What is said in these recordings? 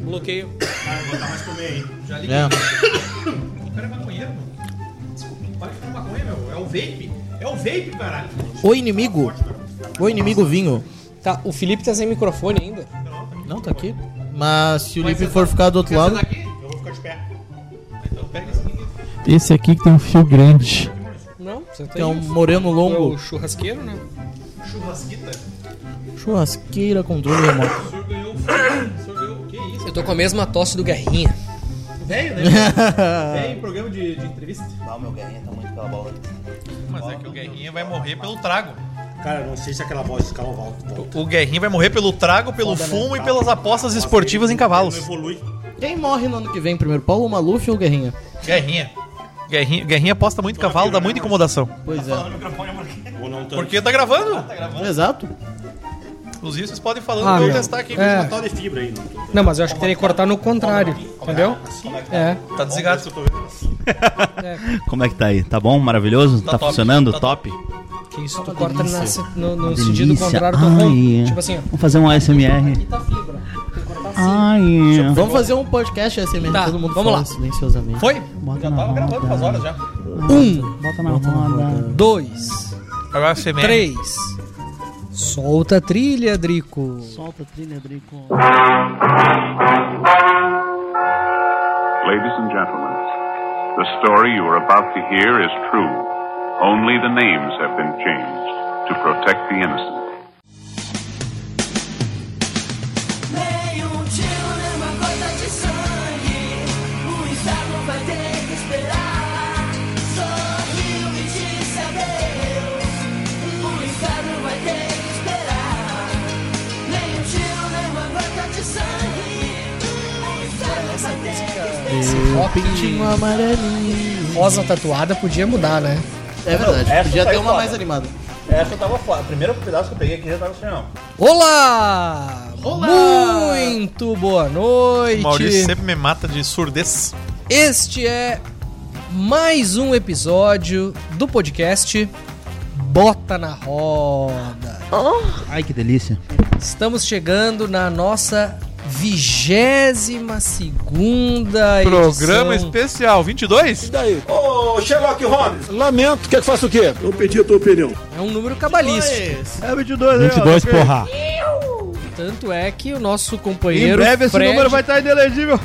Bloqueio. Ah, eu vou botar mais comer aí. Já liguei. É. O cara é maconheiro, mano. Desculpa, para de fumar maconha, meu. É o vape. É o vape, caralho. O inimigo. O inimigo vinho. Tá, o Felipe tá sem microfone ainda. Não, tá aqui. Mas se o Mas Lipe você for tá- ficar do outro Quer lado. sentar aqui? Eu vou ficar de pé. Então pega esse aqui. Esse aqui que tem um fio grande. Não, você tá Tem um aí. moreno É o longo. churrasqueiro, né? Churrasquita. Churrasqueira, controle remoto. O senhor ganhou o fio. O senhor ganhou o que é isso? Eu tô com a mesma tosse do Guerrinha. Velho, né? Velho, programa de, de entrevista. Ah, o meu guerrinha tá muito pela bola. Mas é que o Guerrinha vai morrer pelo trago. Cara, não sei se aquela voz desse calão volta. volta. O Guerrinha vai morrer pelo trago, pelo né? fumo e pelas apostas esportivas em cavalos. Não evolui. Quem morre no ano que vem primeiro? Paulo Maluf ou Guerrinha? Guerrinha. Guerrinha, Guerrinha aposta muito cavalo, dá muita incomodação. Pois é. Ou não tanto. Porque tá gravando. Exato. Inclusive, vocês podem ir falando Ah, pra eu meu. testar aqui. É. Uma tal Tá de fibra aí. Não tô... Não, mas eu acho que teria que cortar no contrário. Entendeu? É. Tá desligado. Eu tô vendo. Como é que tá aí? Tá bom? Maravilhoso? Tá Tá, top, funcionando? tá top? Que isso, tu Uma corta na, delícia. no, no Uma sentido delícia. contrário do Ai, rumo. é. Tipo assim, ó. Vamos fazer um ASMR. Aqui tá fibra. Tem que cortar assim. Ai, é. Vamos fazer um podcast SMR. Tá, Todo mundo vamos falando lá. silenciosamente. Foi? bota na tá roda. já. Um, Bota na roda. dois, Agora você vem. três. Solta a trilha, Drico. Solta a trilha, Drico. Ladies and gentlemen, the story you are about to hear is true. Only the names have been changed to protect the innocent. Veio um tiro numa gota de sangue. O inferno vai ter que esperar. Sorriu e disse adeus. O inferno vai ter que esperar. Veio um tiro numa gota de sangue. O inferno vai ter que esperar. Esse Um Pintinho rock amarelinho. rosa tatuada podia mudar, né? É verdade. essa Podia ter saiu uma fora. mais animada. Essa eu tava fora. O primeiro pedaço que eu peguei aqui já tava assim, não. Olá! Olá! Muito boa noite! Maurício sempre me mata de surdez. Este é mais um episódio do podcast Bota na Roda. Oh. Ai, que delícia. Estamos chegando na nossa 22 segunda Programa edição. especial 22? Ô, Sherlock Holmes! Lamento, quer que faça o quê? Eu pedi a tua opinião. É um número cabalístico. É 22, 22, porra. Tanto é que o nosso Em companheiro breve esse Fred, número vai estar inelegível.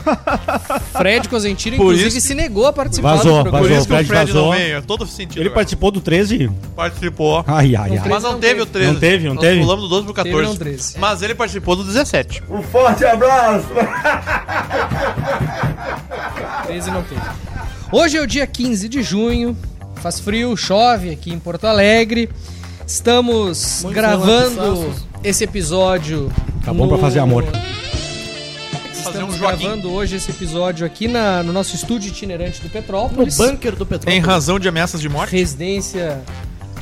Fred Cosentino, Por inclusive, isso- se negou a participar Vazou, do Por programa. vazou. isso que o Fred Fred não vazou. veio. é Todo sentido. Ele agora. participou do 13? participou. Ai, ai, ai. Ah, Mas não teve o 13. Não teve, não Nós teve? pulamos do 12 pro Teve 14. não 13. Mas ele participou do 17. Um forte abraço! 13 não teve. Hoje é o dia 15 de junho. Faz frio, chove aqui em Porto Alegre. Estamos Muitos gravando relâmpagos. esse episódio. Tá bom pra fazer amor. Fazer um Estamos joaquim. gravando hoje esse episódio aqui na- no nosso estúdio itinerante do No Petrópolis. bunker do Em petróleo. razão de ameaças de morte. Residência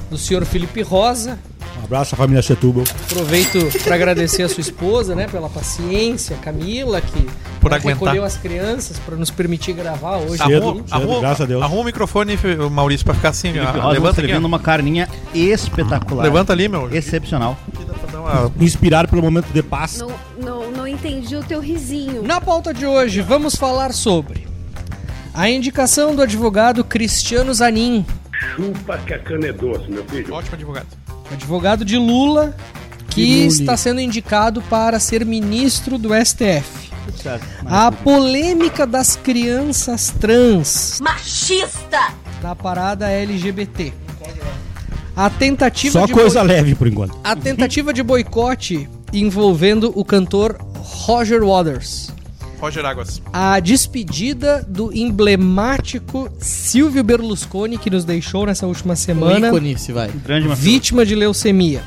do senhor Felipe Rosa. Um abraço à família Setúbal. Aproveito para agradecer a sua esposa, né, pela paciência, Camila, que Por né, aguentar. recolheu as crianças para nos permitir gravar hoje. Cedo, Arruma, cedo, arruma, graças a Deus. arruma o microfone, Fe- Maurício, pra ficar assim. ó, Nós vamos levanta aqui. ó. servindo uma carninha espetacular. Levanta ali, meu. Excepcional. Inspirado pelo momento de paz. Não, não, não entendi o teu risinho. Na pauta de hoje, vamos falar sobre a indicação do advogado Cristiano Zanin, Chupa que a cana é doce, meu filho. Ótimo advogado. advogado de Lula, que está sendo indicado para ser ministro do STF. A polêmica das crianças trans Machista! da parada LGBT. A tentativa Só de coisa leve por enquanto. A tentativa de boicote envolvendo o cantor Roger Waters. Roger Águas. A despedida do emblemático Silvio Berlusconi, que nos deixou nessa última Um semana, ícone, se vai. Grande uma vítima de leucemia.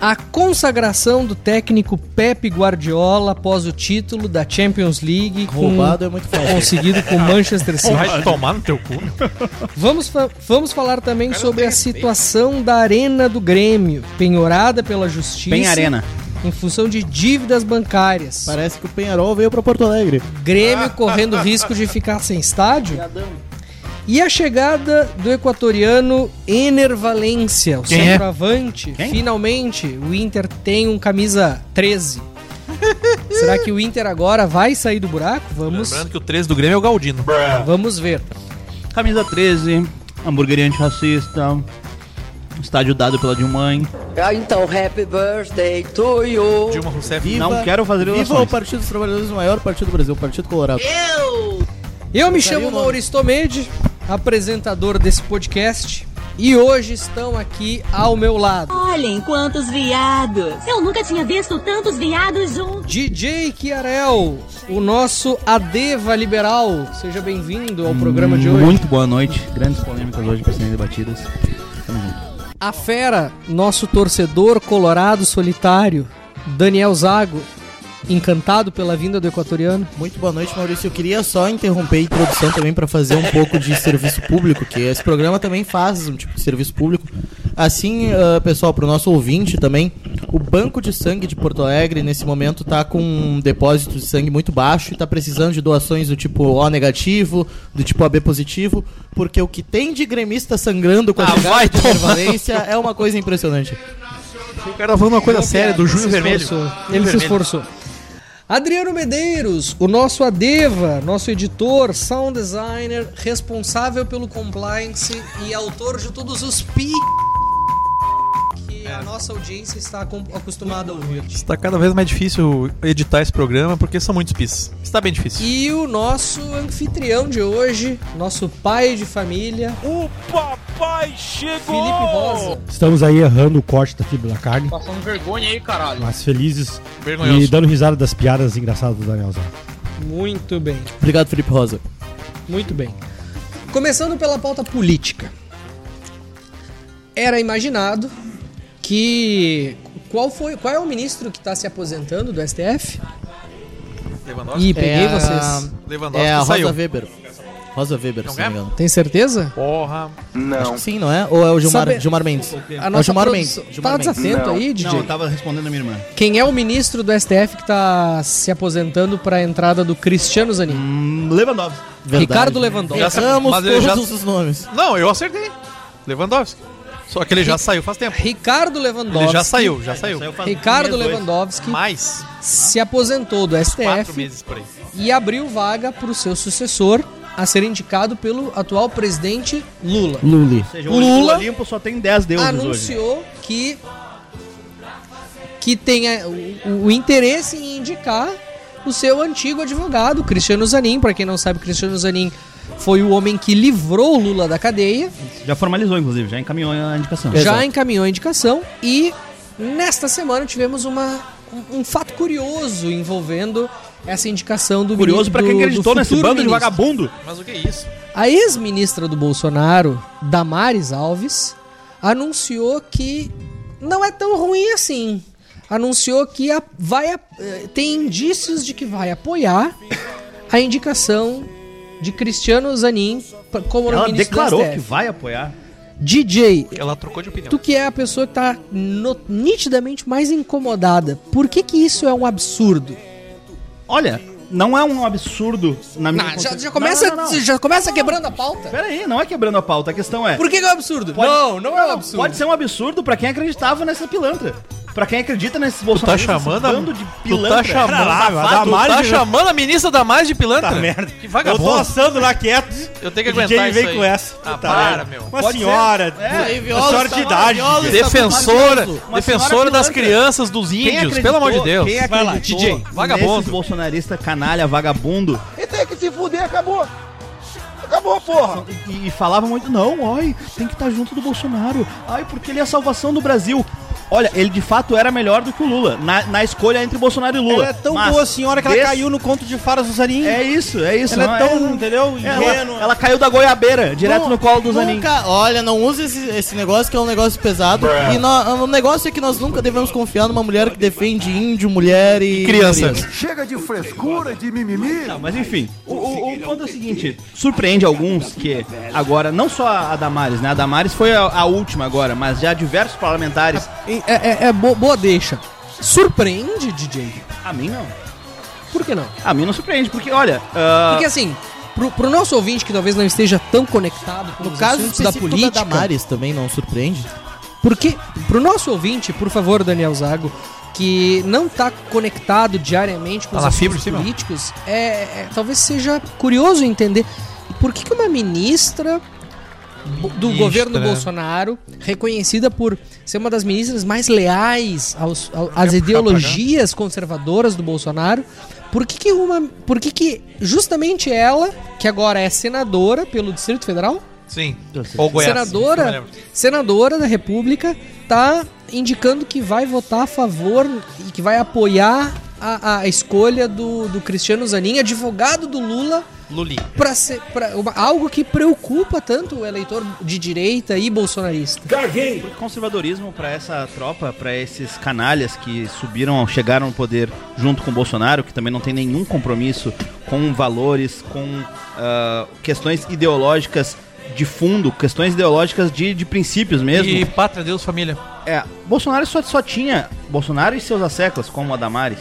A consagração do técnico Pepe Guardiola após o título da Champions League com- Roubado é muito fácil. conseguido com Manchester City. Vai tomar no teu cu. meu. Vamos, fa- vamos falar também Cara, sobre tem a respeito. situação da Arena do Grêmio, penhorada pela justiça. Bem arena. em função de dívidas bancárias. Parece que o Penharol veio pra Porto Alegre. Grêmio correndo risco de ficar sem estádio. E a chegada do equatoriano Ener Valência, o Quem é? centroavante. Quem? Finalmente, o Inter tem um camisa 13. Será que o Inter agora vai sair do buraco? Vamos, Lembrando que o 13 do Grêmio é o Galdino. vamos ver. Camisa 13, hamburgueria antirracista, estádio dado pela Dilmãe. Ah, então, happy birthday to you. Dilma Rousseff. Não quero fazer Viva o ilações. Partido dos Trabalhadores, o maior partido do Brasil, o Partido Colorado. Eu me Saiu o chamo nome. Maurício Tomedi, apresentador desse podcast, e hoje estão aqui ao meu lado Olhem quantos viados! Eu nunca tinha visto tantos viados juntos! DJ Chiarel, o nosso Adeva Liberal. Seja bem-vindo ao programa de hoje. Muito boa noite. Grandes polêmicas hoje para serem debatidas. Tamo junto. A fera, nosso torcedor colorado solitário, Daniel Zago, encantado pela vinda do equatoriano. Muito boa noite, Maurício. Eu queria só interromper a introdução também para fazer um pouco de serviço público, que esse programa também faz um tipo de serviço público. Assim, ah, pessoal, para o nosso ouvinte também, o Banco de Sangue de Porto Alegre, nesse momento, está com um depósito de sangue muito baixo e está precisando de doações do tipo O negativo, do tipo AB positivo, porque o que tem de gremista sangrando com a Ah, chegada vai de tomar. Valência é uma coisa impressionante. O cara tá falando uma coisa séria do Júnior um. Ele se Vermelho. esforçou, Júnior Ele se Vermelho. esforçou. Adriano Medeiros, o nosso Adeva, nosso editor, sound designer, responsável pelo compliance e autor de todos os pi que É. a nossa audiência está acom- acostumada a ouvir. Está Tá cada vez mais difícil editar esse programa porque são muitos pis. Está bem difícil. E o nosso anfitrião de hoje, nosso pai de família, O papai chegou! Felipe Rosa. Estamos aí errando o corte da fibra da carne, Passando vergonha aí, caralho. mas felizes e Vergonhoso. dando risada das piadas engraçadas do Daniel Zago. Muito bem. Obrigado, Felipe Rosa. Muito bem. Começando pela pauta política. Era imaginado que qual foi, qual é o ministro que está se aposentando do STF? Lewandowski, E peguei É a- vocês. ah, Lewandowski É a saiu. Rosa Weber. Rosa Weber, se não é? me engano. Tem certeza? Porra. Não. Sim, não é? Ou é o Gilmar, Sabe- Gilmar Mendes? A é o Gilmar Mendes. produção- Gilmar tá Mendes. desatento Não. aí, Não, DJ? eu tá- tava respondendo a minha irmã. Quem é o ministro do STF que está se aposentando para a entrada do Cristiano Zanin? Hum, Lewandowski. Verdade. né? Ricardo Lewandowski. Já sa- Erramos mas ele todos já- os nomes. Não, eu acertei. Lewandowski. Só que ele já saiu faz tempo. Ricardo Lewandowski. Ele já saiu, já saiu. faz Ricardo um mês, dois. Lewandowski Mais se aposentou do quatro STF meses por aí. e abriu vaga para o seu sucessor a ser indicado pelo atual presidente Lula. Luli. Ou seja, Lula Lula limpo só tem 10 deuses hoje. Anunciou que que tenha o, o interesse em indicar o seu antigo advogado, Cristiano Zanin. Para quem não sabe, Cristiano Zanin foi o homem que livrou o Lula da cadeia, Já formalizou, inclusive, já encaminhou a indicação. já encaminhou a indicação e nesta semana tivemos uma, um, um fato curioso envolvendo essa indicação do Curioso pra quem do- do acreditou nesse futuro bando de ministro. vagabundo. Mas o que é isso? A ex-ministra do Bolsonaro, Damares Alves, anunciou que não é tão ruim assim. Anunciou que a- vai a- eh, tem indícios de que vai apoiar a indicação de Cristiano Zanin pra- como Ela ministro declarou do que STF. vai apoiar. DJ, Ela trocou de opinião. tu que é a pessoa que tá no- nitidamente mais incomodada, por que que isso é um absurdo? Olha, não é um absurdo na minha Não, já, conce- já começa, Não, não, não. Já começa quebrando a pauta? Pera aí, não é quebrando a pauta, a questão é... Por que, que é um absurdo? Pode- Não, não é um absurdo. Pode ser um absurdo pra quem acreditava nessa pilantra. Pra quem acredita nesse Tu tá Bolsonaro. chamando a... de Tu pilantra. tá chamando Pera lá, vai dar Tu mais tá de- chamando a ministra da mais de pilantra? Tá merda. Que Eu tô vagabundo. assando lá quieto. Eu tenho que o aguentar DJ isso vem aí. com essa. Ah, Puta para, merda. meu. Uma senhora. É, uma senhora de idade. Defensora, Uma senhora defensora das pilantra. crianças, dos Quem índios, acreditou- pelo amor de Deus. Quem Vai acreditou lá, DJ, nesses vagabundo. bolsonarista canalha, vagabundo. E tem que se fuder, acabou. Acabou, porra. E, e falava muito, não, ai, tem que estar junto do Bolsonaro. Ai, porque ele é a salvação do Brasil. Olha, ele de fato era melhor do que o Lula. Na, na escolha entre Bolsonaro e Lula. Ela é tão Mas boa senhora que ela desse- caiu no conto de Faras do Zanin. É isso, é isso. ela não é tão, não- entendeu? é, ela, Ingênua. ela caiu da goiabeira, direto no colo do Zanin. Nunca, olha, não use esse, esse negócio que é um negócio pesado. E nó- o negócio é que nós nunca devemos confiar numa mulher que defende índio, mulher e. criança. Chega de frescura, de mimimi. Não, mas enfim, o, o, o ponto é o seguinte: surpreende alguns que agora, não só a Damares, né? A Damares foi a, a última agora, mas já diversos parlamentares. É, é- é bo- boa deixa. Surpreende, DJ? A mim não. Por que não? A mim não surpreende, porque olha. ah, Porque assim, pro, pro nosso ouvinte que talvez não esteja tão conectado com No os caso assuntos é um da específico da, política, Damares também não surpreende. porque pro nosso ouvinte, por favor, Daniel Zago, que não está conectado diariamente com Tá os na assuntos fibra, sim, não? políticos, é, é- talvez seja curioso entender por que, que uma ministra bo- do Ministra. governo do Bolsonaro, reconhecida por ser uma das ministras mais leais aos- ao- às ideologias conservadoras do Bolsonaro, por que, que uma. Por que, que justamente ela, que agora é senadora pelo Distrito Federal? Sim. Ou Goiás. senadora, Não lembro. senadora da República tá indicando que vai votar a favor e que vai apoiar a, a escolha do, do Cristiano Zanin, advogado do Lula, Luli. para ser pra, uma- algo que preocupa tanto o eleitor de direita e bolsonarista. Foi conservadorismo pra essa tropa, pra esses canalhas que subiram, chegaram ao poder junto com o Bolsonaro, que também não tem nenhum compromisso com valores, com ah, questões ideológicas de fundo, questões ideológicas de, de princípios mesmo. E pátria, Deus, família. É, Bolsonaro só, só tinha, Bolsonaro e seus asseclas, como a Damares,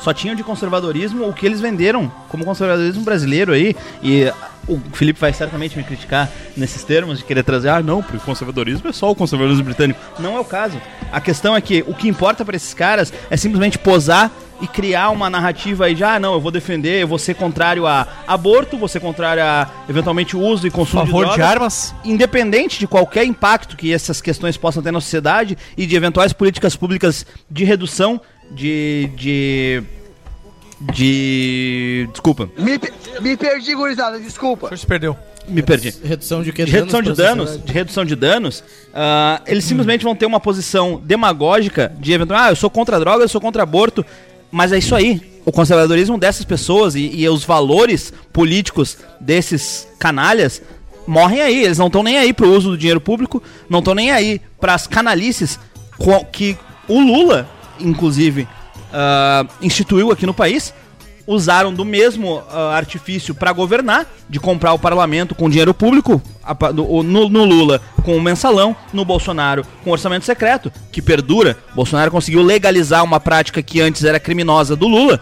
só tinham de conservadorismo o que eles venderam como conservadorismo brasileiro aí. E o Felipe vai certamente me criticar nesses termos de querer trazer, ah, não, porque o conservadorismo é só o conservadorismo britânico. Não é o caso. A questão é que o que importa pra esses caras é simplesmente posar e criar uma narrativa aí de, ah, não, eu vou defender, eu vou ser contrário a aborto, vou ser contrário a, eventualmente, o uso e consumo Favor de drogas armas. independente de qualquer impacto que essas questões possam ter na sociedade e de eventuais políticas públicas de redução de. de. de. desculpa. Me, pe- me perdi, gurizada, desculpa. Você se perdeu. Me perdi. Redução de que? De redução de pra danos, sociedade? de redução de danos, ah, eles simplesmente vão ter uma posição demagógica de eventualmente, ah, eu sou contra a droga, eu sou contra aborto, mas é isso aí. O conservadorismo dessas pessoas e, e os valores políticos desses canalhas morrem aí. Eles não estão nem aí pro uso do dinheiro público, não estão nem aí pras canalices co- que o Lula, inclusive, ah, instituiu aqui no país usaram do mesmo ah, artifício para governar, de comprar o parlamento com dinheiro público, a pa- do- o- no, no Lula com o mensalão, no Bolsonaro com orçamento secreto, que perdura. Bolsonaro conseguiu legalizar uma prática que antes era criminosa do Lula.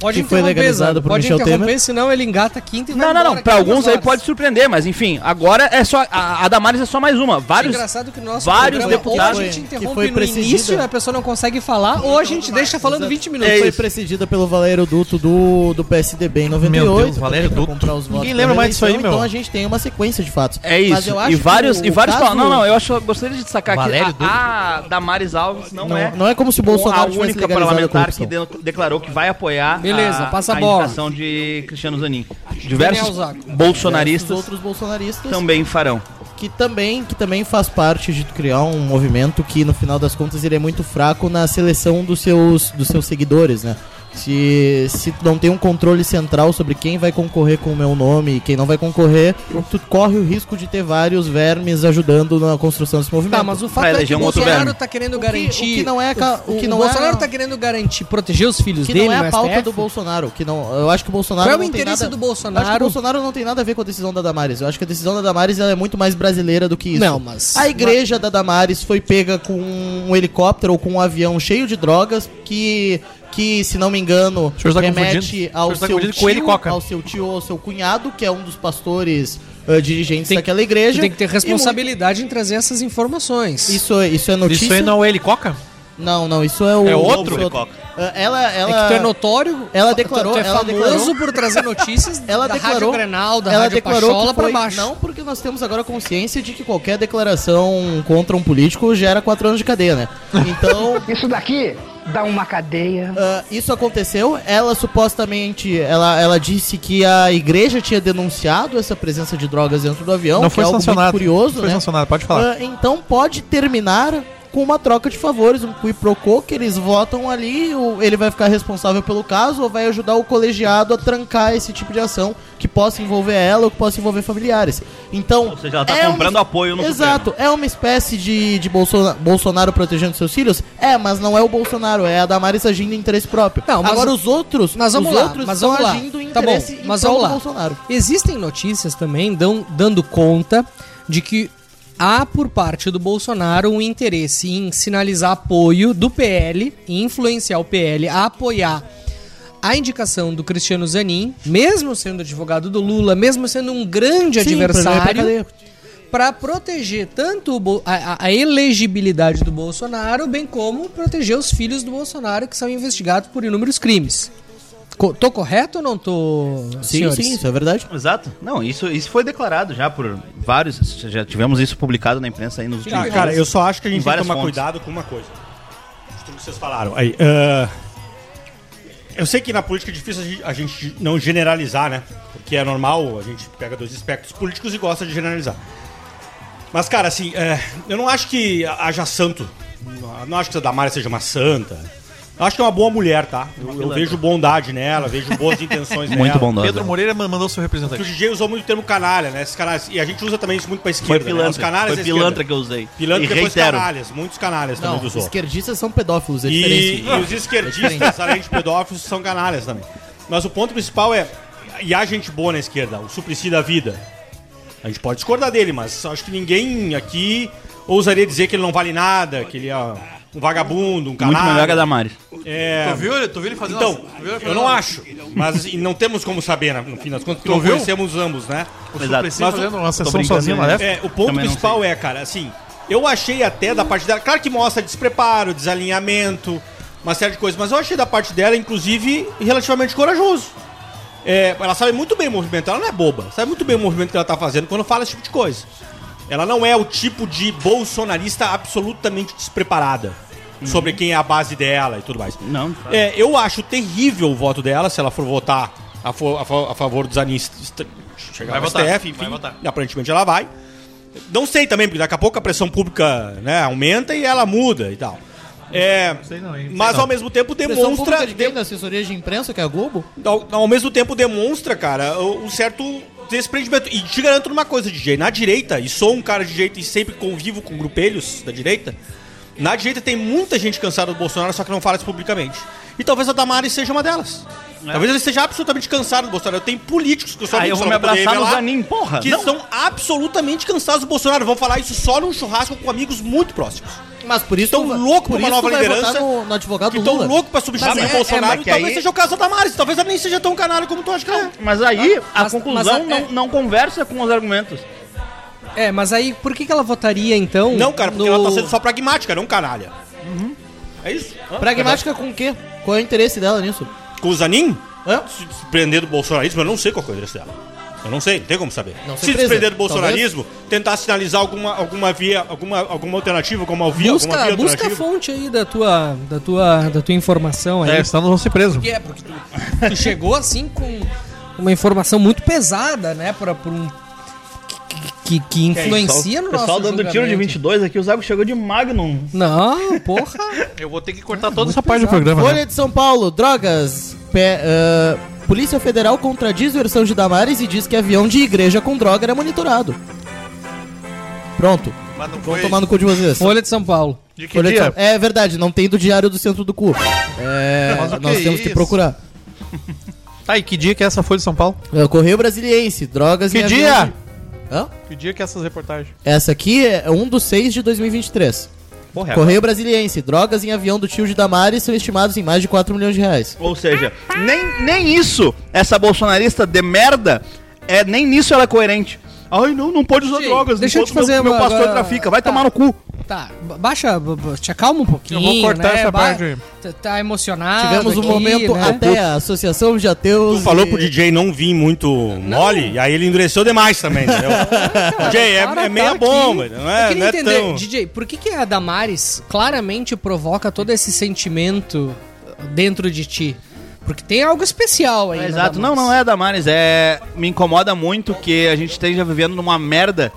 Pode Que foi interromper, legalizado Zado, por pode Michel interromper, Temer. senão ele engata a quinta e vai Não, não, não. embora, Para que é duas alguns aí horas. pode surpreender, mas enfim, agora é só. A, a Damares é só mais uma. Vários. Engraçado que o nosso vários programa, deputados- ou a gente que interrompe foi no precedida. início, a pessoa não consegue falar, ou a gente deixa falando 20 minutos. É foi precedida pelo Valério Duto do, do PSDB em 98. Meu Deus, Valério pra Duto. comprar os votos Ninguém pra lembra mais disso aí, reeleição, meu. Então a gente tem uma sequência de fatos. É Mas isso. eu acho E que vários, o e vários caso- falam- Não, não, eu acho, eu gostaria de destacar Valério que a, a Damares Alves não, Não- é. não é como se o Bolsonaro a tivesse única legalizado a parlamentar que corrupção. É, de- declarou que vai apoiar Beleza, a, passa a a bola. indicação de Cristiano Zanin. Daniel Diversos Zago. Os bolsonaristas outros bolsonaristas também farão. que também que também faz parte de criar um movimento que no final das contas ele é muito fraco na seleção dos seus dos seus seguidores, né? Se, se tu não tem um controle central sobre quem vai concorrer com o meu nome e quem não vai concorrer, tu corre o risco de ter vários vermes ajudando na construção desse movimento. Tá, mas o fato é Pra que eleger o um outro Bolsonaro verme. tá querendo O que- garantir. o que não é ca- o, o que o não é- Bolsonaro tá querendo garantir, proteger os filhos que dele, não é a no pauta STF? do Bolsonaro, que não, eu acho que o Bolsonaro Qual é o não tem interesse nada- do Eu Acho que o Bolsonaro? Bolsonaro não tem nada a ver com a decisão da Damares. Eu acho que a decisão da Damares ela é muito mais brasileira do que isso. Não, mas- A igreja da Damares foi pega com um helicóptero ou com um avião cheio de drogas que, que se não me engano, senhor está remete confundindo. ao O senhor está seu, confundindo tio, coelho e coca. ao seu tio ou ao seu cunhado, que é um dos pastores eh, dirigentes Tem- daquela Tu igreja. tem que ter E muito- responsabilidade em trazer essas informações. Isso, é- isso é notícia? Isso aí não é ele, Coca? Não, não, isso é o... É outro? isso é Eh, Ela, É ela... que tu é notório. ela tu- declarou- Tu é ela famoso declarou- por trazer notícias Ela da declarou- Rádio Grenal, da ela Rádio declarou Pachola que foi- pra baixo. Não, porque nós temos agora consciência de que qualquer declaração contra um político gera quatro anos de cadeia, né? Então, Isso daqui dá uma cadeia. ah, isso aconteceu. Ela supostamente, ela, ela disse que a igreja tinha denunciado essa presença de drogas dentro do avião, não que foi é algo muito sancionado. curioso, não foi né? sancionado, pode falar. Ah, então pode terminar com uma troca de favores, um qui pro quo que eles votam ali, o- ele vai ficar responsável pelo caso ou vai ajudar o colegiado a trancar esse tipo de ação que possa envolver ela ou que possa envolver familiares. Então, Ou seja, ela tá é comprando uma- apoio no Exato, é uma espécie de, de Bolsona- Bolsonaro protegendo seus filhos? É, mas não é o Bolsonaro, é a Damares agindo em interesse próprio. Não, mas Agora o- os outros, Mas vamos os lá, outros mas estão vamos lá. agindo em Tá bom, interesse em mas prol vamos do lá. Bolsonaro. Existem notícias também dão- dando conta de que há por parte do Bolsonaro um interesse em sinalizar apoio do PL e influenciar o PL a apoiar a indicação do Cristiano Zanin, mesmo sendo advogado do Lula, mesmo sendo um grande Sim, pra ele vai pra adversário, cadeia. para proteger tanto o Bo- a, a- a elegibilidade do Bolsonaro, bem como proteger os filhos do Bolsonaro que são investigados por inúmeros crimes. Co- tô correto ou não tô? senhores? é verdade. Exato. Não, isso, isso foi declarado já por vários. Já tivemos isso publicado na imprensa aí nos últimos Cara, cara, dias. eu só acho que a Em gente tem que várias tomar fontes. cuidado com uma coisa. Isso que vocês falaram. Aí, ah, eu sei que na política é difícil a gente, a gente não generalizar, né? Porque é normal, a gente pega dois aspectos políticos e gosta de generalizar. Mas, cara, assim, é, eu não acho que haja santo. Não- Não acho que a Damara seja uma santa. Eu acho que é uma boa mulher, tá? Eu, eu vejo bondade nela, vejo boas intenções nela. É Muito bondosa. Pedro Moreira man- mandou seu Porque o representante. DJ usou muito o termo canalha, né? Esses canalhas. E a gente usa também isso muito pra Foi esquerda. né? Os pilantra. canalhas foi da pilantra esquerda. que eu usei. Pilantra e depois reitero. canalhas. Muitos canalhas Não, também usou. esquerdistas são pedófilos, é E, diferente. e os esquerdistas, além de pedófilos, são canalhas também. Mas o ponto principal é. E há gente boa na esquerda, o Suplicy da vida. A gente pode discordar dele, mas acho que ninguém aqui ousaria dizer que ele não vale nada, que ele é um vagabundo, um canalha. Muito melhor que a Damares. É... Tu viu, ele- tu viu ele fazendo Então, uma- tu viu ele eu fazendo não uma- acho. Mas assim, não temos como saber, né, no fim das contas, porque Tu não viu? conhecemos ambos, né? O Exato. Suplicy Mas o- fazendo uma sessão brincando, sozinho né? lá É, o ponto Também não principal é, cara, assim, eu achei até da parte dela, claro que mostra despreparo, desalinhamento, uma série de coisas, mas eu achei da parte dela, inclusive, relativamente corajoso. É, ela sabe muito bem o movimento, ela não é boba, sabe muito bem o movimento que ela tá fazendo quando fala esse tipo de coisa. Ela não é o tipo de bolsonarista absolutamente despreparada Uhum. sobre quem é a base dela e tudo mais. Não, tá. de fato. É, eu acho terrível o voto dela se ela for votar a, fo- a fa- a favor dos anistas. Vai Chegar votar, STF, vai enfim, votar. e aparentemente ela vai. Não sei também, porque daqui a pouco a pressão pública né, aumenta e ela muda e tal. É, sei não, hein? mas Sei não. ao mesmo tempo Pressão demonstra. pública de quem? Da assessoria de imprensa, que é a Globo? Ao, ao mesmo tempo demonstra, cara, um certo desprendimento. E te garanto uma coisa, DJ. Na direita, e sou um cara de direita e sempre convivo com grupelhos da direita, na direita tem muita gente cansada do Bolsonaro, só que não fala isso publicamente. E talvez a Damares seja uma delas. É. Talvez ele esteja absolutamente cansado do Bolsonaro. Eu tenho políticos que eu só Aí Ah, não- eu só vou me não poderia abraçar no revelar Zanin, porra. Que não. estão absolutamente cansados do Bolsonaro. Vão falar isso só num churrasco com amigos muito próximos. Mas por isso. Tão tu vai- louco por pra uma isso nova tu vai liderança votar No, no advogado Que do tão Lula. louco pra substituir Mas o é- é, Bolsonaro. mas e que talvez aí- seja o caso da Damares. Talvez ela nem seja tão canalha como tu acha que ela é. Mas aí a Mas- conclusão mas a- não, não conversa com os argumentos. É, mas aí por que, que ela votaria então? Não, cara, porque no- ela tá sendo só pragmática, não canalha. É isso? Hã? Pragmática com o quê? Qual é o interesse dela nisso? Com o Zanin? Hã? Se desprender do bolsonarismo, eu não sei qual que é o endereço dela. Eu não sei, não tem como saber. Não se ser presa, desprender do bolsonarismo, tentar sinalizar alguma, alguma via, alguma, alguma alternativa, como a via, alguma Busca, via busca a alternativa. fonte aí da tua, da tua, da tua informação aí. É, senão não vão ser presos. que é, porque tu, tu chegou assim com uma informação muito pesada, né, pra, por um que, que- que influencia no O nosso pessoal dando tiro de julgamento. 22 aqui, o Zago chegou de Magnum. Não, porra. Eu vou ter que cortar toda essa parte do programa, né? Folha de São Paulo, drogas. Pé- ah, Polícia Federal contradiz versão de Damares e diz que avião de igreja com droga era monitorado. Pronto. né? Mas não Vão tomar no cu de vocês. Folha de São Paulo. De que Folha de dia? São- É verdade, não tem do Diário do Centro do Cu. É, Mas o que nós é temos que isso? procurar. Tá, e que dia que é essa Folha de São Paulo? É, Correio Brasiliense, drogas Que em avião dia? de- Hã? Que dia que é essas reportagens? Essa aqui é 1 do 6 de 2023. Porra, Correio Brasiliense, drogas em avião do tio de Damares são estimados em mais de 4 milhões de reais. Ou seja, nem, nem isso, essa bolsonarista de merda, é, nem nisso ela é coerente. Ai, não, não pode usar Gente, drogas, deixa eu enquanto te fazer meu, meu uma- pastor uma- trafica, vai tá. tomar no cu. Tá, ba- baixa, ba- ba- te acalma um pouquinho. Eu vou cortar né? essa Ba- parte aí. tá- Tá emocionado. Tivemos um aqui, momento né? até a Associação de Ateus. Tu falou e- pro DJ não vir muito mole, e aí ele endureceu demais também, entendeu? DJ, é, Cara, é tá meia aqui. bomba, não Eu é, queria não é entender, tão... DJ, por que, que a Damares claramente provoca todo esse sentimento dentro de ti? Porque tem algo especial aí. É, na Exato, não, Damares. não é Damares, é me incomoda muito que a gente esteja vivendo numa merda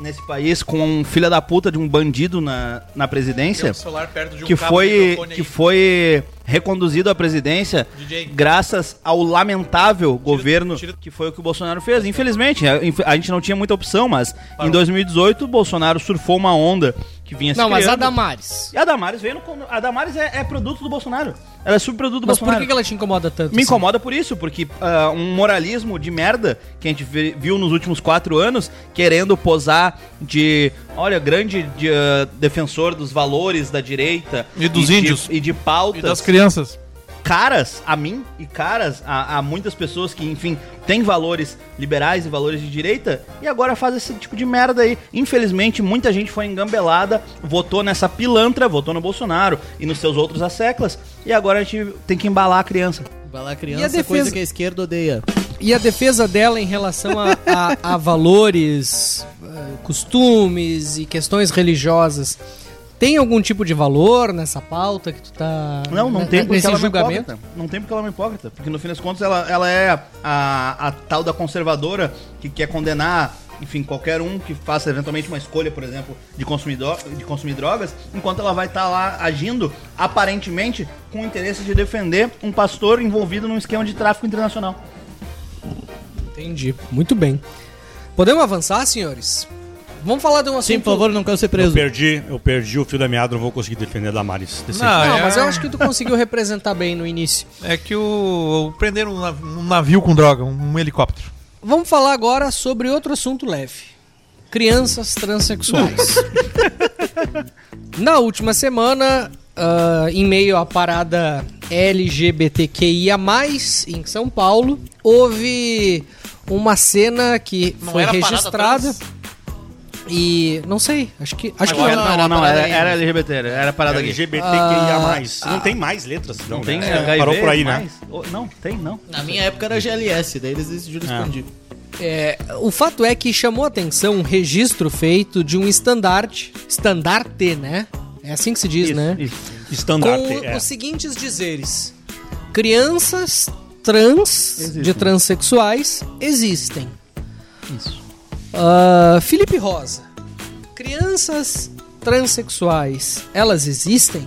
nesse país com um filho da puta de um bandido na, na presidência é celular perto de que foi que foi reconduzido à presidência DJ. graças ao lamentável governo que foi o que o Bolsonaro fez. Infelizmente, a, inf- a gente não tinha muita opção, mas em 2018 o Bolsonaro surfou uma onda que vinha se Não, mas a criando. Damares. E a Damares veio no... com- A Damares é, é produto do Bolsonaro. Ela é subproduto do Mas por Bolsonaro. que, que ela te incomoda tanto? Me assim? incomoda por isso, porque ah, um moralismo de merda que a gente vi- viu nos últimos quatro anos, querendo posar de, olha, grande de, ah, defensor dos valores da direita E dos de- índios. e de pautas. E das crianças. caras a mim e caras a, a muitas pessoas que, enfim, têm valores liberais e valores de direita e agora faz esse tipo de merda aí. Infelizmente, muita gente foi engambelada, votou nessa pilantra, votou no Bolsonaro e nos seus outros asseclas e agora a gente tem que embalar a criança. Embalar a criança, E a coisa defesa- que a esquerda odeia. E a defesa dela em relação a, a- a valores, eh, costumes e questões religiosas, tem algum tipo de valor nessa pauta que tu tá. Não, não né, tem porque nesse ela é uma julgamento? hipócrita. Não tem porque ela é uma hipócrita. Porque no fim das contas ela, ela é a, a tal da conservadora que quer condenar, enfim, qualquer um que faça eventualmente uma escolha, por exemplo, de consumir, dro- de consumir drogas, enquanto ela vai estar lá agindo, aparentemente, com o interesse de defender um pastor envolvido num esquema de tráfico internacional. Entendi. Muito bem. Podemos avançar, senhores? Vamos falar de um assunto. Sim, por favor, não quero ser Eu preso. perdi, eu perdi o fio da meada, não vou conseguir defender a Damares. desse jeito. Ah, Não, é- mas eu acho que tu conseguiu representar bem no início. É que o. Prenderam um nav- um navio com droga, um helicóptero. Vamos falar agora sobre outro assunto leve: crianças transexuais. Na última semana, ah, em meio à parada LGBTQIA, em São Paulo, houve uma cena que Não foi era parada registrada. trans? E não sei, acho que acho que Não, não. não, não, era, era LGBT, era É parada gay. LGBTQIA+. Ah, não tem mais letras. Não, tem né? HIV, Parou por aí, né? mais? Oh, Não, tem, não. Na minha época era GLS, daí eles decidiram Ah. expandir. É, o fato é que chamou a atenção um registro feito de um estandarte. Estandarte, né? É assim que se diz, né? Estandarte, Com é. os seguintes dizeres: crianças trans de transexuais existem. Isso. Ah, Felipe Rosa, crianças transexuais, elas existem?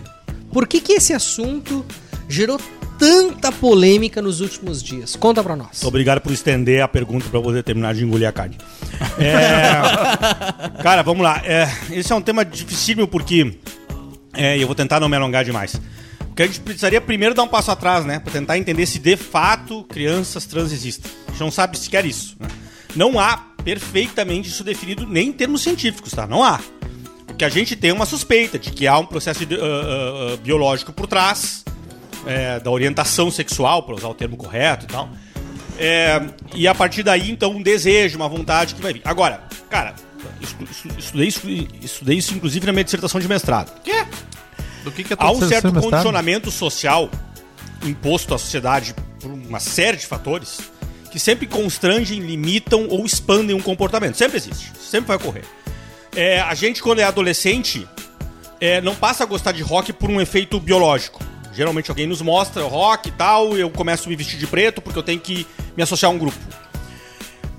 Por que, que esse assunto gerou tanta polêmica nos últimos dias? Conta pra nós. Então, Obrigado por estender a pergunta pra poder terminar de engolir a carne. É, Cara, vamos lá. É, esse é um tema dificílimo porque. é, e eu vou tentar não me alongar demais. Porque a gente precisaria primeiro dar um passo atrás, né? Pra tentar entender se de fato crianças trans existem. A gente não sabe sequer isso. né? Não há perfeitamente isso definido nem em termos científicos, tá? Não há. Porque a gente tem é uma suspeita de que há um processo de- ah, ah, ah, biológico por trás é, da orientação sexual, para usar o termo correto e tal. É, e a partir daí, então, um desejo, uma vontade que vai vir. Agora, cara, estu- estu- estudei isso, estudei isso inclusive na minha dissertação de mestrado. Quê? Do que, que é Há um terceiro certo semestre? condicionamento social imposto à sociedade por uma série de fatores que sempre constrangem, limitam ou expandem um comportamento. Sempre existe, sempre vai ocorrer. É, a gente, quando é adolescente, é, não passa a gostar de rock por um efeito biológico. Geralmente alguém nos mostra rock e tal, eu começo a me vestir de preto porque eu tenho que me associar a um grupo.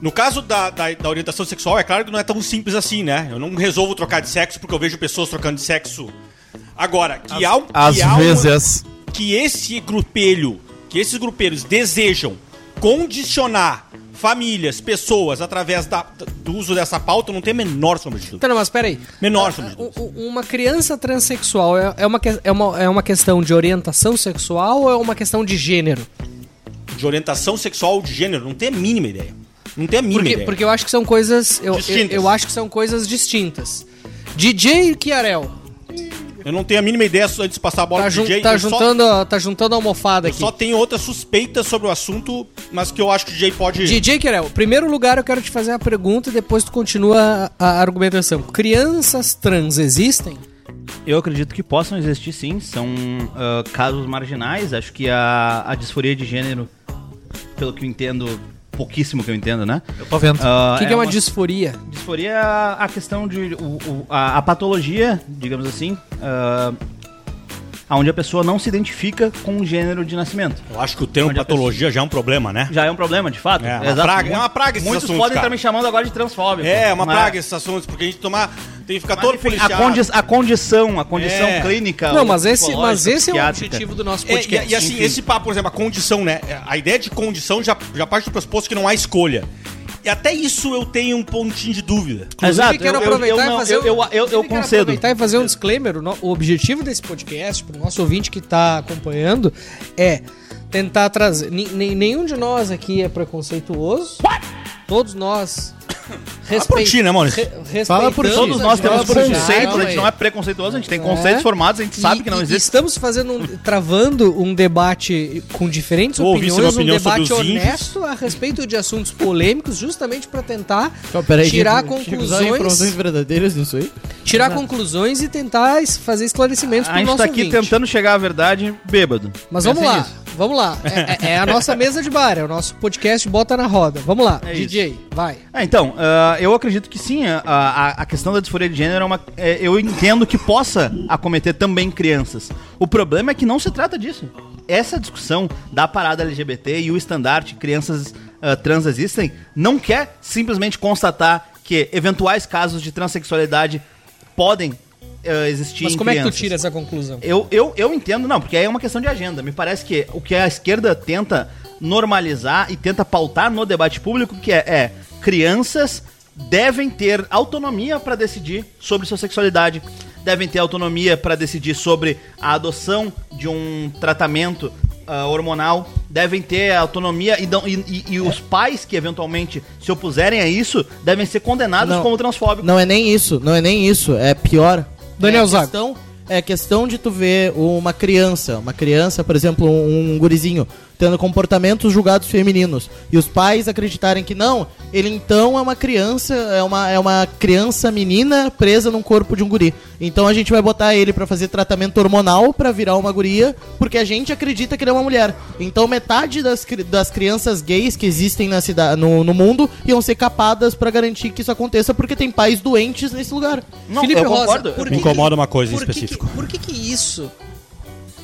No caso da, da- da orientação sexual, é claro que não é tão simples assim, né? Eu não resolvo trocar de sexo porque eu vejo pessoas trocando de sexo. Agora, que há um. que Às há uma- vezes. é. que esse grupelho, que esses grupelhos desejam condicionar famílias, pessoas, através da- do uso dessa pauta, não tem a menor sombra de dúvida. Tá, não, mas peraí. Menor sombra de dúvida. U- u- Um, Uma criança transexual é é uma, que- é, uma, é uma questão de orientação sexual ou é uma questão de gênero? De orientação sexual ou de gênero, não tem a mínima ideia. Não tem a mínima Porque, ideia. porque eu acho que são coisas. Eu, eu, Distintas. eu acho que são coisas distintas. DJ Chiarel, Eu não tenho a mínima ideia antes de passar a bola tá, pro jun- DJ. tá eu só- juntando, a- tá juntando a almofada eu aqui. só, tenho outra suspeita sobre o assunto, mas que eu acho que o DJ pode... DJ Querel, primeiro lugar eu quero te fazer a pergunta e depois tu continua a a argumentação. Crianças trans existem? Eu acredito que possam existir sim, são ah, casos marginais. Acho que a, a disforia de gênero, pelo que eu entendo, pouquíssimo que eu entendo, né? Eu tô vendo. Ah, O que, que é uma disforia? disforia? é a- a questão de. o- o- a, a patologia, digamos assim, ah, onde a pessoa não se identifica com o gênero de nascimento. Eu acho que o termo Onde a patologia já é um problema, né? Já é um problema, de fato. É, uma Exato. praga- é uma praga esses Muitos assuntos, podem cara. estar me chamando agora de transfóbico. É, uma mas- praga esses assuntos, porque a gente tomar... Tem que ficar mas, todo enfim, a, policiado. condi- a condição, a condição É. clínica. Não, ou mas esse, psicológica, mas esse é o psiquiátrica. objetivo do nosso É, podcast. e, e assim, Enfim. esse papo, por exemplo, a condição, né? A ideia de condição já, já parte do pressuposto que não há escolha. E até isso eu tenho um pontinho de dúvida. Inclusive, Exato, quero eu- eu- aproveitar eu e não, fazer eu- um- eu- eu- eu inclusive, quero concedo. aproveitar e fazer um disclaimer. O, no- o objetivo desse podcast, pro nosso ouvinte que está acompanhando, é tentar trazer. ni- ni- nenhum de nós aqui é preconceituoso. Todos nós por ti, né, Maurício? Re- Fala por ti. respeitamos Todos nós as temos nossas conceitos, regras. a gente não é preconceituoso, a gente tem conceitos formados, a gente E- sabe que não e- existe. Estamos fazendo, um- travando um debate com diferentes Vou ouvir opiniões, sobre a um opinião debate sobre os índios. honesto a respeito de assuntos polêmicos, justamente para tentar Então, peraí, tirar gente, chega a usar informações conclusões, verdadeiras nisso aí? tirar conclusões e tentar es- fazer esclarecimentos A para o gente nosso tá aqui ouvinte. tentando chegar à verdade bêbado. Mas vamos Pensem lá, nisso. vamos lá. É, é- é a nossa mesa de bar, é o nosso podcast Bota na Roda. Vamos lá, É DJ, vai. É, então, ah, eu acredito que sim, a, a- a questão da disforia de gênero é uma. é, eu entendo que possa acometer também crianças. O problema é que não se trata disso. Essa discussão da parada LGBT e o estandarte crianças ah, trans existem não quer simplesmente constatar que eventuais casos de transexualidade podem ah, existir Mas em como é que tu crianças. tira essa conclusão? Eu, eu, eu entendo, não, porque aí é uma questão de agenda. Me parece que o que a esquerda tenta normalizar e tenta pautar no debate público, que é, é, crianças devem ter autonomia para decidir sobre sua sexualidade, devem ter autonomia para decidir sobre a adoção de um tratamento ah, hormonal, devem ter autonomia e, não- e- e- e os pais que eventualmente se opuserem a isso devem ser condenados Não. como transfóbicos. Não é nem isso, não é nem isso, é pior. Daniel é Zago. Questão, é questão de tu ver uma criança, uma criança, por exemplo, um, um gurizinho, tendo comportamentos julgados femininos, e os pais acreditarem que não, ele então é uma criança, é uma, é uma criança menina presa num corpo de um guri. Então a gente vai botar ele pra fazer tratamento hormonal pra virar uma guria, porque a gente acredita que ele é uma mulher. Então metade das, cri- das crianças gays que existem na cida, no, no mundo iam ser capadas pra garantir que isso aconteça, porque tem pais doentes nesse lugar. Não, Felipe eu Rosa, concordo. por Me que- incomoda uma coisa em por que que- específico. por que que isso?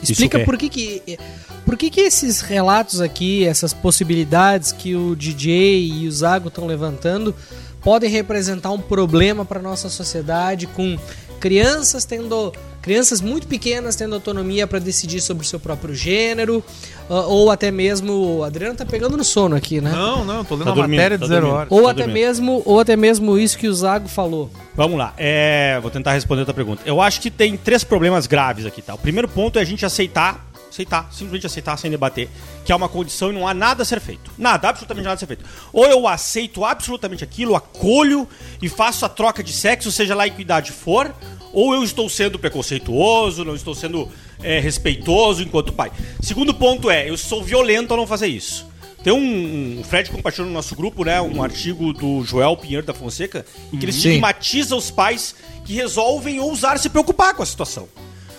Explica o quê? por que que... Por que que esses relatos aqui, essas possibilidades que o DJ e o Zago estão levantando podem representar um problema para nossa sociedade com crianças tendo... Crianças muito pequenas tendo autonomia para decidir sobre o seu próprio gênero, ah, ou até mesmo. O Adriano tá pegando no sono aqui, né? Não, não, tô lendo Tá uma dormindo, matéria tá de zero dormindo. horas. ou, tá até dormindo. mesmo, ou até mesmo isso que o Zago falou. Vamos lá, é, vou tentar responder a tua pergunta. Eu acho que tem três problemas graves aqui, tá? O primeiro ponto é a gente aceitar, aceitar, simplesmente aceitar sem debater, que é uma condição e não há nada a ser feito. Nada, absolutamente nada a ser feito. Ou eu aceito absolutamente aquilo, acolho e faço a troca de sexo, seja lá em que idade for, ou eu estou sendo preconceituoso, não estou sendo é, respeitoso enquanto pai. Segundo ponto é, eu sou violento ao não fazer isso. Tem um, um Fred compartilhou no nosso grupo, né, um artigo do Joel Pinheiro da Fonseca, em que ele Sim. estigmatiza os pais que resolvem ousar se preocupar com a situação.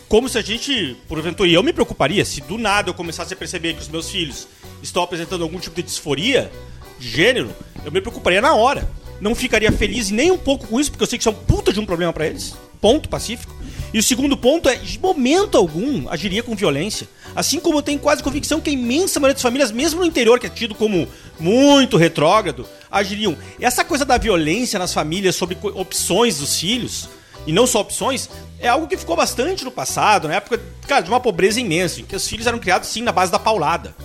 Como se a gente, porventura, e eu me preocuparia se do nada eu começasse a perceber que os meus filhos estão apresentando algum tipo de disforia de gênero, eu me preocuparia na hora. Não ficaria feliz nem um pouco com isso, porque eu sei que isso é um puta de um problema pra eles. Ponto pacífico. E o segundo ponto é, de momento algum, agiria com violência. Assim como eu tenho quase convicção que a imensa maioria das famílias, mesmo no interior, que é tido como muito retrógrado, agiriam. Essa coisa da violência nas famílias sobre co- opções dos filhos, e não só opções, é algo que ficou bastante no passado, na época, cara, de uma pobreza imensa, em que os filhos eram criados, sim, na base da paulada.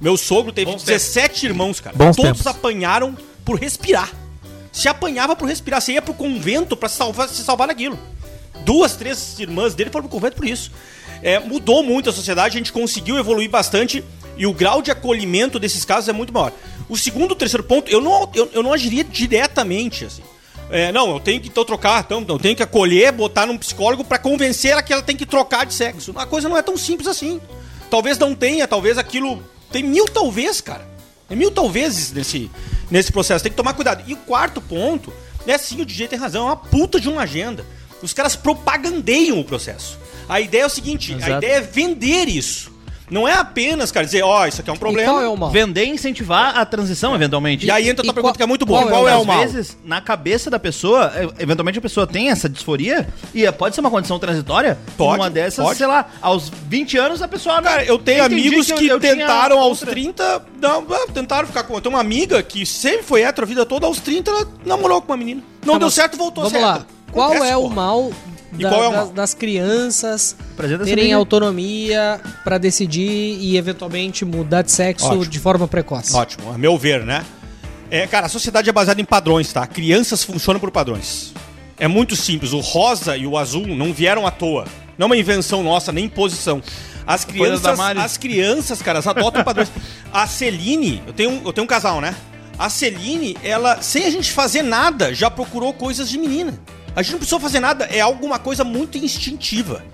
Meu sogro teve 17 irmãos, cara. Bons Todos tempos. apanharam por respirar. Se apanhava por respirar, você ia pro convento pra se salvar, se salvar daquilo. Duas, três irmãs dele foram pro convento por isso. É, mudou muito a sociedade, a gente conseguiu evoluir bastante e o grau de acolhimento desses casos é muito maior. O segundo, terceiro ponto, eu não, eu, eu não agiria diretamente assim. É, não, eu tenho que então trocar, então, não, eu tenho que acolher, botar num psicólogo pra convencer ela que ela tem que trocar de sexo. A coisa não é tão simples assim. Talvez não tenha, talvez aquilo. Tem mil talvez, cara. Tem É mil talvezes nesse, nesse processo. Tem que tomar cuidado. E o quarto ponto, é sim, o DJ tem razão, é uma puta de uma agenda. Os caras propagandeiam o processo. A ideia é o seguinte: a Exato. ideia é vender isso. Não é apenas, cara, dizer, ó, isso aqui é um problema. E qual é o mal? Vender e incentivar a transição, eventualmente. E aí entra a E tua qual- pergunta que é muito boa. qual Qual, é o é, mal? o mal? Às vezes, na cabeça da pessoa, é, eventualmente a pessoa tem essa disforia e é, pode ser uma condição transitória. Pode, Uma dessas, pode. sei lá, aos 20 anos a pessoa. Cara, eu tenho entendi amigos que, eu- eu tinha tentaram aos outra- 30. Não, ah, tentaram ficar com. Eu tenho uma amiga que sempre foi hétero a vida toda, aos 30 ela namorou com uma menina. Não Tá, deu mas certo, voltou a Vamos ser lá. hétero. Qual Acontece, é o porra. mal, E da- qual é o das- mal? Das, crianças Apresenta essa terem menina. autonomia pra decidir e eventualmente mudar de sexo Ótimo. de forma precoce? Ótimo, a meu ver, né? É, cara, a sociedade é baseada em padrões, tá? Crianças funcionam por padrões. É muito simples, o rosa e o azul não vieram à toa. Não é uma invenção nossa, nem imposição. As Coisa da crianças, Mari. as crianças, cara, elas adotam padrões. A Celine, eu tenho, um- eu tenho um casal, né? A Celine, ela, sem a gente fazer nada, já procurou coisas de menina. A gente não precisou fazer nada, é alguma coisa muito instintiva.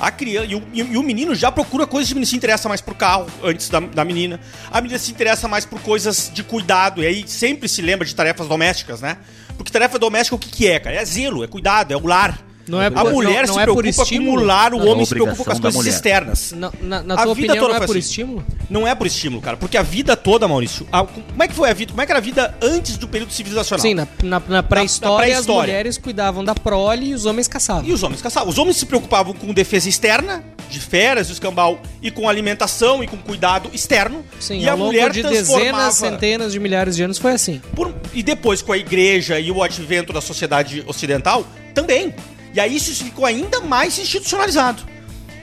A criança e o, e o- e o menino já procura coisas de menino, se interessa mais por carro antes da, da menina. A menina se interessa mais por coisas de cuidado, e aí sempre se lembra de tarefas domésticas, né? Porque tarefa doméstica o que, que é, cara? É zelo, é cuidado, é o lar. Não é a por- mulher não- não se é por preocupa com estímulo. o lar, o Não, homem se preocupa com as obrigação da coisas mulher. externas. Na, na- na tua opinião, não é foi por assim. estímulo? Não é por estímulo, cara. Porque a vida toda, Maurício. a- como é que foi a vida? Como é que era a vida antes do período civilizacional? Sim, na, na, na pré-história as pré-história. mulheres cuidavam da prole e os homens caçavam. E os homens caçavam. Os homens se preocupavam com defesa externa, de feras, de escambau, e com alimentação e com cuidado externo. Sim, e ao longo de dezenas, centenas de milhares de anos foi assim. Por- e depois com a igreja e o advento da sociedade ocidental, também. E aí isso ficou ainda mais institucionalizado.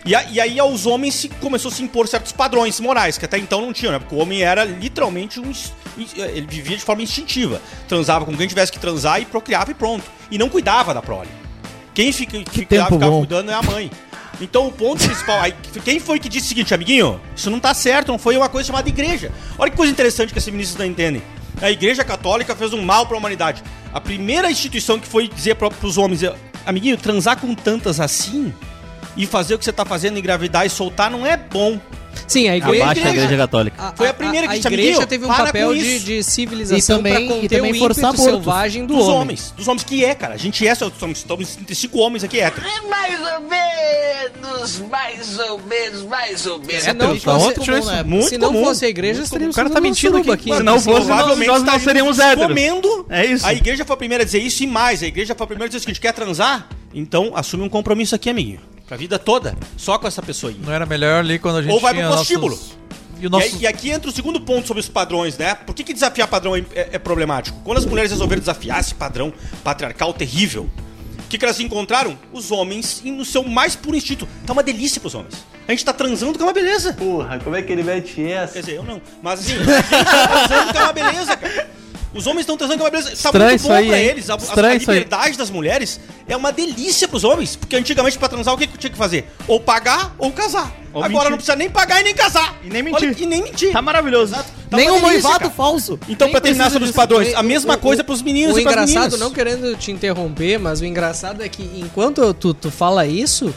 E, a- e aí aos homens se, começou a se impor certos padrões morais, que até então não tinham, né? Porque o homem era literalmente um... ins- ins- Ele vivia de forma instintiva. Transava com quem tivesse que transar e procriava e pronto. E não cuidava da prole. Quem fica, que cuidava, tempo ficava bom. cuidando é a mãe. Então o ponto principal... Aí, quem foi que disse o seguinte, amiguinho? Isso não tá certo, não foi uma coisa chamada igreja. Olha que coisa interessante que esses ministros não entendem. A igreja católica fez um mal pra humanidade. A primeira instituição que foi dizer pra, pros homens... Amiguinho, transar com tantas assim e fazer o que você tá fazendo, engravidar e soltar, não é bom. Sim, a igreja. Abaixa a igreja católica. Foi a primeira que a disse, igreja amiguinho, teve um para papel com de, isso. de civilização E também- para e conter o também ímpeto forçar abortos. selvagem do dos homem. homens. Dos homens que é, cara. A gente é, somos, estamos 35 homens aqui é héteros. Mais ou menos, mais ou menos, mais ou menos. Se É, não, tá um da fosse, onde tirou isso? Muito se não comum. fosse a igreja, um Muito teríamos comum. O cara tá todo mundo mentindo suruba aqui. Se não fosse, nós, provavelmente nós não estaríamos seríamos héteros. Comendo. É isso. A igreja foi a primeira a dizer isso e mais. A igreja foi a primeira a dizer o seguinte: quer transar? Então assume um compromisso aqui, amiguinho. Pra vida toda. Só com essa pessoa aí. Não era melhor ali quando a gente Ou vai tinha pro nossos- prostíbulo. E o E, nosso... aí- e aqui entra o segundo ponto sobre os padrões, né? Por que, que desafiar padrão é, é- é problemático? Quando as mulheres resolveram desafiar esse padrão patriarcal terrível, o que, que elas encontraram? Os homens em- no seu mais puro instinto. Tá uma delícia pros homens. A gente tá transando que é uma beleza. Porra, como é que ele mete essa? Quer dizer, eu não. Mas assim, a gente tá transando que é uma beleza, cara. Os homens estão transando que é uma beleza. Tá Estranho muito isso bom aí, pra hein? eles. A, a- a Estranho isso aí. liberdade das mulheres é uma delícia pros homens. Porque antigamente, pra transar, o que, que tinha que fazer? Ou pagar ou casar. Ou Agora mentir. não precisa nem pagar e nem casar. E nem mentir. e nem mentir. Tá maravilhoso. Tá Nem uma um delícia, noivado cara. falso. Então, Nem pra terminar precisa sobre os disso. padrões, a O- mesma o- coisa pros meninos O e pras engraçado, meninas. não querendo te interromper, mas o engraçado é que enquanto tu, tu fala isso,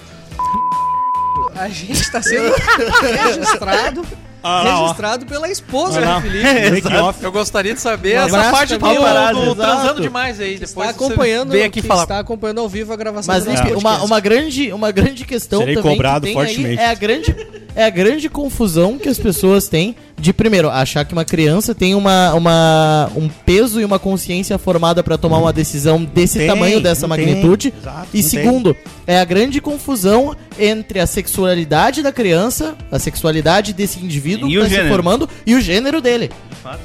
a gente tá sendo registrado, Ah, lá, ó. registrado pela esposa Ah, lá. do Felipe. Making-off. Eu gostaria de saber É, Um essa abraço parte do, também ao do Exato. transando demais aí. Que Depois está você acompanhando, vem aqui que falar. está acompanhando ao vivo a gravação Mas do nosso Lipe, uma, é podcast. uma, grande, uma grande questão Serei também cobrado que tem fortemente. aí é a, grande, é a grande confusão que as pessoas têm de, primeiro, achar que uma criança tem uma, uma, um peso e uma consciência formada pra tomar uma decisão desse Tem, tamanho, dessa não tem. magnitude. Exato, e não tem. segundo, é a grande confusão entre a sexualidade da criança, a sexualidade desse indivíduo E que o tá se gênero. formando e o gênero dele.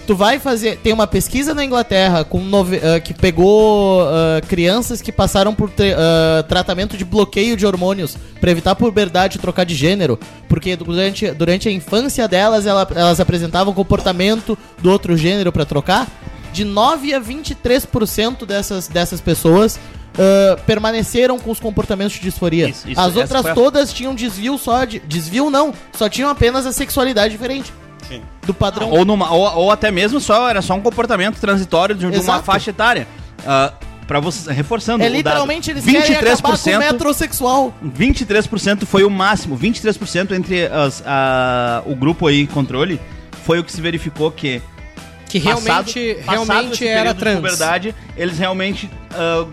Tu vai fazer. Tem uma pesquisa na Inglaterra com nove- ah, que pegou ah, crianças que passaram por tre- ah, tratamento de bloqueio de hormônios pra evitar a puberdade e trocar de gênero. Porque durante, durante a infância delas, ela- elas apresentavam comportamento do outro gênero pra trocar. De 9 a 23% dessas, dessas pessoas ah, permaneceram com os comportamentos de disforia. Isso, isso, As essa outras foi a- todas tinham desvio só de. Desvio não, só tinham apenas a sexualidade diferente. Sim. Do padrão. Ou, numa- ou- ou até mesmo só era só um comportamento transitório de, de uma Exato. faixa etária. Ah, pra vocês, reforçando É o dado, literalmente eles querem acabar com o metrosexual. 23% foi o máximo. 23% entre as- a- o grupo aí controle foi o que se verificou que que realmente, passado- passado realmente esse era período de trans. puberdade, eles realmente ah,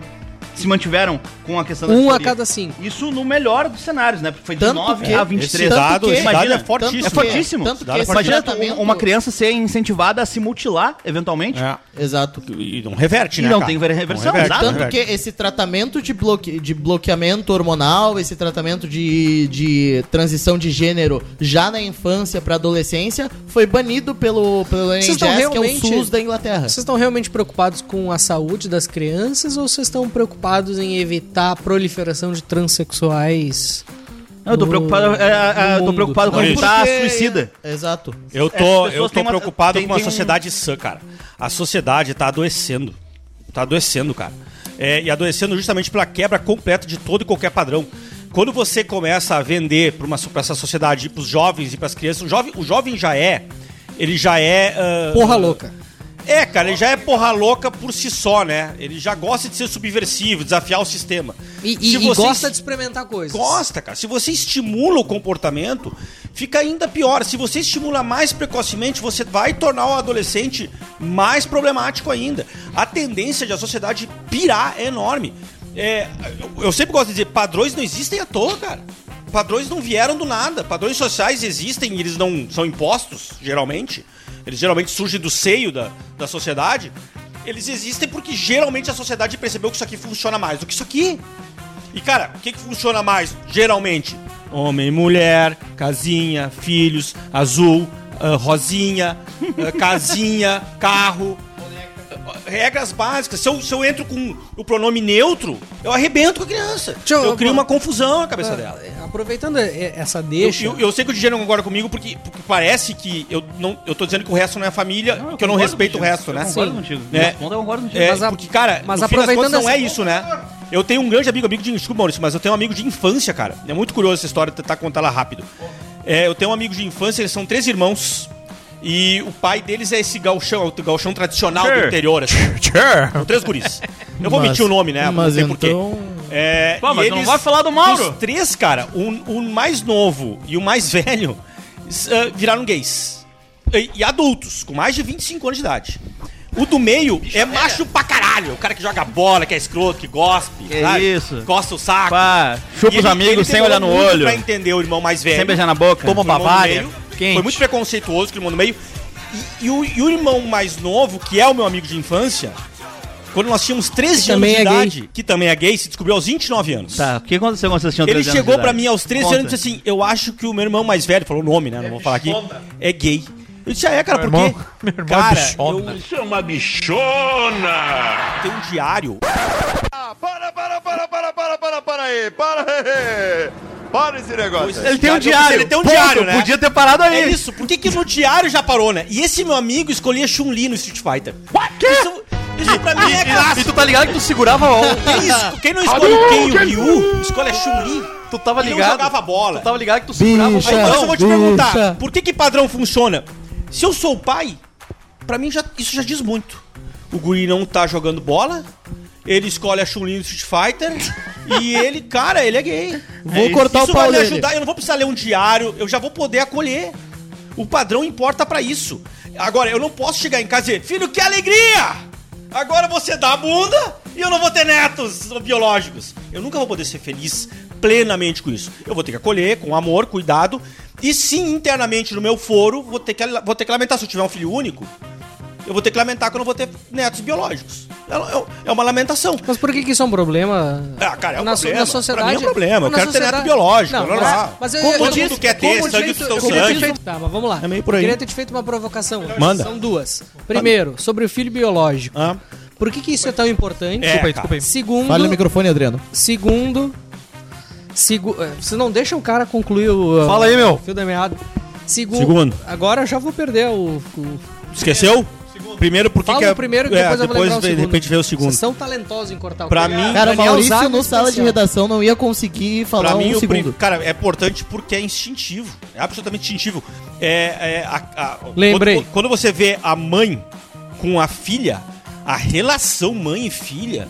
se mantiveram com a questão da Um a disforia. cada cinco. Isso no melhor dos cenários, né? Porque foi de Tanto 9 que- a esse 23. dado- imagina, é fortíssimo. é fortíssimo. Tanto que Dado esse Imagina tratamento... uma criança ser incentivada a se mutilar, eventualmente. É. Exato. E não reverte, E né, não cara? tem reversão, reverte, exato. É não Tanto reverte. que esse tratamento de, bloque... de bloqueamento hormonal, esse tratamento de, de transição de gênero já na infância pra adolescência, foi banido pelo, pelo Vocês NHS, estão que é o realmente- SUS da Inglaterra. Vocês estão realmente preocupados com a saúde das crianças ou vocês estão preocupados em evitar a proliferação de transexuais? Não, eu tô no- preocupado, é, é, no eu tô mundo? preocupado com Não, evitar porque- suicida. Exato. Eu Essas tô, pessoas eu tô têm uma- preocupado tem- com uma tem um- sociedade sã, cara. A sociedade tá adoecendo. Tá adoecendo, cara. É, e adoecendo justamente pela quebra completa de todo e qualquer padrão. Quando você começa a vender pra, uma, pra essa sociedade, pros jovens e pras crianças, o jovem, o jovem já é. Ele já é. ah, Porra louca. É, cara, ele já é porra louca por si só, né? Ele já gosta de ser subversivo, desafiar o sistema. E, e- Se e você gosta de experimentar coisas. Gosta, cara. Se você estimula o comportamento, fica ainda pior. Se você estimula mais precocemente, você vai tornar o adolescente mais problemático ainda. A tendência de a sociedade pirar é enorme. É, eu- eu sempre gosto de dizer, padrões não existem à toa, cara. Padrões não vieram do nada. Padrões sociais existem e eles não são impostos, geralmente. Eles geralmente surgem do seio da, da sociedade. Eles existem porque geralmente a sociedade percebeu que isso aqui funciona mais do que isso aqui. E cara, o que, que funciona mais, geralmente? Homem e mulher, casinha, filhos, azul, ah, rosinha, ah, casinha, carro. Ah, Regras básicas. Se eu, se eu entro com o pronome neutro, eu arrebento com a criança. Tchau, eu crio eu- uma confusão na cabeça Ah, dela. Aproveitando eh, essa Eu, deixa. eu- eu sei que o DJ não concorda comigo porque, porque parece que eu não eu tô dizendo que o resto não é família, que eu não concordo respeito o contigo. resto, Eu né? concordo Sim. contigo. Né? No fundo, eu concordo contigo. É, Mas a- porque, cara, mas mas no fim das aproveitando contas, não essa- é isso, né? Eu tenho um grande amigo, amigo de desculpa, Maurício, mas eu tenho um amigo de infância, cara. É muito curioso essa história, tentar contar ela rápido. É, eu tenho um amigo de infância, eles são três irmãos. E o pai deles é esse galchão, o galchão tradicional do Sure. interior, assim. São três guris. Eu vou Mas- mentir o nome, né? mas não sei porquê. então- É, Pô, mas e tu não vai falar do Mauro? Os três, cara, o mais novo e o mais velho s- ah, viraram gays. E, e adultos, com mais de 25 anos de idade. O do meio é macho pra caralho. O cara que joga bola, que é escroto, que gospe. Que isso. Costa o saco. Pá, chupa E os amigos sem demorou olhar no muito olho. um Pra entender o irmão mais velho. Sem beijar na boca. É. Toma Toma Bavária. Quente. Foi muito preconceituoso com o irmão do meio. E, e o, e o irmão mais novo, que é o meu amigo de infância, quando nós tínhamos 13 Que anos também de é gay. idade, que também é gay, se descobriu aos 29 anos. Tá, o que aconteceu quando vocês tinham Ele 13 anos de chegou pra idade? mim aos 13 Conta. anos e disse assim: Eu acho que o meu irmão mais velho, falou o nome, né? Não vou falar aqui. bichona. É gay. Eu disse: Ah, é, cara, Meu porque. irmão- meu irmão é cara, bichona. eu Isso é uma bichona! tenho um diário. Para, para, para, para, para, para, para aí. Para aí. Para esse negócio. aí. Ele tem um diário. Ele tem um Ponto, diário, né? Podia ter parado aí. É isso, por que, que no diário já parou, né? E esse meu amigo escolhia Chun-Li no Street Fighter. What? Isso, isso pra mim é E, e clássico. tu tá ligado que tu segurava a onda. É isso, Quem não escolhe quem o Ryu, escolhe a Chun-Li. Tu tava Ele não ligado. jogava bola. Tu tava ligado que tu segurava Aí, a então, onda. eu vou te Bicha. perguntar, por que que padrão funciona? Se eu sou o pai, pra mim já, isso já diz muito. O guri não tá jogando bola, ele escolhe a Chun-Li no Street Fighter e ele, cara, ele é gay. Vou cortar isso o pau vai me dele. ajudar, eu não vou precisar ler um diário, eu já vou poder acolher. O padrão importa pra isso. Agora, eu não posso chegar em casa e dizer, filho, que alegria! Agora você dá a bunda e eu não vou ter netos biológicos. Eu nunca vou poder ser feliz plenamente com isso. Eu vou ter que acolher com amor, cuidado. E sim, internamente no meu foro, vou ter que, vou ter que lamentar. Se eu tiver um filho único, eu vou ter que lamentar que eu não vou ter netos biológicos. É- é- É uma lamentação. Mas por que, que isso é um problema? Ah, cara, é um na, so- problema. na sociedade. Pra mim é um problema. Eu na quero ter sociedade- neto biológico, Não, é normal. mas, mas eu, Como eu, todo mundo quer ter, como sangue direito- do seu eu queria ter sangue. feito- Tá, mas vamos lá. É meio por aí. Eu Queria ter te feito uma provocação. Manda. São duas. Primeiro, sobre o filho biológico. Ah. Por que, que isso é tão importante? É, Desculpa aí, desculpa aí. Segundo, Fala no microfone, Adriano. Segundo. Segu... eh, Você não deixa o cara concluir o. Fala aí, meu. o Fio da meada. Segundo. Segundo. Agora eu já vou perder o. o... Esqueceu? Primeiro, porque Fala que é- o primeiro que é, depois eu vou lembrar o vê- segundo. De repente vê o segundo. Vocês são talentosos em cortar o Pra cabelo. mim- Cara, o Daniel assim, Maurício Zago no sala de assim, especial. redação não ia conseguir falar Pra um mim, o prim- segundo. cara, é importante porque é instintivo. É absolutamente instintivo. É, é, a- a- Lembrei. Quando, quando você vê a mãe com a filha, a relação mãe e filha,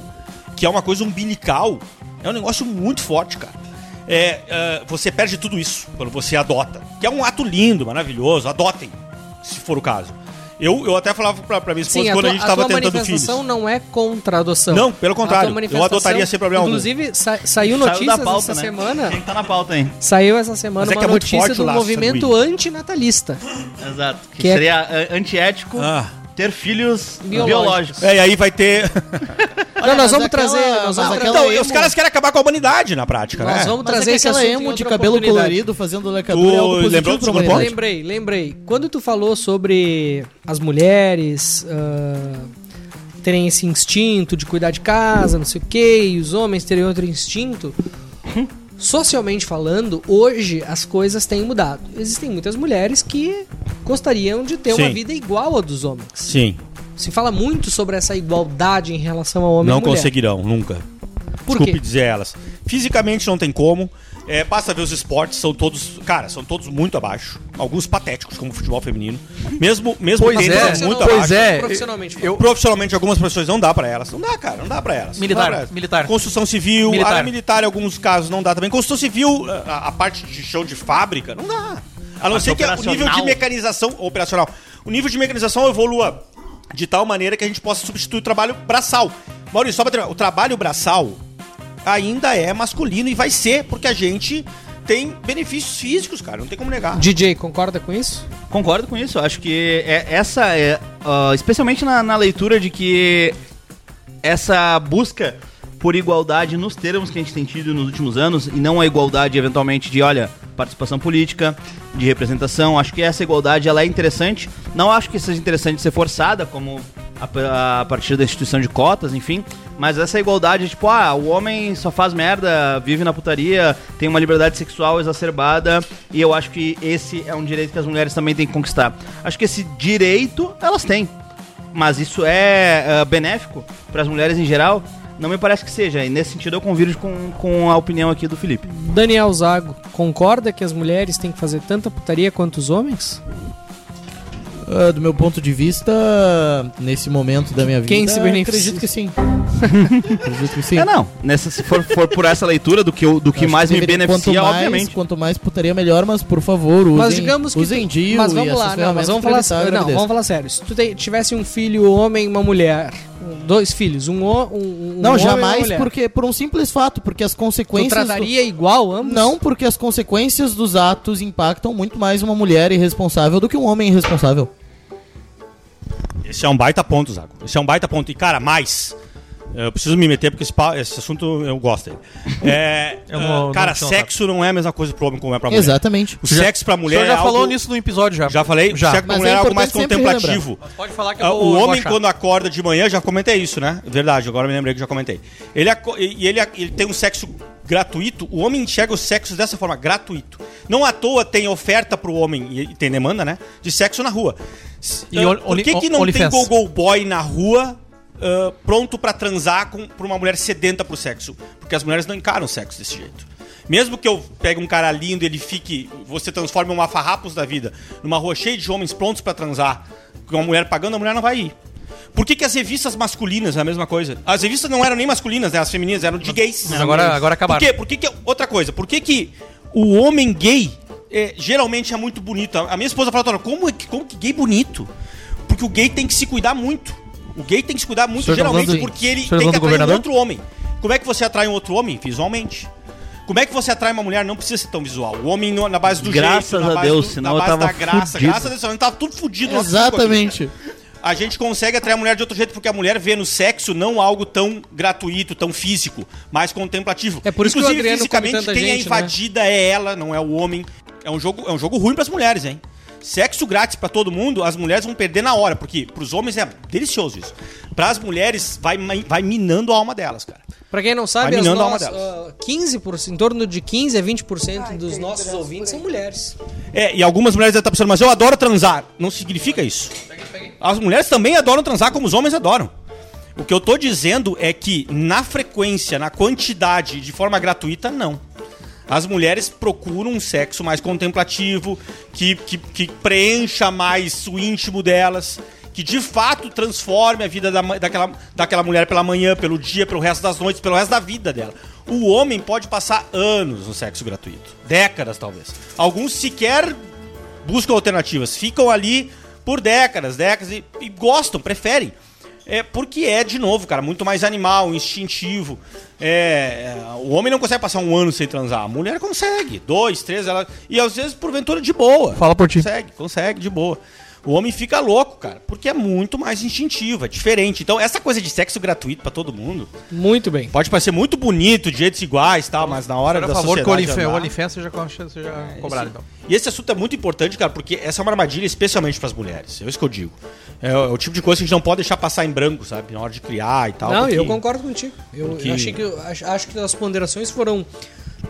que é uma coisa umbilical, é um negócio muito forte, cara. É, é, você perde tudo isso quando você adota. Que é um ato lindo, maravilhoso. Adotem, se for o caso. Eu, eu até falava pra, pra minha esposa Sim, a quando tua, a gente tava a tua tentando filhos. manifestação não é contra a adoção. Não, pelo A contrário, tua eu manifestação- adotaria sem problema algum. Inclusive, sa- saiu Saiu notícias da pauta, essa né? semana. Quem tá na pauta, hein? Saiu essa semana Mas é uma que é muito notícia forte o do laço movimento antinatalista. Exato. Que, Que é- seria ah, antiético ter filhos eh, Biológicos. biológicos. É, e aí vai ter. Não, nós mas vamos aquela- trazer. Nós mas vamos, aquela então, emo- os caras querem acabar com a humanidade na prática, né? nós vamos Mas trazer é que esse aquela assunto. em emo de outra cabelo oportunidade. colorido fazendo lacadura é Tu algo lembrou positivo do pra segundo humanidade. Pode. Lembrei, lembrei. Quando tu falou sobre as mulheres ah, terem esse instinto de cuidar de casa, não sei o quê, e os homens terem outro instinto, socialmente falando, hoje as coisas têm mudado. Existem muitas mulheres que gostariam de ter uma Sim. vida igual à dos homens. Sim. Se fala muito sobre essa igualdade em relação ao homem Não e mulher. conseguirão, nunca. Por Desculpe quê? dizer elas. Fisicamente não tem como. É, basta ver os esportes, são todos, cara, são todos muito abaixo. Alguns patéticos, como o futebol feminino. Mesmo, mesmo Pois Então, tênis, é, são muito pois abaixo. é. Profissionalmente Eu, profissionalmente, algumas profissões não dá pra elas. Não dá, cara, não dá pra elas. Militar, Não dá pra elas. militar. Construção civil, Militar. área militar, em alguns casos não dá também. Construção civil, a, a parte de chão de fábrica, não dá. A não Mas ser que o nível de operacional. mecanização operacional, o nível de mecanização evolua de tal maneira que a gente possa substituir o trabalho braçal. Maurício, só pra terminar, o trabalho braçal ainda é masculino e vai ser, porque a gente tem benefícios físicos, cara, não tem como negar. DJ, concorda com isso? Concordo com isso. eu Acho que é- essa é. ah, especialmente na, na leitura de que essa busca por igualdade nos termos que a gente tem tido nos últimos anos, e não a igualdade eventualmente de, olha, participação política, de representação, acho que essa igualdade ela é interessante. Não acho que seja interessante ser forçada, como a, a partir da instituição de cotas, enfim, mas essa igualdade, tipo, ah, o homem só faz merda, vive na putaria, tem uma liberdade sexual exacerbada, e eu acho que esse é um direito que as mulheres também têm que conquistar. Acho que esse direito elas têm mas isso é ah, benéfico para as mulheres em geral? Não me parece que seja, e nesse sentido eu convirjo com, com a opinião aqui do Felipe. Daniel Zago, concorda que as mulheres têm que fazer tanta putaria quanto os homens? Ah, do meu ponto de vista, nesse momento da minha vida. Quem se beneficia? Acredito que sim. acredito que sim. É não, nessa, se for, for por essa leitura do que, eu- do que Acho mais me deveria- beneficia, quanto mais, obviamente. Quanto mais putaria, melhor, mas por favor, usem, mas digamos que. usem tu- DIU mas e vamos essas lá, não, mas ferramentas vamos pra falar, evitar a sério, não, gravidez. vamos falar sério. Se tu te- tivesse um filho, um homem e uma mulher, um- dois filhos, um, o- um, um Não, homem e uma jamais, mulher, porque por um simples fato, porque as Tu consequências. trataria igual ambos? Não, porque as consequências dos atos impactam muito mais uma mulher irresponsável do que um homem irresponsável. Esse é um baita ponto, Zago. Esse é um baita ponto. E, cara, mais. Eu preciso me meter porque esse, pa- esse assunto eu gosto dele. É, Eu não- ah, cara, não tinha sexo não é a mesma coisa pro homem como é pra mulher. Exatamente. O Já- sexo pra mulher O senhor Então já é falou algo- nisso no episódio já. Já falei? Já. O sexo pra Mas mulher é é algo mais importante sempre contemplativo. relembrar. Mas pode falar que eu Ah, vou- O eu vou homem, achar. quando acorda de manhã, já comentei isso, né? Verdade, agora eu me lembrei que já comentei. Ele, aco- e e ele, ele tem um sexo gratuito, o homem enxerga o sexo dessa forma, gratuito. Não à toa tem oferta pro homem, e- e tem demanda, né? De sexo na rua. S- E ah, on- Por que, only- que não tem OnlyFans? Google Boy na rua ah, pronto pra transar com, pra uma mulher sedenta pro sexo? Porque as mulheres não encaram o sexo desse jeito. Mesmo que eu pegue um cara lindo, ele fique. Você transforme uma farrapos da vida numa rua cheia de homens prontos pra transar, com uma mulher pagando, a mulher não vai ir. Por que, que as revistas masculinas é a mesma coisa? As revistas não eram nem masculinas, né? As femininas eram de gays. Mas agora- agora acabaram. Por quê? Por que que- outra coisa, por que, que o homem gay é, geralmente é muito bonito? A a minha esposa fala, "Tora, como, é que- como que gay bonito? Porque o gay tem que se cuidar muito. O gay tem que se cuidar muito, senhor tá geralmente, falando do- porque ele o senhor tem tá que falando do atrair um governador? outro homem. Como é que você atrai um outro homem? Visualmente. Como é que você atrai uma mulher? Não precisa ser tão visual. O homem no- na base do Graças jeito, na a base Deus, do, na senão eu base tava da graça. fudido. Graças a Deus, senão eu tava tudo fudido. nosso amigo aqui. Exatamente. A gente consegue atrair a mulher de outro jeito porque a mulher vê no sexo não algo tão gratuito, tão físico, mas contemplativo. É por isso que o Adriano come fisicamente tanta quem é gente, né? invadida é ela, não é o homem. É um jogo, é um jogo ruim pras mulheres, hein? Sexo grátis pra todo mundo, as mulheres vão perder na hora, porque pros homens é delicioso isso. Pras mulheres vai, ma- vai minando a alma delas, cara. Pra quem não sabe, Vai as minando a alma novas, ah, 15%, em torno de 15 a 20% dos nossos ouvintes são mulheres. É, e algumas mulheres devem estar pensando, mas eu adoro transar. Não significa isso. As mulheres também adoram transar como os homens adoram. O que eu tô dizendo é que na frequência, na quantidade, de forma gratuita, não. As mulheres procuram um sexo mais contemplativo, que, que, que preencha mais o íntimo delas, que de fato transforme a vida da ma- daquela, daquela mulher pela manhã, pelo dia, pelo resto das noites, pelo resto da vida dela. O homem pode passar anos no sexo gratuito. Décadas, talvez. Alguns sequer buscam alternativas, ficam ali por décadas, décadas e, e gostam, preferem. É porque é, de novo, cara, muito mais animal, instintivo. É, é, o homem não consegue passar um ano sem transar. A mulher consegue. Dois, três, ela. E às vezes, porventura, de boa. Fala por ti. Consegue, consegue, de boa. O homem fica louco, cara, porque é muito mais instintivo, é diferente. Então, essa coisa de sexo gratuito pra todo mundo Muito bem. pode parecer muito bonito, de jeitos iguais e tal, mas na hora da Por favor, que o sociedade OnlyFans- andar- o OnlyFans seja, co- seja cobrado, então. e esse assunto é muito importante, cara, porque essa é uma armadilha especialmente para as mulheres. É isso que eu digo. É, o- é o tipo de coisa que a gente não pode deixar passar em branco, sabe? Na hora de criar e tal. não, porque- eu concordo contigo. Eu, porque- eu achei que, eu acho, acho que as ponderações foram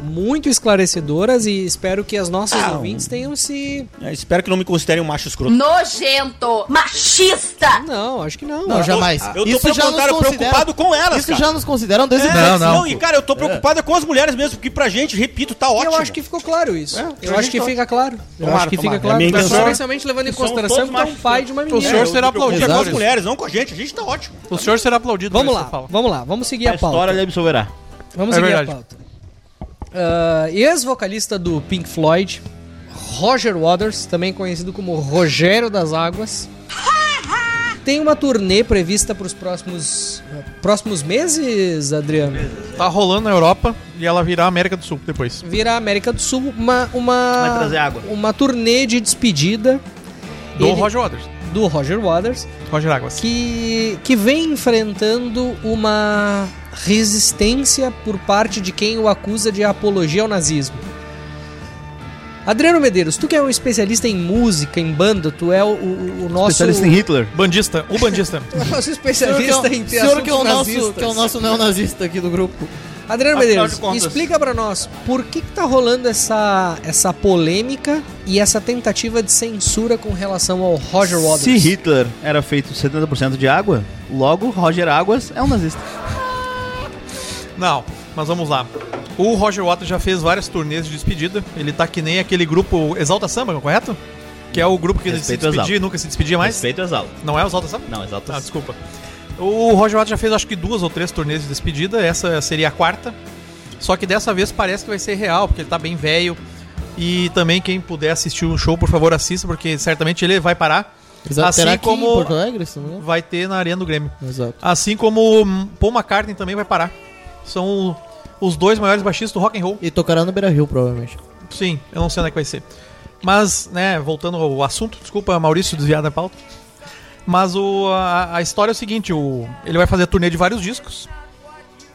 muito esclarecedoras e espero que as nossas Ah, ouvintes um tenham se. É, espero que não me considerem um macho escroto. Nojento! Machista! Não, acho que não. Não, jamais. Eu tô pelo considera- contrário, preocupado com elas, Isso cara. já nos consideram dois É, idiotas. não, e cara, eu tô preocupada com as mulheres mesmo, porque pra gente, repito, tá E ótimo. Eu acho que ficou claro isso. eu a acho gente que tá- fica claro. Eu Tomara, acho que fica tomara. É a claro. minha intenção. Especialmente levando em Que são consideração todos que tá um machos. pai de uma menina. O senhor eu será me preocupo aplaudido. com as Exato. mulheres, não com a gente. A gente tá ótimo. O senhor será aplaudido. Vamos por lá, essa fala. vamos lá, vamos seguir a, a pauta. história lhe absolverá. Vamos É seguir verdade. a pauta. Ah, Ex-vocalista do Pink Floyd, Roger Waters, também conhecido como Rogério das Águas, tem uma turnê prevista para os próximos próximos meses, Adriano. Tá rolando na Europa e ela virá América do Sul depois. Vira a América do Sul uma uma Vai trazer água. uma turnê de despedida Do Ele- Roger Waters. do Roger Waters Roger Águas. que, que vem enfrentando uma resistência por parte de quem o acusa de apologia ao nazismo. Adriano Medeiros, tu que é um especialista em música, em banda, tu é o, o- o nosso. Especialista em Hitler. Bandista, o bandista. nosso Senhor que é o- especialista em ter senhor que é o assuntos nosso, nazistas. que é o nosso neonazista aqui do grupo. Adriano Afinal Medeiros, de contas. explica pra nós por que, que tá rolando essa, essa polêmica e essa tentativa de censura com relação ao Roger Waters. Se Hitler era feito 70% de água, logo Roger Águas é um nazista. Não, mas vamos lá. O Roger Waters já fez várias turnês de despedida. Ele tá que nem aquele grupo Exalta Samba, correto? Que é o grupo que ele se Respeito ao despedia e Exalta. nunca se despedia mais. Respeito exala. Não é o Exalta Samba? Não, exalta. Ah, desculpa. O Roger Waters já fez acho que duas ou três turnês de despedida, essa seria a quarta. Só que dessa vez parece que vai ser real, porque ele tá bem velho. E também quem puder assistir o show, por favor, assista, porque certamente ele vai parar. Exato. Assim Será que como- em Porto Alegre, se não é? me engano? Vai ter na Arena do Grêmio. Exato. Assim como hum, Paul McCartney também vai parar. São os dois maiores baixistas do rock and roll. E tocará no Beira Rio, provavelmente. Sim, eu não sei onde é que vai ser. Mas, né, voltando ao assunto, desculpa, Maurício, desviado da pauta. Mas o, a, a história é o seguinte: o, ele vai fazer a turnê de vários discos.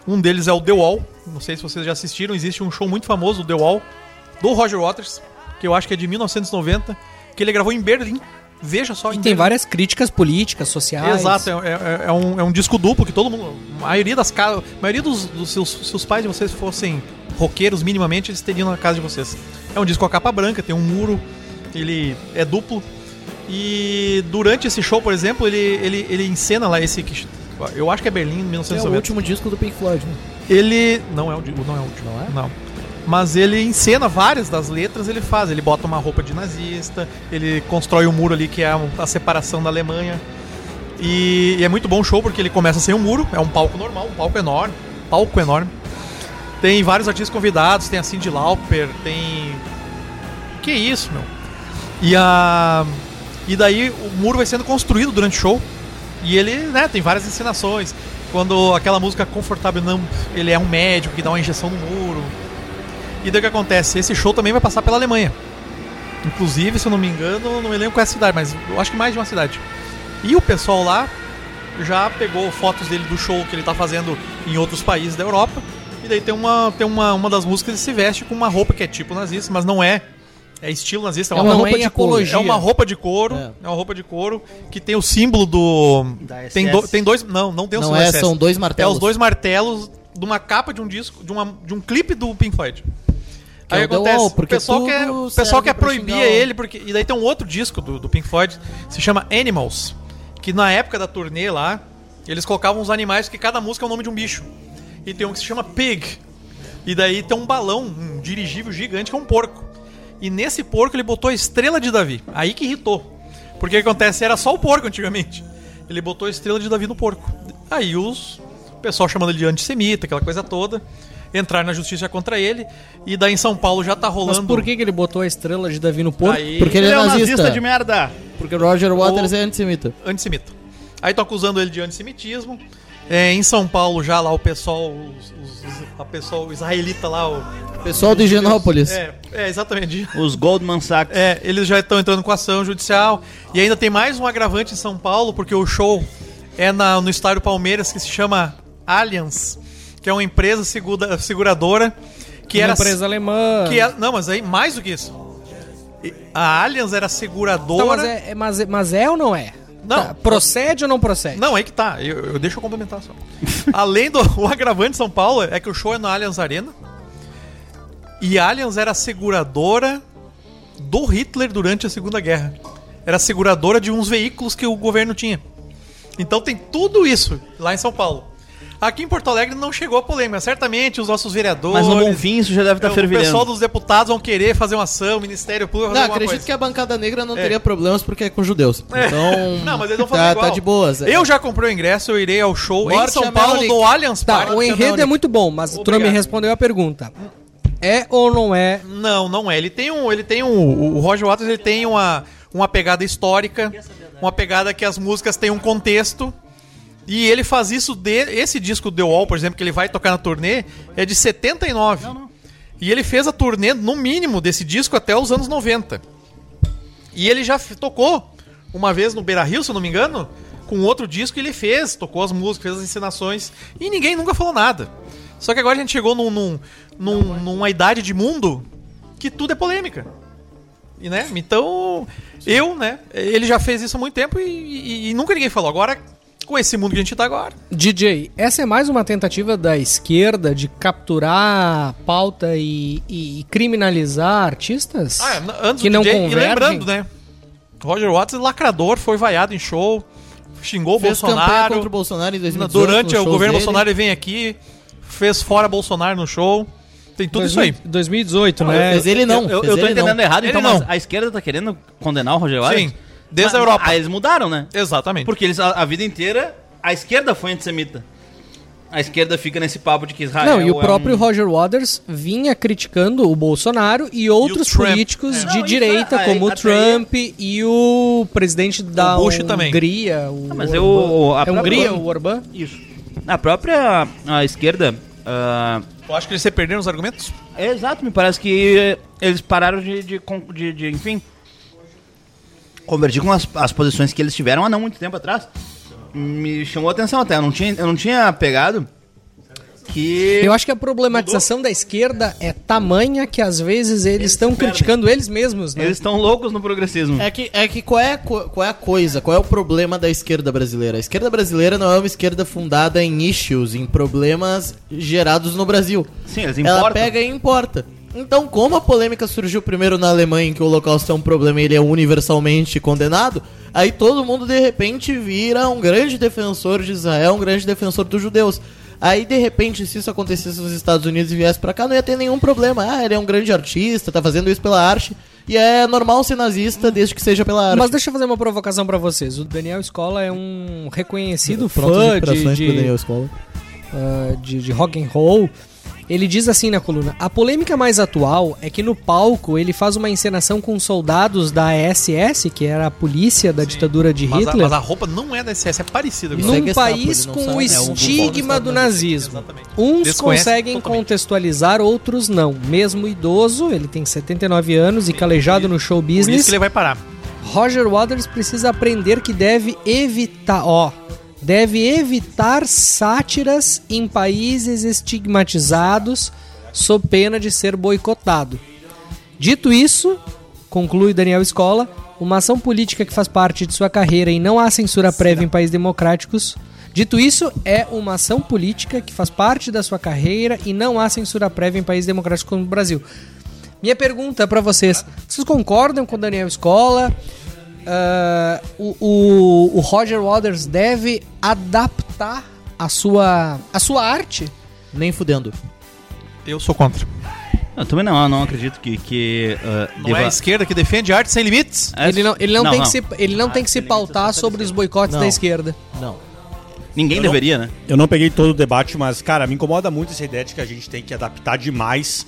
Um deles é o The Wall. Não sei se vocês já assistiram, existe um show muito famoso, o The Wall, do Roger Waters, que eu acho que é de 1990, que ele gravou em Berlim. Veja só. E em tem Berlim. várias críticas políticas, sociais. Exato, é, é- é um, é um disco duplo que todo mundo. A maioria das casas. A maioria dos, dos seus, se os pais de vocês fossem roqueiros minimamente, eles teriam na casa de vocês. É um disco com a capa branca, tem um muro, ele é duplo. E durante esse show, por exemplo, ele, ele, ele encena lá esse. que- Eu acho que é Berlim, É o 1990. último disco do Pink Floyd, né? Ele. Não é o, di- não é o último. Não é? Não. Mas ele encena várias das letras, ele faz. Ele bota uma roupa de nazista, ele constrói um muro ali que é a, a separação da Alemanha. E, e é muito bom o show porque ele começa sem um muro, é um palco normal, um palco enorme. Palco enorme. Tem vários artistas convidados, tem a Cindy Lauper, tem. Que isso, meu? E a. E daí o muro vai sendo construído durante o show. E ele, né, tem várias encenações. Quando aquela música confortável não, ele é um médico que dá uma injeção no muro. E daí o que acontece? Esse show também vai passar pela Alemanha. Inclusive, se eu não me engano, não me lembro qual é a cidade, mas eu acho que mais de uma cidade. E o pessoal lá já pegou fotos dele do show que ele tá fazendo em outros países da Europa. E daí tem uma, tem uma, uma das músicas que ele se veste com uma roupa que é tipo nazista, mas não é. É estilo nazista, é uma, não roupa é em de couro. apologia. É uma roupa de couro, É. é. uma roupa de couro que tem o símbolo do Da SS. tem, do- tem dois, não, não tem o Não símbolo é, SS. são dois martelos. É os dois martelos de uma capa de um disco, de, uma, de um clipe do Pink Floyd. Que Aí é o The acontece, Wall, o porque pessoal tudo quer, o serve pessoal quer pra proibir Então- xingar o- ele, porque. E daí tem um outro disco do, do Pink Floyd, se chama Animals, que na época da turnê lá, eles colocavam os animais, que cada música é o nome de um bicho. E tem um que se chama Pig. E daí tem um balão, um dirigível gigante, que é um porco. E nesse porco ele botou a estrela de Davi. Aí que irritou. Porque o que acontece? Era só o porco antigamente. Ele botou a estrela de Davi no porco. Aí os. O pessoal chamando ele de antissemita, aquela coisa toda. Entrar na justiça contra ele. E daí em São Paulo já tá rolando. Mas por que, que ele botou a estrela de Davi no porco? Aí- Porque ele, é um nazista. de merda. Porque Roger Waters é antissemita. antissemita. Aí estão acusando ele de antissemitismo. É, em São Paulo já lá o pessoal, os, os- os- a pessoal israelita lá, o, Pessoal de Higienópolis. é, é exatamente. Os Goldman Sachs. É, eles já estão entrando com ação judicial e ainda tem mais um agravante em São Paulo porque o show é na- no estádio Palmeiras que se chama Allianz, que é uma empresa segura- seguradora que Uma era empresa alemã. que era- não, mas aí mais do que isso. E- A Allianz era seguradora. Tá, mas, é, é- mas, é- mas é ou não é? Não. Tá, procede ou não procede? Não, aí que tá. Eu, eu deixo eu complementar só. Além do o agravante de São Paulo, é que o show é na Allianz Arena. E Allianz era a seguradora do Hitler durante a Segunda Guerra. Era a seguradora de uns veículos que o governo tinha. Então tem tudo isso lá em São Paulo. Aqui em Porto Alegre não chegou a polêmica. Certamente os nossos vereadores. É, é, Mas no Bonfim isso já deve estar o fervilhando. pessoal dos deputados vão querer fazer uma ação, o Ministério Público Não, vai fazer alguma acredito coisa. que a bancada negra não É. teria problemas porque é com judeus. Então. Não, mas eles vão fazer tá, igual. tá de boas. é. Eu já comprei o ingresso, eu irei ao show em Morte São a Paulo Melanie. do Allianz Tá, Parque. o enredo é muito bom, mas o tu não me Obrigado. respondeu a pergunta. É ou não é? um- Não, não é. Ele tem um, ele tem um, o Roger Waters ele tem uma, uma pegada histórica, uma pegada que as músicas têm um contexto. E ele faz isso de esse disco The Wall, por exemplo, que ele vai tocar na turnê, é de 79. E ele fez a turnê no mínimo desse disco até os anos 90. E ele já f- tocou uma vez no Beira Rio, se eu não me engano, com outro disco ele fez, tocou as músicas, fez as encenações, e ninguém nunca falou nada. Só que agora a gente chegou num, num- num- numa idade de mundo que tudo é polêmica. E, né? Então, eu, né? Ele já fez isso há muito tempo e, e- e nunca ninguém falou. Agora, com esse mundo que a gente tá agora. DJ, essa é mais uma tentativa da esquerda de capturar a pauta e, e criminalizar artistas? Ah, é, n- antes que do não DJ, convergem? E lembrando, né? Roger Watts, lacrador, foi vaiado em show, xingou o Fez campanha Bolsonaro. contra o Bolsonaro em 2018, Durante nos o shows governo dele. Bolsonaro ele vem aqui, fez fora Bolsonaro no show. Tem tudo isso aí. 2018, né? é. Mas ele não. fez Eu, eu tô ele não. entendendo errado, Ele então, não. mas a esquerda tá querendo condenar o Roger Waters? Sim. Desde a Mas- Europa. Aí eles mudaram, né? Exatamente. Porque eles, a, a vida inteira, a esquerda foi antissemita. A esquerda fica nesse papo de que Israel Não, e é o próprio um- Roger Waters vinha criticando o Bolsonaro e E outros o Trump, políticos é. de Não, isso direita, aí- como o até Trump e o presidente da O Bush também. Hungria. O Ah, mas Orbán. eu- o- a é própria- Hungria, o Orbán? um- Isso. A própria a esquerda... ah, Eu acho que eles se perderam os argumentos. é exato, me parece que eles pararam de, de, con- de- de, enfim... Convergir com as, as posições que eles tiveram há não muito tempo atrás. Me chamou a atenção até, eu não tinha, eu não tinha pegado que... Eu acho que a problematização da esquerda é tamanha que às vezes eles estão criticando eles mesmos, né? Eles estão loucos no progressismo. É que, é que qual, é, a co- qual é a coisa, qual é o problema da esquerda brasileira? A esquerda brasileira não é uma esquerda fundada em issues, em problemas gerados no Brasil. Sim, eles Ela importam. pega e importa. Então, como a polêmica surgiu primeiro na Alemanha, em que o Holocausto é um problema e ele é universalmente condenado, aí todo mundo de repente vira um grande defensor de Israel, um grande defensor dos judeus. Aí, de repente, se isso acontecesse nos Estados Unidos e viesse pra cá, não ia ter nenhum problema. Ah, ele é um grande artista, tá fazendo isso pela arte. E é normal ser nazista desde que seja pela arte. Mas deixa eu fazer uma provocação pra vocês. O Daniel Escola é um reconhecido fã Prontas de, inspirações pro de, Daniel Scola. ah, de, de rock and roll. Ele diz assim na coluna: a polêmica mais atual é que no palco ele faz uma encenação com soldados da SS, que era a polícia da ditadura de Mas a, Hitler, mas a roupa não é da SS, é parecida. Isso agora. é num Gestapo, país ele não com sabe. o É, né? o um Google estigma do nazismo. Exatamente. Uns Desconhece conseguem totalmente. contextualizar, outros não. Mesmo idoso, ele tem 79 anos e calejado no show Por isso business, que ele vai parar. Roger Waters precisa aprender que deve evitar, ó, deve evitar sátiras em países estigmatizados sob pena de ser boicotado. Dito isso, conclui Daniel Escola, uma ação política que faz parte de sua carreira e não há censura prévia em países democráticos. Dito isso, é uma ação política que faz parte da sua carreira e não há censura prévia em países democráticos como o Brasil. Minha pergunta pra vocês: vocês concordam com o Daniel Escola? Ah, o, o- o Roger Waters deve adaptar a sua, a sua arte? Nem fudendo. Eu sou contra. Eu também não, eu não acredito que. que ah, Não deva- é a esquerda que defende arte sem limites? É, Ele não, ele não, tem, Que se, ele não Ah, tem que se ele tem que pautar ser sobre os boicotes Não. da esquerda. Não. Ninguém Eu não- deveria, né? Eu não peguei todo o debate, mas, cara, me incomoda muito essa ideia de que a gente tem que adaptar demais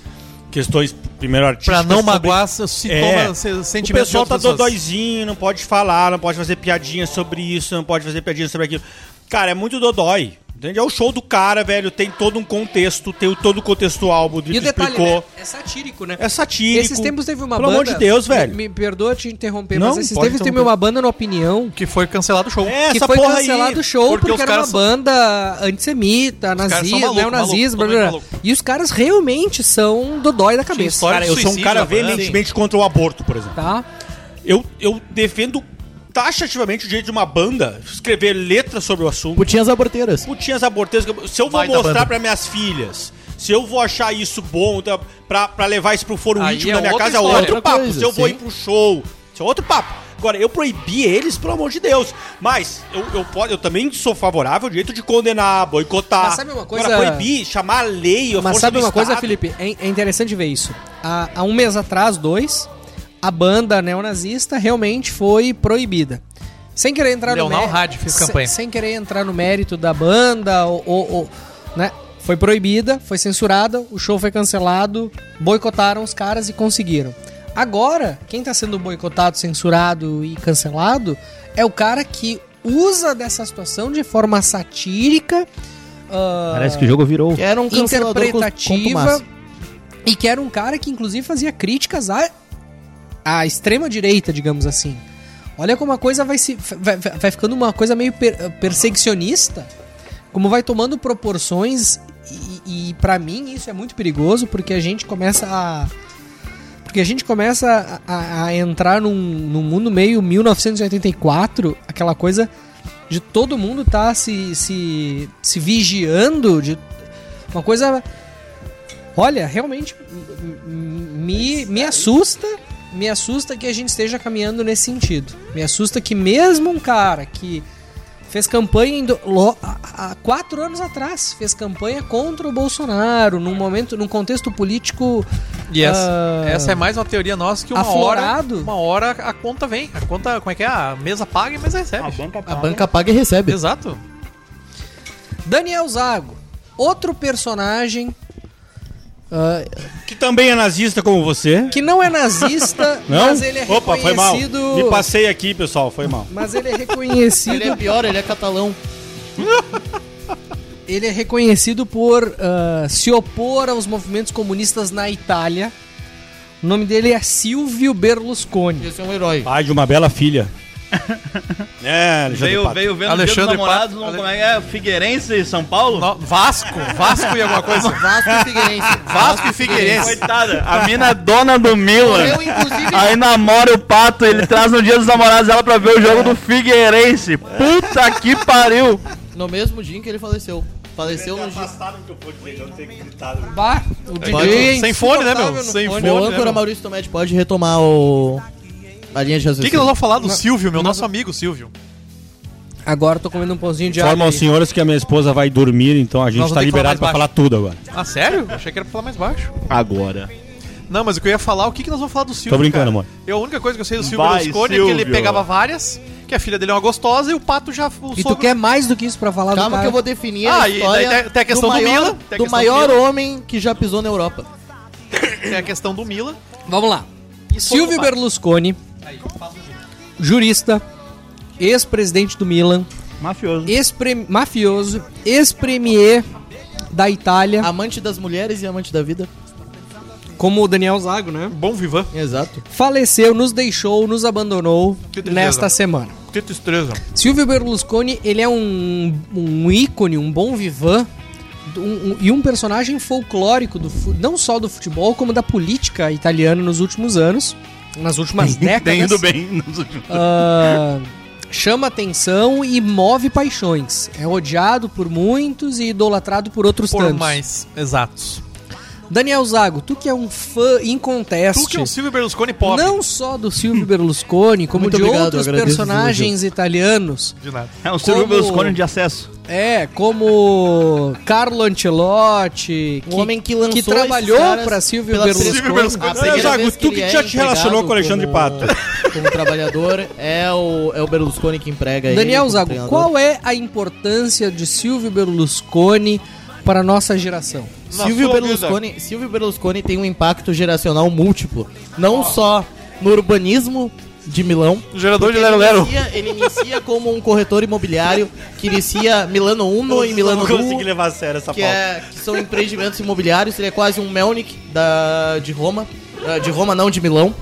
questões, primeiro artísticas. Pra não sobre- magoar seus É. sintomas, seus O sentimentos. de pessoal tá outras pessoas. dodóizinho, não pode falar, não pode fazer piadinha sobre isso, não pode fazer piadinha sobre aquilo. Cara, é muito dodói. Entende? É o show do cara, velho. Tem todo um contexto, tem o- todo o contexto do álbum, do E o detalhe, explicou. né? É satírico, né? É satírico. Esses tempos teve uma Pelo banda. amor de Deus, velho. Me, me perdoa te interromper, Não, mas esses pode tempos teve interromper. uma banda na opinião. Que foi cancelado o show. É, que essa foi porra aí. cancelado o show Porque porque, os era caras uma são- banda antissemita, caras são nazista, maluco, neonazista, blá maluco, blá blá. totalmente E os caras realmente são dodói da cabeça. história Cara, eu sou um Suicídio, cara né? veementemente contra o aborto, por exemplo. Tá? Eu, eu defendo taxativamente o direito de uma banda escrever letras sobre o assunto. Putinhas aborteiras. putinhas aborteiras. que eu- Se eu vou Vai da mostrar banda. para minhas filhas, Se eu vou achar isso bom tá, pra, pra levar isso pro foro Aí íntimo é da minha outra casa, é história. outro Outra papo. coisa, Se eu vou sim. ir pro show, isso é outro papo. Agora, eu proibi eles, pelo amor de Deus. Mas eu, eu, po- eu também sou favorável ao direito de condenar, boicotar. Mas sabe uma coisa- Agora, proibir, chamar a lei, a Mas força sabe do uma coisa, Estado. Felipe? É, é interessante ver isso. Há, há um mês atrás, dois, a banda neonazista realmente foi proibida. Sem querer entrar Leonel no mérito. Hadi fez se- campanha. Sem querer entrar no mérito da banda, ou, ou- ou, né? Foi proibida, foi censurada, o show foi cancelado, boicotaram os caras e conseguiram. Agora, quem tá sendo boicotado, censurado e cancelado é o cara que usa dessa situação de forma satírica. ah, Parece que o jogo virou. Era um cancelador com- com interpretativa massa. e que era um cara que inclusive fazia críticas à, à extrema direita, digamos assim. Olha como a coisa vai se vai, vai- vai ficando uma coisa meio per- perseguicionista, como vai tomando proporções e, e para mim isso é muito perigoso porque a gente começa a porque a gente começa a, a- a entrar num, num mundo meio 1984, aquela coisa de todo mundo tá se, se, se vigiando, de uma coisa. Olha, realmente m- m- me, me assusta. Me assusta que a gente esteja caminhando nesse sentido. Me assusta que mesmo um cara que fez campanha em do- lo- há há quatro anos atrás, fez campanha contra o Bolsonaro, num momento, num contexto político. E essa, ah, essa é mais uma teoria nossa que uma aflorado. hora, uma hora a conta vem. A conta, como é que é? A mesa paga e a mesa recebe. A banca tá A banca paga e recebe. Exato. Daniel Zago, outro personagem ah, Que também é nazista como você. que não é nazista, Não? mas ele é Opa, foi mal. reconhecido. Me passei aqui, pessoal, foi mal. Mas ele é reconhecido. Ele é pior, ele é catalão. Ele é reconhecido por ah, se opor aos movimentos comunistas na Itália. O nome dele é Silvio Berlusconi. Esse é um herói. Pai de uma bela filha. é, Alexandre Veio, Pato. veio vendo o dia Alexandre dos namorados, Pato. não- como é que é? Figueirense e São Paulo? No- Vasco, Vasco e alguma coisa. Ah, Vasco e Figueirense. Vasco e Figueirense. Ah, Coitada, a mina é dona do Milan. Eu, inclusive, Aí namora o pato, ele traz no dia dos namorados ela pra ver o jogo do Figueirense. Puta que pariu! no mesmo dia em que ele faleceu. Faleceu no dia. Passaram que eu vou dizer, eu não tenho gritado. Bah, o Pode- DJ é sem fone, né, meu? insuportável no Sem Meu fone, né, âncora meu? Maurício Tomete pode retomar o. A linha de O que, raciocínio. que nós vamos falar do Silvio, meu nosso amigo Silvio? Agora eu tô comendo um pãozinho de alho. Informa aí. aos senhores que a minha esposa vai dormir, então a gente vamos tá ter que falar liberado mais pra baixo. falar tudo agora. Ah, sério? Achei que era pra falar mais baixo. Agora. Não, mas o que eu ia falar, o que, que nós vamos falar do Silvio? brincando, cara? amor. Eu, a única coisa que eu sei do Silvio Vai, Berlusconi é que ele Silvio. pegava várias, que a filha dele é uma gostosa e o pato já. O E tu quer mais do que isso pra falar do Calma cara? que eu vou definir Ah, a e história daí tem- tem a questão do maior, Milan, tem a do questão do maior Milan. homem que já pisou na Europa. Tem é a questão do Mila. Vamos lá. Silvio Opa. Berlusconi, jurista, ex-presidente do Milan, Mafioso. ex-pre- mafioso, ex-premier da Itália, Amante das mulheres e amante da vida. como o Daniel Zago, né? Bom vivan. Exato. Faleceu, nos deixou, nos abandonou Que tristeza. nesta semana. Que tristeza. Silvio Berlusconi, ele é um, um ícone, um bom vivan um- um- e um personagem folclórico, do, fu- não só do futebol, como da política italiana nos últimos anos, nas últimas décadas. Tendo bem nos últimos Ah, chama atenção e move paixões. É odiado por muitos e idolatrado por outros Por tantos. mais exatos. Daniel Zago, tu que é um fã inconteste, Tu que é o Silvio Berlusconi pop. não só do Silvio Berlusconi, como Muito de obrigado, outros agradeço os personagens italianos, De nada. É um Silvio Como- Berlusconi de acesso. é, como Carlo Ancelotti, Um homem que lançou que esses trabalhou caras para Silvio pela Berlusconi. primeira- Berlusconi. a primeira Zago, vez tu ele que é já te relacionou empregado com o Alexandre como- Como trabalhador, é o, é o Berlusconi que emprega ele. Daniel como Zago, treinador. qual é a importância de Silvio Berlusconi para a nossa geração? Silvio sua vida. Berlusconi, Silvio Berlusconi tem um impacto geracional múltiplo, não só no urbanismo de Milão. Gerador de porque ele Lero Lero. inicia- Ele inicia como um corretor imobiliário que inicia Milano Uno e Milano não consegui Due, levar a sério essa que, pauta. é, que são empreendimentos imobiliários. Ele é quase um Melnick da, de Roma, eh, de Roma não, de Milão.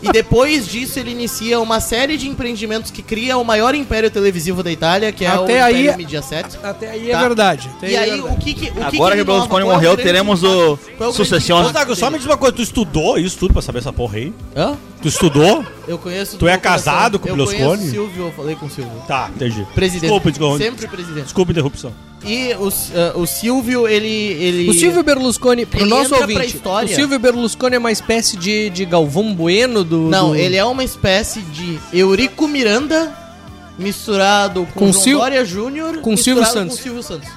E depois disso ele inicia uma série de empreendimentos que cria o maior império televisivo da Itália, que é Até o aí- Império Mediaset. Até aí Tá. é verdade. Até E é aí, verdade. o que que. O que Agora ele que o Berlusconi inova? Qual é morreu, grande teremos impacto? o né? Qual é grande sucessione. Ô, impacto Zago, só me dele? diz uma coisa, tu estudou isso tudo pra saber essa porra aí? Hã? Tu estudou? Eu conheço. Tu do é meu coração. casado com o eu Berlusconi? conheço o Silvio, eu falei com o Silvio. Tá, entendi. Presidente. Desculpa, desculpa. Sempre presidente. Desculpa a interrupção. E o, S- ah, o Silvio, ele, ele. O Silvio Berlusconi, pro Ele nosso entra pra ouvinte, o história. Silvio Berlusconi é uma espécie de, de Galvão Bueno do... Não, do- ele é uma espécie de Eurico Miranda misturado com, Com João Sil- Dória Júnior com misturado Silvio com Santos. Silvio Santos.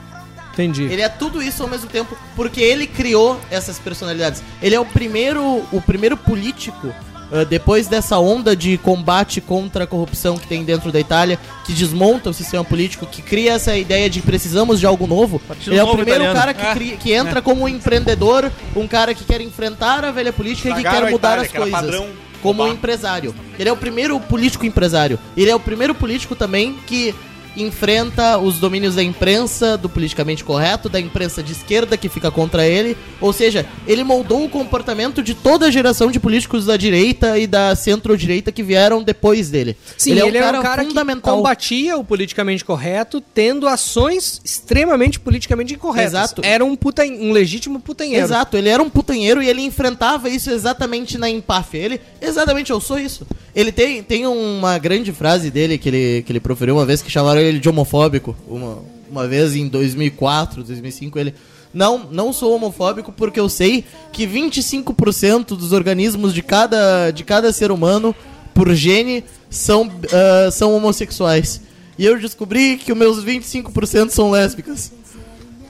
Entendi. Ele é tudo isso ao mesmo tempo, porque ele criou essas personalidades. Ele é o primeiro, o primeiro político, ah, depois dessa onda de combate contra a corrupção que tem dentro da Itália, que desmonta o sistema político, que cria essa ideia de precisamos de algo novo. Partido Ele é o novo primeiro cara italiano. que, cria- que É. entra como um empreendedor, um cara que quer enfrentar a velha política e que Estragaram quer a mudar Itália, as que era coisas. padrão Como roubar. empresário. Ele é o primeiro político empresário. Ele é o primeiro político também que enfrenta os domínios da imprensa, do politicamente correto, da imprensa de esquerda que fica contra ele. Ou seja, ele moldou o comportamento de toda a geração de políticos da direita e da centro-direita que vieram depois dele. Sim, ele, é um cara, que combatia o politicamente correto, tendo ações extremamente politicamente incorretas. Exato. Era um, puta, um legítimo putanheiro. Exato, ele era um putanheiro e ele enfrentava isso exatamente na empáfia. Ele, exatamente, eu sou isso. Ele tem, tem uma grande frase dele que ele, que ele proferiu uma vez que chamaram ele de homofóbico. Uma, uma vez em 2004, 2005, ele. Não, não sou homofóbico porque eu sei que 25% dos organismos de cada, de cada ser humano, por gene, são, ah, são homossexuais. E eu descobri que os meus 25% são lésbicas.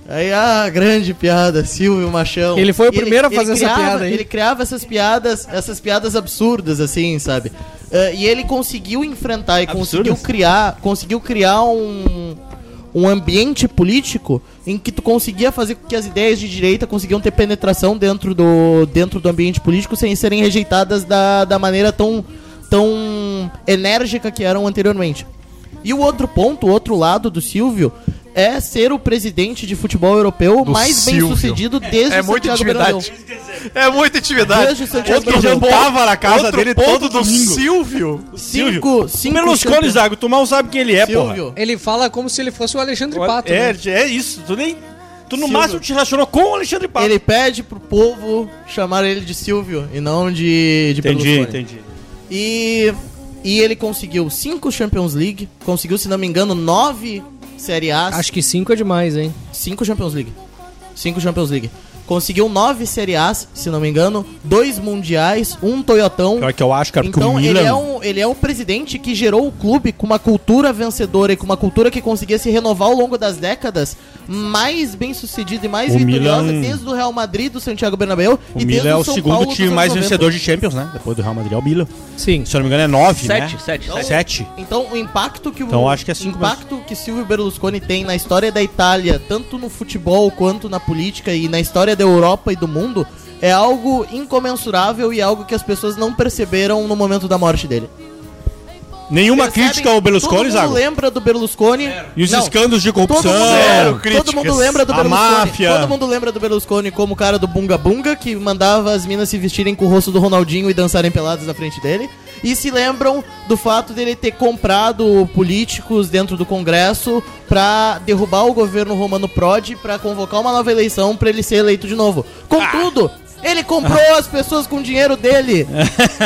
Aí, ah, grande piada, Silvio Machão. Ele foi o E primeiro a fazer essa criava- piada aí. Ele criava essas piadas, essas piadas absurdas, assim, sabe? Eh, e ele conseguiu enfrentar e conseguiu criar, conseguiu criar um, um ambiente político em que tu conseguia fazer com que as ideias de direita conseguiam ter penetração dentro do, dentro do ambiente político sem serem rejeitadas da, da maneira tão, tão enérgica que eram anteriormente. E o outro ponto, o outro lado do Silvio, é ser o presidente de futebol europeu mais bem sucedido desde É o muita Santiago Bernabéu. intimidade. É muita intimidade. Desde o Santiago Outro Bernabéu. jantava na casa outro dele ponto todo do domingo. Silvio. Cinco, cinco Berlusconi, campeonatos. Zago, tu mal sabe quem ele é, porra. Silvio. Ele fala como se ele fosse o Alexandre Pato. É, né? é isso. Tu nem. Tu no máximo te relacionou com o Alexandre Pato. Ele é pede pro povo chamar ele de Silvio e não de, de Berlusconi. entendi. E, e ele conseguiu cinco Champions League, conseguiu, se não me engano, nove Série A, Acho que cinco é demais, hein? Cinco Champions League. Cinco Champions League. Conseguiu nove Série As, se não me engano, dois Mundiais, um Toyotão. Pior que eu acho, cara, porque o Então ele Milan. é, um, ele é um presidente que gerou o clube com uma cultura vencedora e com uma cultura que conseguia se renovar ao longo das décadas, mais bem sucedida e mais O vitoriosa Milan- desde o Real Madrid, do Santiago Bernabéu O e Milan desde é o São segundo Paulo dos time anos mais 90. vencedor de Champions, né? Depois do Real Madrid é o Milan. Sim. Se eu não me engano é nove, Sete, né? sete, sete. Sete. Então o impacto que o Então, acho que é cinco impacto que Silvio Berlusconi tem na história da Itália, tanto no futebol quanto na política e na história da Europa e do mundo, é algo incomensurável e algo que as pessoas não perceberam no momento da morte dele. Nenhuma Percebem? crítica ao Berlusconi, Todo mundo Zago? lembra do Berlusconi. E os Não, escândalos de Todo corrupção? mundo, Zero lembra, todo mundo lembra do A Berlusconi. máfia. Todo mundo lembra do Berlusconi como o cara do Bunga Bunga, que mandava as minas se vestirem com o rosto do Ronaldinho e dançarem peladas na frente dele. E se lembram do fato dele ter comprado políticos dentro do Congresso pra derrubar o governo romano Prodi pra convocar uma nova eleição pra ele ser eleito de novo. Contudo, Ah. ele comprou as pessoas com o dinheiro dele.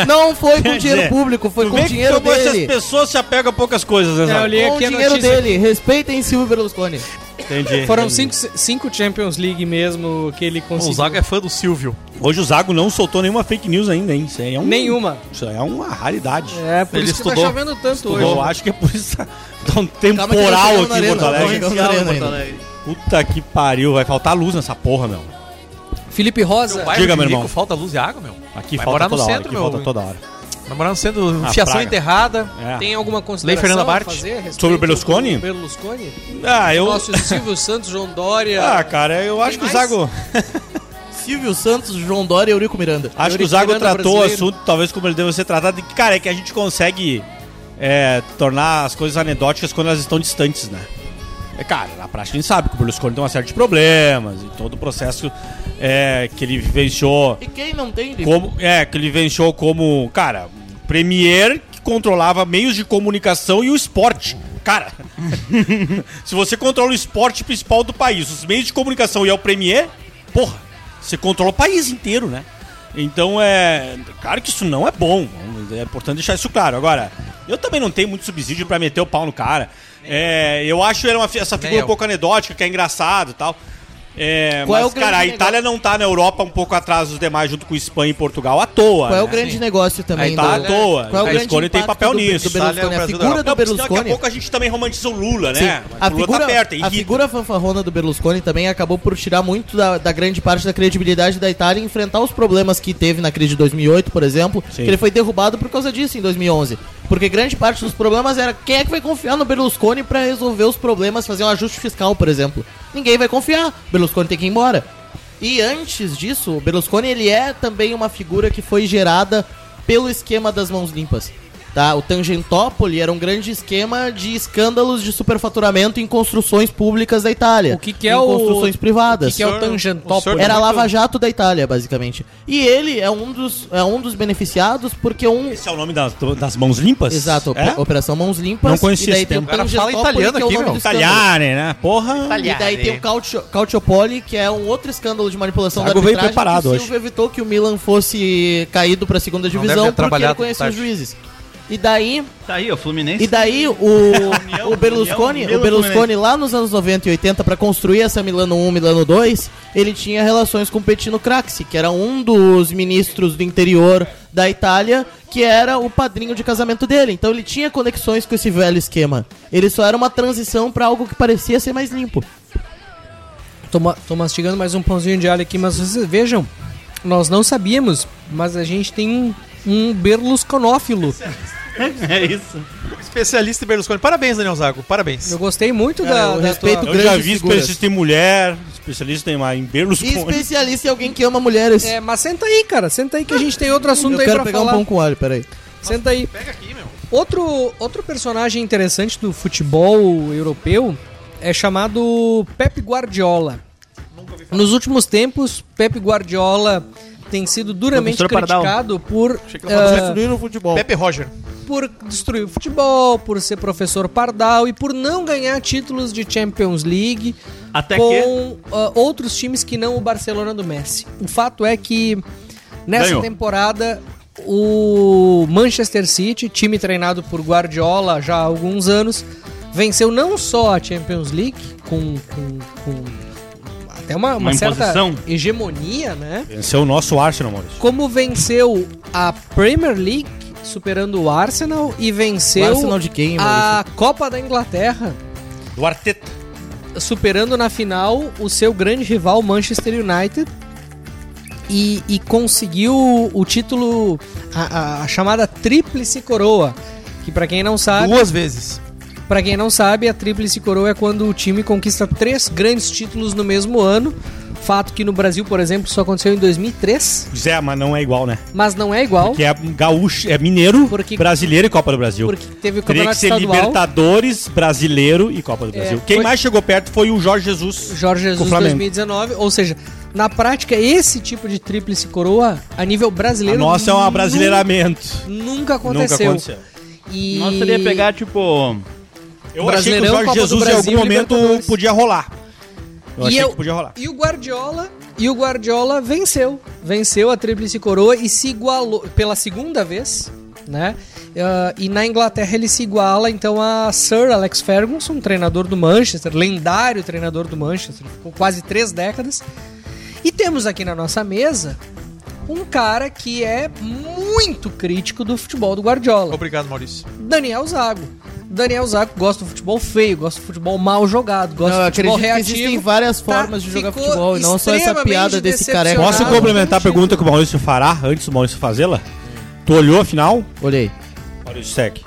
Não foi com Quer dinheiro dizer, público, foi Tu com vê o que dinheiro como dele. Essas pessoas se apegam a poucas coisas, né, Zago? li Com o aqui a dinheiro notícia. dele. Respeitem Silvio Berlusconi. Entendi. Foram cinco, cinco Champions League mesmo que ele É. O conseguiu. Zago é fã do Silvio. Hoje o Zago não soltou nenhuma fake news ainda, hein? Isso aí é um... Nenhuma. Isso aí é uma raridade. É, por Ele isso que estudou. tá chovendo tanto Eu hoje. acho que é por isso que tá um Calma que nós temporal chegamos na aqui em Porto arena, Alegre. nós chegamos na arena ainda. Puta que pariu, vai faltar luz nessa porra, meu. Felipe Rosa, Vai, Diga, Nico, meu irmão. Falta luz e água, meu. Aqui Vai falta morar no toda hora, centro, aqui meu. vai falta toda hora. Vai morar no centro, Ah, fiação praga. enterrada. É. tem alguma consideração Fernanda a Bart? fazer a respeito Sobre o Berlusconi? do Berlusconi? Ah, eu... Nosso Silvio Santos, João Dória... Ah, cara, eu acho que o é. mais? Zago... Silvio Santos, João Dória e Eurico Miranda. Acho que o Eurico Zago Miranda tratou o brasileiro. assunto, talvez como ele deva ser tratado. E, cara, é que a gente consegue é, tornar as coisas anedóticas quando elas estão distantes, né? É, cara, na prática a gente sabe que o Berlusconi tem uma série de problemas e todo o processo é, que ele vivenciou E quem não tem, Lico? como é que ele venceu como cara premier que controlava meios de comunicação e o esporte cara se você controla o esporte principal do país os meios de comunicação e é o premier porra você controla o país inteiro né Então é. Claro que isso não é bom. É importante deixar isso claro. Agora, eu também não tenho muito subsídio pra meter o pau no cara. É, eu acho era uma fi- essa figura eu. um pouco anedótica, que é engraçado e tal. É, Qual é mas, o grande cara, a negócio? Itália não tá na Europa um pouco atrás dos demais, junto com Espanha e Portugal, à toa. Qual é o né? grande negócio também? Aí tá do- à Qual é toa. o O grande Berlusconi tem impacto papel do- nisso. Do Berlusconi, Itália é a o Brasil da figura um Não, do porque senão Daqui a Berlusconi. pouco a gente também romantiza o Lula, Sim, né? a, o Lula figura, tá aberta, a figura fanfarrona do Berlusconi também acabou por tirar muito da, da grande parte da credibilidade da Itália e enfrentar os problemas que teve na crise de 2008, por exemplo, Sim. que ele foi derrubado por causa disso em 2011. Porque grande parte dos problemas era quem é que vai confiar no Berlusconi pra resolver os problemas, fazer um ajuste fiscal, por exemplo. Ninguém vai confiar, Berlusconi tem que ir embora. E antes disso, o Berlusconi ele é também uma figura que foi gerada pelo esquema das mãos limpas tá? O Tangentopoli era um grande esquema de escândalos de superfaturamento em construções públicas da Itália. O que que é em o- construções privadas. o que que é o Senhor- Tangentopoli? o senhor Era a Lava Jato da Itália, basicamente. E ele é um dos, é um dos beneficiados porque um... Esse é o nome das, das mãos limpas? Exato, É? op- Operação Mãos Limpas. Não conhecia e daí esse tem o termo. O cara fala Tangentopoli, italiano que é o aqui, nome meu. do escândalo. Italiane, né? Porra. E daí tem o Caucio- Cautiopoli, que é um outro escândalo de manipulação Thiago da veio arbitragem. preparado que o Silvio evitou que o Milan fosse caído para a segunda deve divisão ter porque ele trabalhado, conhecia os Tati. juízes. E daí Tá aí, ó, Fluminense. e daí o, o Berlusconi, o Berlusconi lá nos anos 90 e 80 pra construir essa Milano 1, Milano 2, ele tinha relações com Pettino Craxi, que era um dos ministros do interior da Itália, que era o padrinho de casamento dele. Então ele tinha conexões com esse velho esquema. Ele só era uma transição pra algo que parecia ser mais limpo. Tô, ma- tô mastigando mais um pãozinho de alho aqui, mas vocês vejam, nós não sabíamos, mas a gente tem um, um berlusconófilo. É isso. Especialista em Berlusconi. Parabéns, Daniel Zago. Parabéns. Eu gostei muito da, eu da respeito tua- Eu já Grandes vi figuras. especialista em mulher, especialista em, em E Berlusconi. especialista em alguém que ama mulheres. É, mas senta aí, cara. Senta aí que a gente tem outro assunto Eu aí quero pra pegar falar. um pão com alho, peraí. Senta aí. Outro, outro personagem interessante do futebol europeu é chamado Pep Guardiola. Nos últimos tempos, Pep Guardiola tem sido duramente Professor um- Pardal. criticado por, ah, Destruir no futebol. É, Pepe Roger. por destruir o futebol, por ser professor Pardal e por não ganhar títulos de Champions League Até com que- ah, outros times que não o Barcelona do Messi. O fato é que nessa Ganhou. temporada o Manchester City, time treinado por Guardiola já há alguns anos, venceu não só a Champions League com, com- com até uma, uma Uma certa imposição. hegemonia, né? Esse é o nosso Arsenal, Maurício. Como venceu a Premier League superando o Arsenal e O venceu Arsenal de quem, Maurício? a Copa da Inglaterra, Do Arteta. superando na final o seu grande rival Manchester United e, e conseguiu o título, a, a- a chamada Tríplice Coroa. Que pra quem não sabe, Duas vezes. para quem não sabe, a Tríplice Coroa é quando o time conquista três grandes títulos no mesmo ano. Fato que no Brasil, por exemplo, só aconteceu em 2003, Zé, mas não é igual, né? mas não é igual. Que é gaúcho, é mineiro, Porque- brasileiro e Copa do Brasil. Porque teve o Teria campeonato que ser estadual. É, Libertadores, brasileiro e Copa do Brasil. Quem foi- mais chegou perto foi o Jorge Jesus. Jorge com o Jesus Flamengo. 2019, ou seja, na prática esse tipo de tríplice coroa a nível A brasileiro nossa é um nu- abrasileiramento. Nunca Nunca aconteceu. aconteceu. E Nós teria que pegar, tipo. Eu achei que o Brasileirão, Jorge Copa do Jesus em Brasil, algum momento Libertadores. podia rolar. Eu E achei eu- que podia rolar. E o Guardiola, e o Guardiola venceu, venceu a tríplice coroa e se igualou pela segunda vez, né? Ah, e na Inglaterra ele se iguala então a Sir Alex Ferguson, treinador do Manchester, lendário treinador do Manchester, ficou quase três décadas. E temos aqui na nossa mesa um cara que é muito crítico do futebol do Guardiola. Obrigado, Maurício. Daniel Zago. Daniel Zago gosta do futebol feio, gosta do futebol mal jogado, gosta Não, eu do futebol acredito que reativo. existem várias Tá, formas de jogar ficou futebol e não só essa piada extremamente desse careca. decepcionado. Posso Ah, complementar a não. pergunta que o Maurício fará antes do Maurício fazê-la? Tu olhou a final? Olhei. Maurício segue.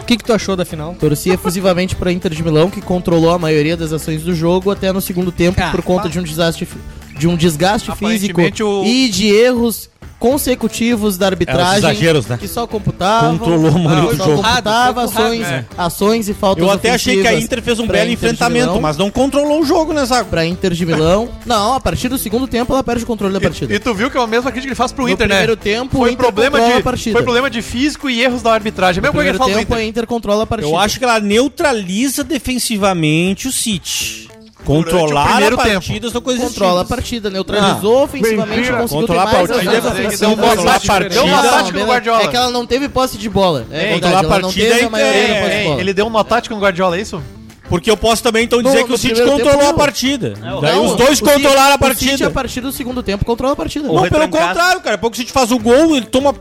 O que, que tu achou da final? Torcia efusivamente para Inter de Milão, que controlou a maioria das ações do jogo até no segundo tempo Ah, por conta de um desastre fi- de um desgaste físico Aparentemente, o- e de erros consecutivos da arbitragem exageros, né? que só computavam Controlou muito ah, o só jogo. computava Foi pouco ações, rápido, ações e faltas Eu até achei que a ofensivas Inter fez um pra belo Inter de enfrentamento, Milão- mas não controlou o jogo, né, Zago? pra Inter de Milão. Não, a partir do segundo tempo ela perde o controle da partida. E tu viu que é a mesma crítica que ele faz pro No Inter, né? primeiro tempo, o foi Inter problema controla de a partida. foi problema de físico e erros da arbitragem. No Mesmo que ele primeiro fala do tempo Inter. a Inter controla a partida. Eu acho que ela neutraliza defensivamente o City. Controlar Durante o primeiro a partida tempo. são coisas é Controla a distintas. partida, neutralizou Ah, ofensivamente, mentira. conseguiu Controlar ter mais a partida, avanço é que ofensivo. deu uma Controlar tática diferente. Deu uma Não, tática ela- no Guardiola. É que ela não teve posse de bola. É, É, verdade, controlar a ela não partida teve é- a maioria da posse de bola. Ele deu um nó tático no Guardiola, é isso? Porque eu posso também então No- dizer que no o City primeiro tempo, controlou a não. partida. Não, Daí os É, o dois City- é controlaram a O City, partida. a partir do segundo tempo, controla a partida. Não, pelo retrancaço. contrário, cara. Pouco o City faz o gol, ele toma.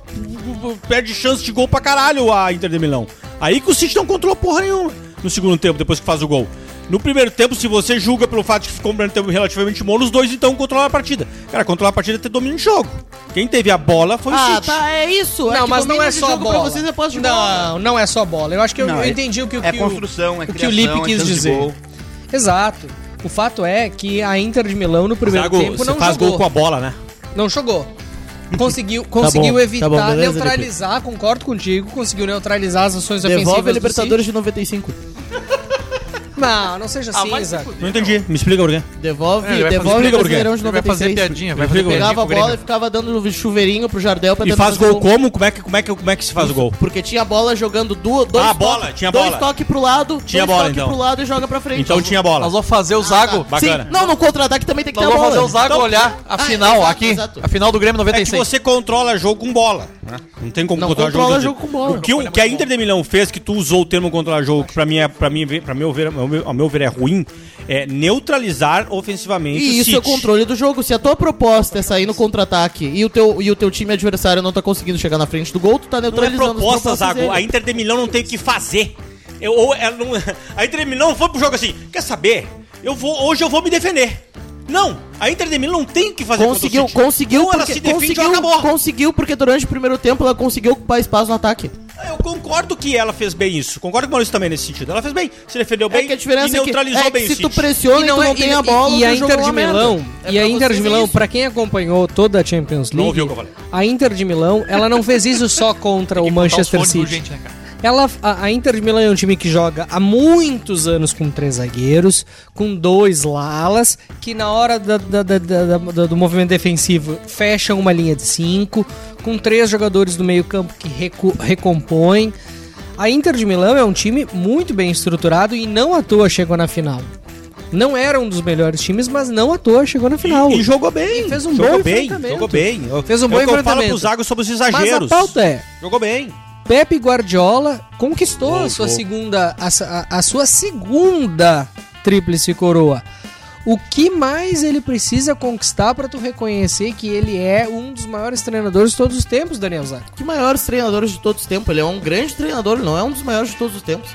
perde chance de gol pra caralho a Inter de Milão. Aí que o City não controlou porra nenhuma no segundo tempo, depois que faz o gol. No primeiro tempo, se você julga pelo fato de que ficou um primeiro tempo relativamente mono, os dois então controlaram a partida. Cara, controlar a partida é ter domínio de jogo. Quem teve a bola foi o Ah, City. tá, é isso. é não, que mas não domínio é de só jogo bola. Pra vocês é posse de não, bola. não é só bola. Eu acho que eu, Não, eu é- entendi o que, o É que construção, é o, o que criação, o Lipe é quis chance de dizer. gol. Exato. O fato é que a Inter de Milão no primeiro Zago, tempo você não faz jogou. gol com a bola, né? Não jogou. Conseguiu, conseguiu bom, tá evitar, bom, beleza, neutralizar, concordo contigo, conseguiu neutralizar as ações Devolve a ofensivas. é do Libertadores de 95. City. Não, não seja assim, Zago. Não entendi. Me explica por quê. Devolve, É, ele vai devolve fazer- o Brasileirão de Ele vai fazer 96. piadinha, vai fazer Ele piadinha Pegava com a o Grêmio. bola e ficava dando chuveirinho pro Jardel pra E tentar faz fazer gol como? Como é que, como é que, como é que se faz o gol? Porque tinha bola jogando duas, dois Ah, bola, toques, tinha dois bola. toques pro lado, Tinha dois bola, toques então. pro lado e joga pra frente. Então tinha Nós bola. vamos fazer o Zago. Bacana. Sim, não, no contra-ataque também tem que Nós ter a vamos bola. fazer o Zago Então, olhar a Ah, final exato, aqui. exato. A final do Grêmio É que 96. você controla jogo com bola. né? Não tem como Não controlar controla jogo, jogo com bola. O que, o que a Inter de Milão fez, que tu usou o termo controlar jogo, que pra mim é, pra mim, pra meu ver, ao meu, ao meu ver é ruim, é neutralizar ofensivamente E o isso City. é o controle do jogo. Se a tua proposta é sair no contra-ataque e o, teu, e o teu time adversário não tá conseguindo chegar na frente do gol, tu tá Não é neutralizando as proposta, Zago. dele. A Inter de Milão não tem o que fazer. Eu, ou ela não, a Inter de Milão foi pro jogo assim, quer saber? Eu vou, hoje eu vou me defender. Não, a Inter de Milão não tem o que fazer contra o Conseguiu, City. conseguiu, Ou ela porque, se defende conseguiu, ou acabou. conseguiu, porque durante o primeiro tempo ela conseguiu ocupar espaço no ataque. Eu concordo que ela fez bem isso. Concordo com o Maurício também nesse sentido. Ela fez bem, se defendeu bem é que a diferença é e que, neutralizou é que bem o se tu City. pressiona e, tu não tem a bola, é- e, e a tu joga Inter de uma merda. Milão, É e a pra Inter de vocês Milão, isso. pra quem acompanhou toda a Champions Não League, ouviu o que eu falei. a Inter de Milão, ela não fez isso só contra o Manchester City. Ela, a, a Inter de Milão é um time que joga há muitos anos com três zagueiros, com dois lalas, que na hora da- da- da- da- da- da- do movimento defensivo fecham uma linha de cinco, com três jogadores do meio campo que recu- recompõem. A Inter de Milão é um time muito bem estruturado e não à toa chegou na final. Não era um dos melhores times, mas não à toa chegou na final. E jogou bem. E fez um jogou bom bem, enfrentamento. Jogou bem. Eu- Fez um é bom o que eu falo enfrentamento. pro Zago sobre os mas a exageros. pauta é, Jogou bem. Pepe Guardiola conquistou Gol, a sua gol. segunda a, sa- a- a sua segunda tríplice coroa. O que mais ele precisa conquistar pra tu reconhecer que ele é um dos maiores treinadores de todos os tempos, Daniel Zac? Que maiores treinadores de todos os tempos. Ele é um grande treinador, ele não é um dos maiores de todos os tempos.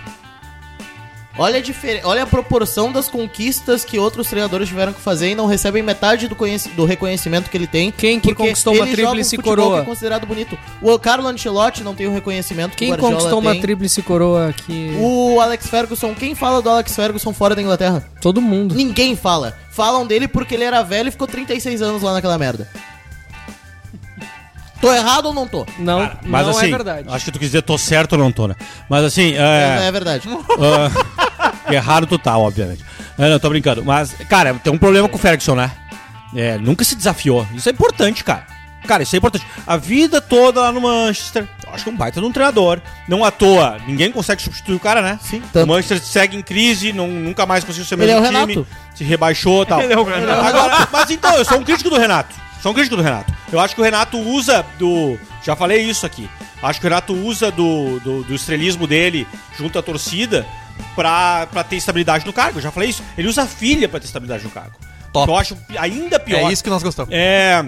Olha a, difer- Olha a proporção das conquistas que outros treinadores tiveram que fazer e não recebem metade do, conheci- do reconhecimento que ele tem. Quem que porque conquistou uma ele joga um tríplice futebol coroa? que é considerado bonito. O Carlo Ancelotti não tem o reconhecimento que o Quem Guardiola conquistou uma tem. tríplice coroa aqui? O Alex Ferguson, quem fala do Alex Ferguson fora da Inglaterra? Todo mundo. Ninguém fala. Falam dele porque ele era velho e ficou 36 anos lá naquela merda. Tô errado ou não tô? Não, Cara, mas não assim, é verdade. acho que tu quis dizer tô certo ou não tô, né? Mas assim, É, é, é verdade. ah, errado tu tá, obviamente. Não, não, tô brincando. Mas, cara, tem um problema com o Ferguson, né? É, nunca se desafiou. Isso é importante, cara. Cara, isso é importante. A vida toda lá no Manchester. Eu acho que é um baita de um treinador. Não à toa. Ninguém consegue substituir o cara, né? Sim, O tanto. Manchester segue em crise, não, nunca mais conseguiu ser o Ele mesmo é o time. Renato. Se rebaixou e tal. Ele é o Renato. Agora, mas então, eu sou um crítico do Renato. Sou um crítico do Renato. Eu acho que o Renato usa do. Já falei isso aqui. Acho que o Renato usa do, do, do estrelismo dele junto à torcida pra, pra ter estabilidade no cargo. Eu já falei isso. Ele usa a filha pra ter estabilidade no cargo. Top. Que Eu acho pi- ainda pior. É isso que nós gostamos. É.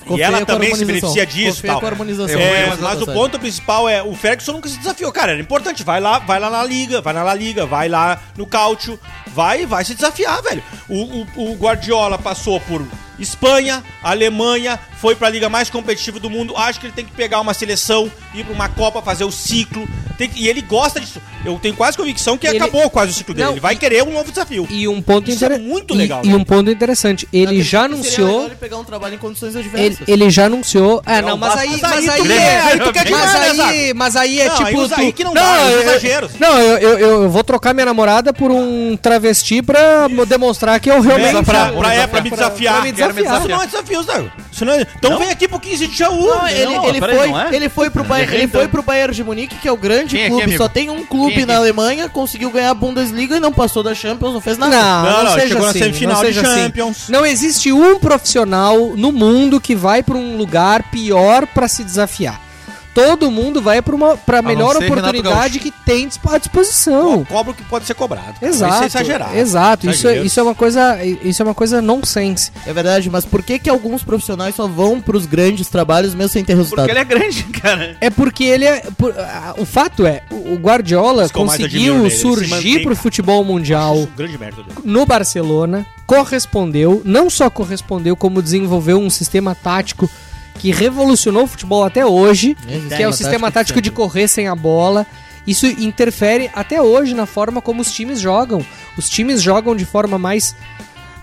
Ficou e ela feia com a também se harmonização. beneficia disso. Ficou e feia Tal. com a harmonização. É, Ficou feia com a mas o harmonização. ponto principal é, o Ferguson nunca se desafiou. Cara, era importante, vai lá, vai lá na liga, vai na La Liga, vai lá no Cautio, vai vai se desafiar, velho. O, o- o Guardiola passou por Espanha, Alemanha, foi pra liga mais competitiva do mundo. Acho que ele tem que pegar uma seleção, ir pra uma Copa, fazer o ciclo. Tem que- e ele gosta disso. Eu tenho quase convicção que Ele- acabou quase o ciclo dele. Não, ele vai querer um novo desafio. E um ponto Isso é intere- muito e- legal, E, né? um ponto interessante, ele já Seria legal anunciou ele pegar um trabalho em condições ele, adversas. ele já anunciou. Ah, não, mas aí. mas aí Mas tu aí, quer- aí tu quer demais, mas né, aí, mas aí é Não, aí tipo. usa- aí que não dá, não, é, usa eu, exageros. não eu, eu, eu- eu vou trocar minha namorada por um travesti Então, pra mo- demonstrar que eu realmente. É, pra, sou- pra- é, pra me desafiar. pra me desafiar. Isso não é desafio, Zago. Isso Isso não é- Então vem aqui pro 15 de né? Jaú. Não, ele, ele peraí, foi, não é? ele foi pro Bayern, ele foi pro Bayern de Munique, que é o grande Quem é que, clube, amigo? só tem um clube Quem é que- na Alemanha, conseguiu ganhar a Bundesliga e não passou da Champions, não fez Não, nada. não, Não, não, seja chegou na assim, semifinal não de seja assim. Champions. Não existe um profissional no mundo que vai pra um lugar pior pra se desafiar. Todo mundo vai pra uma pra não melhor ser Renato oportunidade que tem dispo- à disposição. Cobra o que pode ser cobrado. Uh. Exato. Isso é exagerado. Exato. Isso, é- Exagero. isso é uma coisa, isso é uma coisa nonsense. É verdade, mas por que que alguns profissionais só vão pros grandes trabalhos mesmo sem ter resultado? Porque ele é grande, cara. É porque ele é. por- ah, o fato é, o o Guardiola Isso que eu mais conseguiu admiro nele, ele se surgir mantém, pro cara. futebol mundial Isso é um grande mérito dele. no Barcelona, correspondeu, não só correspondeu, como desenvolveu um sistema tático que revolucionou o futebol até hoje, Esse que é o sistema sistema tático tático de correr sem a bola. Isso interfere até hoje na forma como os times jogam. Os times jogam de forma mais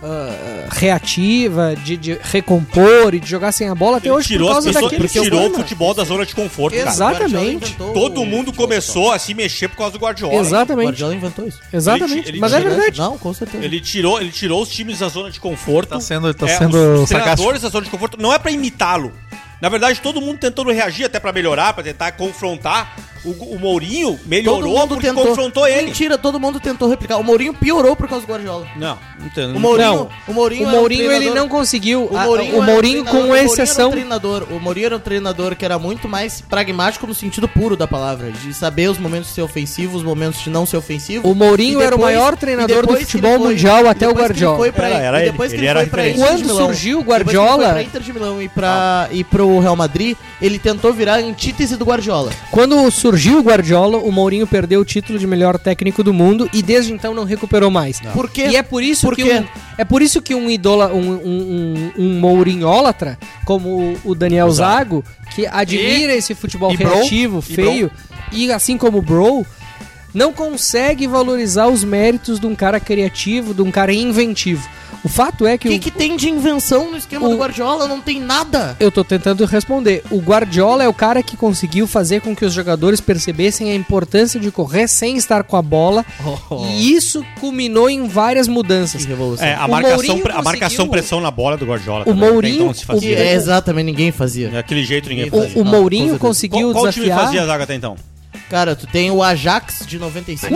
ah, reativa, de, de recompor e de jogar sem a bola até Ele hoje tirou, por as causa pessoas, daquele ele tirou o sistema. futebol da zona de conforto, cara. Exatamente. Todo mundo começou a se mexer por causa do Guardiola. O Exatamente. Guardiola inventou isso. Exatamente. ele- Mas é ele- verdade. Não, com certeza. Ele tirou, ele tirou os times da zona de conforto. Tá sendo- tá É, sendo os sarcástico. treinadores da zona de conforto não é pra imitá-lo. Na verdade, todo mundo tentando reagir até pra melhorar, pra tentar confrontar. O, o Mourinho melhorou porque confrontou ele. Mentira, todo mundo tentou replicar. O Mourinho piorou por causa do Guardiola. Não, O Mourinho, Não. o Mourinho, o era um Mourinho ele treinador- não conseguiu. O A- Mourinho, Ah, o era um Mourinho treinador- o com Mourinho era um exceção. treinador, o Mourinho era um treinador que era muito mais pragmático no sentido puro da palavra, de saber os momentos de ser ofensivo, os momentos de não ser ofensivo. O Mourinho E era o maior treinador do futebol mundial e até o depois que ele Guardiola. foi pra- Era, era e depois que ele. ele, Ele era foi pra referência. Inter de Quando Milão, surgiu o depois que ele Guardiola- foi pra Inter de Milão e para e pro Real Madrid, ele tentou virar a antítese do Guardiola. Quando surgiu o Guardiola, o Mourinho perdeu o título de melhor técnico do mundo e desde então não recuperou mais. Por quê? E é por isso Por que quê? um, é por isso que um idola, um, um, um, um mourinhólatra como o Daniel Zago, que admira esse futebol e Bro, reativo, e feio, e assim como o Bro, não consegue valorizar os méritos de um cara criativo, de um cara inventivo. O fato é que O que, o, que tem de invenção no esquema o- do Guardiola? Não tem nada. eu tô tentando responder. O Guardiola é o cara que conseguiu fazer com que os jogadores percebessem a importância de correr sem estar com a bola. E isso culminou em várias mudanças. Que revolução. é, a O marcação, Mourinho pre- a marcação conseguiu- pressão na bola do Guardiola. O também, Mourinho- então, se Que fazia. é, exatamente ninguém fazia. Daquele jeito ninguém O- fazia. O, Não, com Mourinho certeza. conseguiu Qual, qual time desafiar. fazia a zaga até então? Cara, tu tem o Ajax de 95.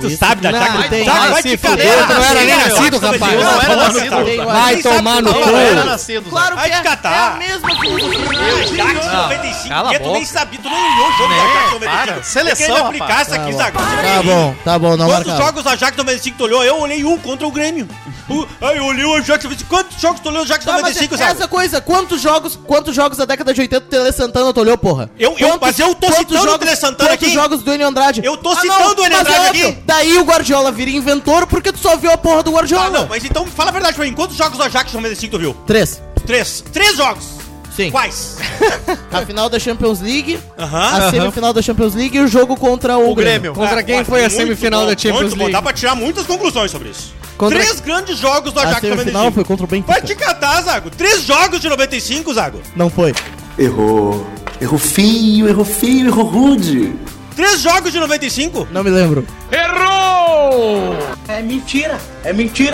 Tu sabe da Não, zaga? tem- Zaga, ah, vai se te fuder, catar, tu não era nem sim, meu. nascido, Vai rapaz. te Eu não catar, era vai nascido. te catar. Vai tomar no Não, era cu. nascido. Claro Vai que te é, é catar. a mesma assim, né? Ajax filosofia. 95, cala que a tu nem boca. sabia, tu não olhou o jogo do Ajax 95. para, Tu seleção, querendo rapaz. aplicar essa aqui, Zaga. Tá bom, tá bom, não Quantos marcava. jogos o Ajax 95 tu olhou? Eu olhei um contra o Grêmio. O- Aí eu olhei o Ajax 95. Quantos jogos tu olhou o Ajax Tá, mas 95, Zaga? essa coisa, quantos jogos, quantos jogos da década de 80 o Tele Santana tu olhou, porra? Eu- eu- Quantos- mas eu tô quantos citando o Tele Santana quantos aqui. jogos do Enio Andrade? Eu tô citando o Enio mas é Andrade óbvio, aqui. Daí o Guardiola vira inventor porque tu só viu a porra do Ah, não, Guardiola. mas então fala a verdade pra mim. Quantos jogos o Ajax 95 tu viu? Três. Três. Três jogos. Sim. Quais? A final da Champions League, Aham. Ah, a semifinal da Champions League e o jogo contra o, O Grêmio. Contra quem Muito foi a semifinal bom, da Champions muito bom. Dá League? pra tirar muitas conclusões sobre isso. Contra- Três grandes jogos do A Ajax semifinal 95. foi contra o Benfica. Vai te catar, Zago. Três jogos de 95, Zago. Não foi. Errou. Errou feio, errou feio, errou rude. Três jogos de 95? Não me lembro.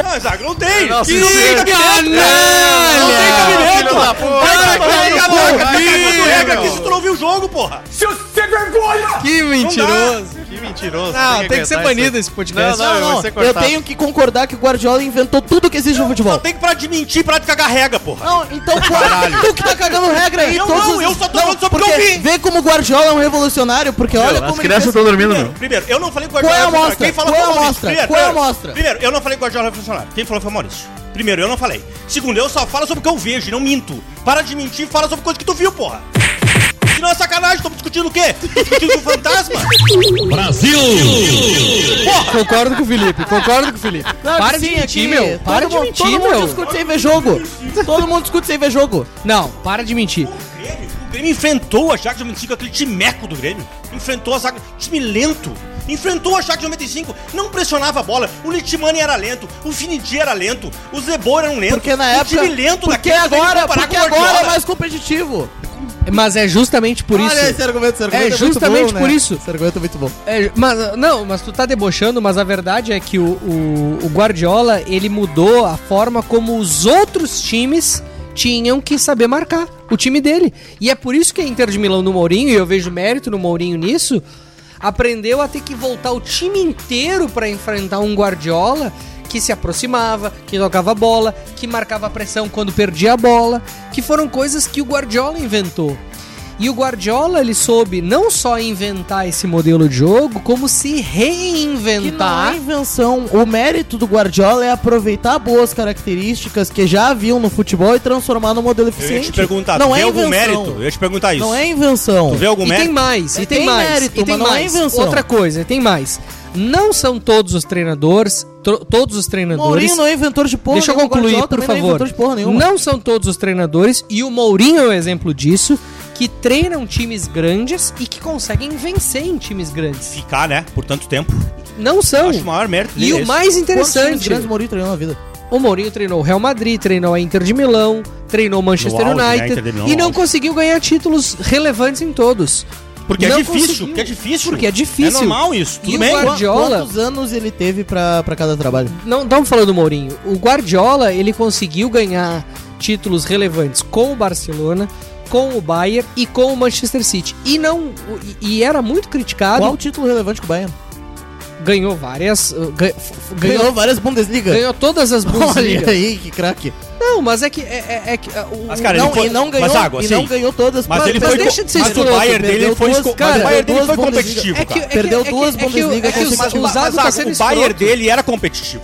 Não, Zago, não tem. Nossa, Que isso é- cabimento, cara. Não Não tem cabimento. Filho da puta. Vai Vai catar, tomar vai no cu, catar, filho. regra aqui se tu não viu o jogo, porra. Que mentiroso. Que mentiroso. Não, tem que ser aguentar isso banido aí. esse podcast. Não, não, vai ser eu cortado. tenho que concordar que o Guardiola inventou tudo que existe no Só futebol. tem que parar de mentir e parar de cagar regra, porra. Não, então qual, tu que tá cagando regra aí. Eu todos não, os- eu só tô falando só porque eu vi. Vê como o Guardiola é um revolucionário, porque olha como ele fez- estão dormindo, Primeiro, primeiro, eu não falei que o Qual é a revolucionário. amostra? Quem falou Qual é a foi o Maurício. amostra? Qual Primeiro, é a primeiro, amostra? Primeiro, eu não falei que o Guardiola é revolucionário. Quem falou foi o Maurício. Primeiro, eu não falei. Segundo, eu só falo sobre o que eu vejo, não minto. Para de mentir, fala sobre coisa que tu viu, porra. Senão é sacanagem, tô discutindo o quê? Tô discutindo com o fantasma? Concordo com o Felipe, concordo com o Felipe. Não, Para sim, de mentir, aqui, meu. Para todo de mundo- mentir, Todo mundo meu. discute sem ver jogo. Todo mundo discute sem ver jogo. Não, para de mentir. O Grêmio, o Grêmio enfrentou a Jax 95, aquele timeco do Grêmio. Enfrentou a zaga, time lento. Enfrentou a Jax 95, não pressionava a bola. O Litimani era lento, o Finidi era lento, o Zebor era um lento. Porque na O época. time lento porque daquele tu vem agora, comparar porque com o agora é Guardiola. mais competitivo. Mas é justamente por isso. Olha esse argumento, esse argumento é, justamente muito bom, por né? isso. Esse argumento é muito bom. É, mas, não, mas tu tá debochando, mas a verdade é que o, o- o Guardiola, ele mudou a forma como os outros times tinham que saber marcar o time dele. E é por isso que a Inter de Milão no Mourinho, e eu vejo mérito no Mourinho nisso, aprendeu a ter que voltar o time inteiro pra enfrentar um Guardiola que se aproximava, que tocava a bola, que marcava a pressão quando perdia a bola, que foram coisas que o Guardiola inventou. E o Guardiola, ele soube não só inventar esse modelo de jogo, como se Que não reinventar. é invenção. O mérito do Guardiola é aproveitar boas características que já haviam no futebol e transformar num modelo Eu ia eficiente. te perguntar, não tu é vê algum invenção. mérito? Eu ia te perguntar isso. Não é invenção. Tu vê algum e tem mérito? mais, e É, tem, tem mais, mérito, e tem mas não é mais. invenção. Outra coisa, e tem mais. Não são todos os treinadores, tro- todos os treinadores. Mourinho não é inventor de porra Deixa eu nenhuma, o concluir, Guardiola por também não é favor. inventor de porra nenhuma. Não são todos os treinadores, e o Mourinho é um exemplo disso, que treinam times grandes e que conseguem vencer em times grandes. Ficar, né? Por tanto tempo. Não são. Acho o maior mérito E dele é o esse. mais Quantos times interessante. grandes o Mourinho treinou na vida? O Mourinho treinou o Real Madrid, treinou a Inter de Milão, treinou o Manchester No auge, né? United Inter de Milão e no não auge. conseguiu ganhar títulos relevantes em todos. Porque Não é difícil, conseguiu. porque é difícil. Porque é difícil. É normal isso, tudo E o bem. Guardiola, Quantos anos ele teve pra, pra cada trabalho? não estamos falando do Mourinho. O Guardiola, ele conseguiu ganhar títulos relevantes com o Barcelona, com o Bayern e com o Manchester City. E não e, e era muito criticado, Qual o título relevante que o Bayern? ganhou várias uh, gan- f- f- Ganhou, ganhou, várias Bundesliga. ganhou todas as Olha Bundesliga. aí, que craque. Não, mas é que é, é- é que uh, o- Mas, cara, não, ele foi- e não ganhou, mas, Água, e assim, não ganhou todas. mas ele foi- mas o escroto, Bayern dele perdeu foi duas- esco- mas o Bayern dele duas foi Bundesliga. competitivo. É que, é que- Perdeu é que- duas é que- é que Bundesliga o- é que o- consecutivas. o Zago tá Zago, sendo o Bayern escroto. dele era competitivo.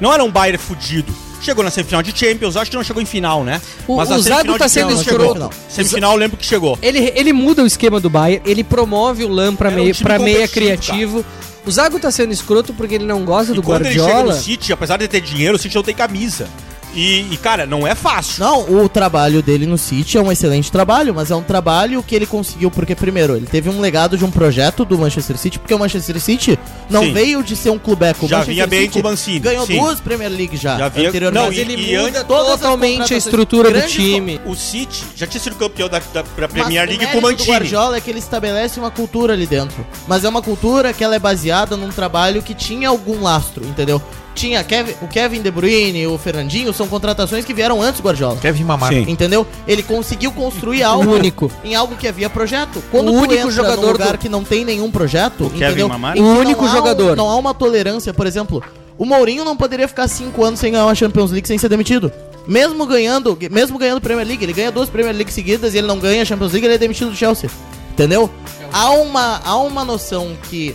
Não era um Bayern fudido. Chegou na semifinal de Champions, acho que não chegou em final, né? O- a o Zago semifinal tá de sendo Champions escroto. chegou. Semifinal, eu lembro que chegou. Ele, ele muda o esquema do Bayern, ele promove o Lam pra, Era um meia, time pra meia competitivo, criativo. O Zago tá sendo escroto porque ele não gosta E do quando ele chega no Guardiola. City, apesar de ter dinheiro, o City não tem camisa. E, e, cara, não é fácil. Não, o trabalho dele no City é um excelente trabalho, mas é um trabalho que ele conseguiu porque, primeiro, ele teve um legado de um projeto do Manchester City, porque o Manchester City não Sim. veio de ser um clubeco. O Já Manchester vinha bem City com o Mancini, Ganhou sim. duas Premier League já, Já vinha- anteriormente. não, Mas e- ele e muda antes- totalmente a estrutura do Grandes time. O City já tinha sido campeão da, da- da Mas Premier League o com mérito o do Mantini. Guardiola é que ele estabelece uma cultura ali dentro. Mas é uma cultura que ela é baseada num trabalho que tinha algum lastro, entendeu? Tinha Kevin- o Kevin De Bruyne, o Fernandinho, são contratações que vieram antes do Guardiola. Kevin Mamar. Sim. Entendeu? Ele conseguiu construir O algo único. em algo que havia projeto. Quando O tu único entra jogador num lugar do- que não tem nenhum projeto, Kevin entendeu? Mamar? Em que O não único há um- jogador. não há uma tolerância, por exemplo. O Mourinho não poderia ficar cinco anos sem ganhar uma Champions League sem ser demitido. Mesmo ganhando, mesmo ganhando Premier League, ele ganha duas Premier League seguidas e ele não ganha a Champions League, ele é demitido do Chelsea. Entendeu? Há uma, há uma noção que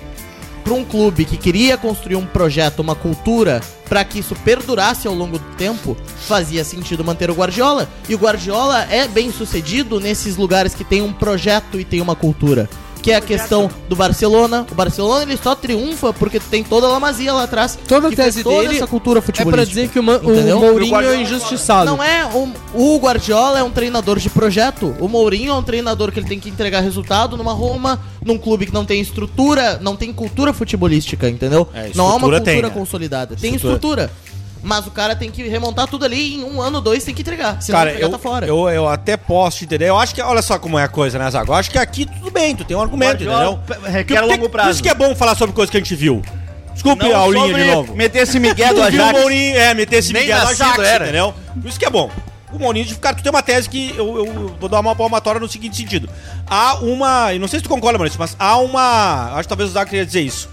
para um clube que queria construir um projeto, uma cultura, para que isso perdurasse ao longo do tempo, fazia sentido manter o Guardiola. E o Guardiola é bem sucedido nesses lugares que tem um projeto e tem uma cultura. Que é a questão do Barcelona. O Barcelona ele só triunfa porque tem toda a Lamazia lá atrás. Toda a que fez tese toda dele essa cultura É futebolística. pra dizer que o, Ma- o Entendeu? Mourinho é injustiçado. Não é um- o Guardiola é um treinador de projeto. O Mourinho é um treinador que ele tem que entregar resultado numa Roma, num clube que não tem estrutura, não tem cultura futebolística, entendeu? É, não há uma estrutura cultura tem, né? consolidada. Tem Estrutura. estrutura. Mas o cara tem que remontar tudo ali e em um ano, dois, tem que entregar. Senão Cara, entregar eu, tá fora. eu, eu até posso te entender. Eu acho que, olha só como é a coisa, né, Zago? Eu acho que aqui tudo bem, tu tem um argumento, Guardiola entendeu? pe- requer Que- longo por prazo. isso que é bom falar sobre coisa que a gente viu. Desculpe, Não Aulinha, sobre de novo. Meter esse migué do Tu viu o Ajax. Mourinho, é, meter esse Nem Miguel do nascido Ajax, era. entendeu? Por isso que é bom. O Mourinho, de- cara, tu tem uma tese que eu, eu- eu vou dar uma palmatória no seguinte sentido. Há uma, e não sei se tu concorda, Maurício, mas há uma, acho que talvez o Zago queria dizer isso.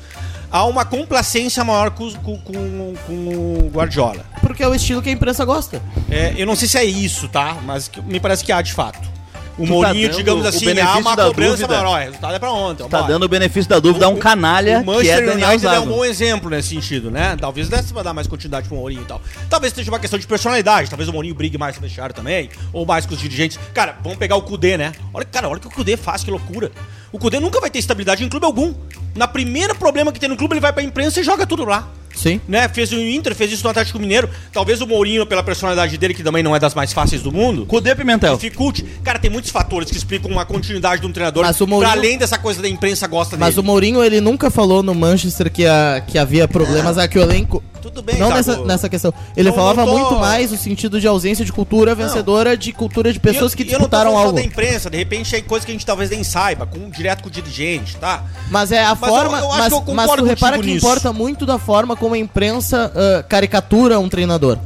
Há uma complacência maior com, os- com- com- com o Guardiola. Porque é o estilo que a imprensa gosta. É, eu não sei se é isso, tá? Mas que- me parece que há de fato. O Tu tá Mourinho, dando digamos o assim, há benefício uma da cobrança dúvida. maior. Ó, o resultado é pra ontem. Tá vambora. dando o benefício da dúvida a um canalha O que é Manchester Daniel United é um Zago. bom exemplo nesse sentido, né? Talvez dessa vai dar mais continuidade pro Mourinho e tal. Talvez seja uma questão de personalidade, talvez o Mourinho brigue mais com o vestiário também, ou mais com os dirigentes. Cara, vamos pegar o Cudê, né? Olha, cara, olha o que o Cudê faz, que loucura. O Cudê nunca vai ter estabilidade em clube algum. Na primeira problema que tem no clube, ele vai pra imprensa e joga tudo lá Sim. né? Fez o Inter, fez isso no Atlético Mineiro. Talvez o Mourinho, pela personalidade dele, que também não é das mais fáceis do mundo. Cudê Pimentel. Dificulte. Cara, tem muitos fatores que explicam uma continuidade de um treinador. Mas o Mourinho- Pra além dessa coisa da imprensa gosta Mas o dele. Ah. Mourinho, ele nunca falou no Manchester que, a- que havia problemas, a que o elenco Tudo bem, Não Zago. nessa, nessa questão. Ele Não, falava não tô- muito mais no sentido de ausência de cultura vencedora, de cultura de pessoas E eu- que e eu não tô disputaram falando algo. da imprensa, de repente tem coisa que a gente talvez nem saiba, com, direto com o dirigente, tá? Mas é a Mas eu- forma. eu acho mas, que eu mas tu concordo repara que contigo nisso. importa muito da forma como a imprensa ah, caricatura um treinador.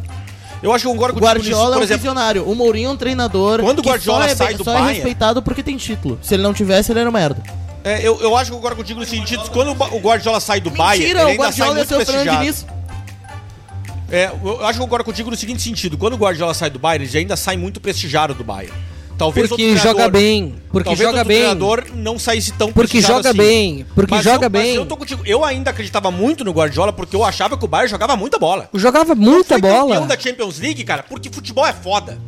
Eu acho que concordo O contigo nisso, Guardiola é um por exemplo. visionário. O Mourinho é um treinador. Quando o que só Guardiola é bem- sai do só é Bayern- respeitado porque tem título. Se ele não tivesse, ele era um merda. É, eu, eu acho que eu concordo contigo no sentido de quando o Ba- o Guardiola sai do Bayern, ele o ainda Guardiola sai ia é muito ser o Fernando prestigiado. Diniz. É, eu eu acho que eu concordo contigo no seguinte sentido, quando o Guardiola sai do Bayern, ele ainda sai muito prestigiado do Bayern. Talvez Porque outro joga treinador- bem, porque talvez joga outro bem. treinador não saísse tão Porque prestigiado assim. joga bem, porque Mas joga eu, mas bem. eu tô contigo. Eu ainda acreditava muito no Guardiola porque eu achava que o Bayern jogava muita bola. Jogava muita Campeão bola. da Champions League, cara, porque futebol é foda.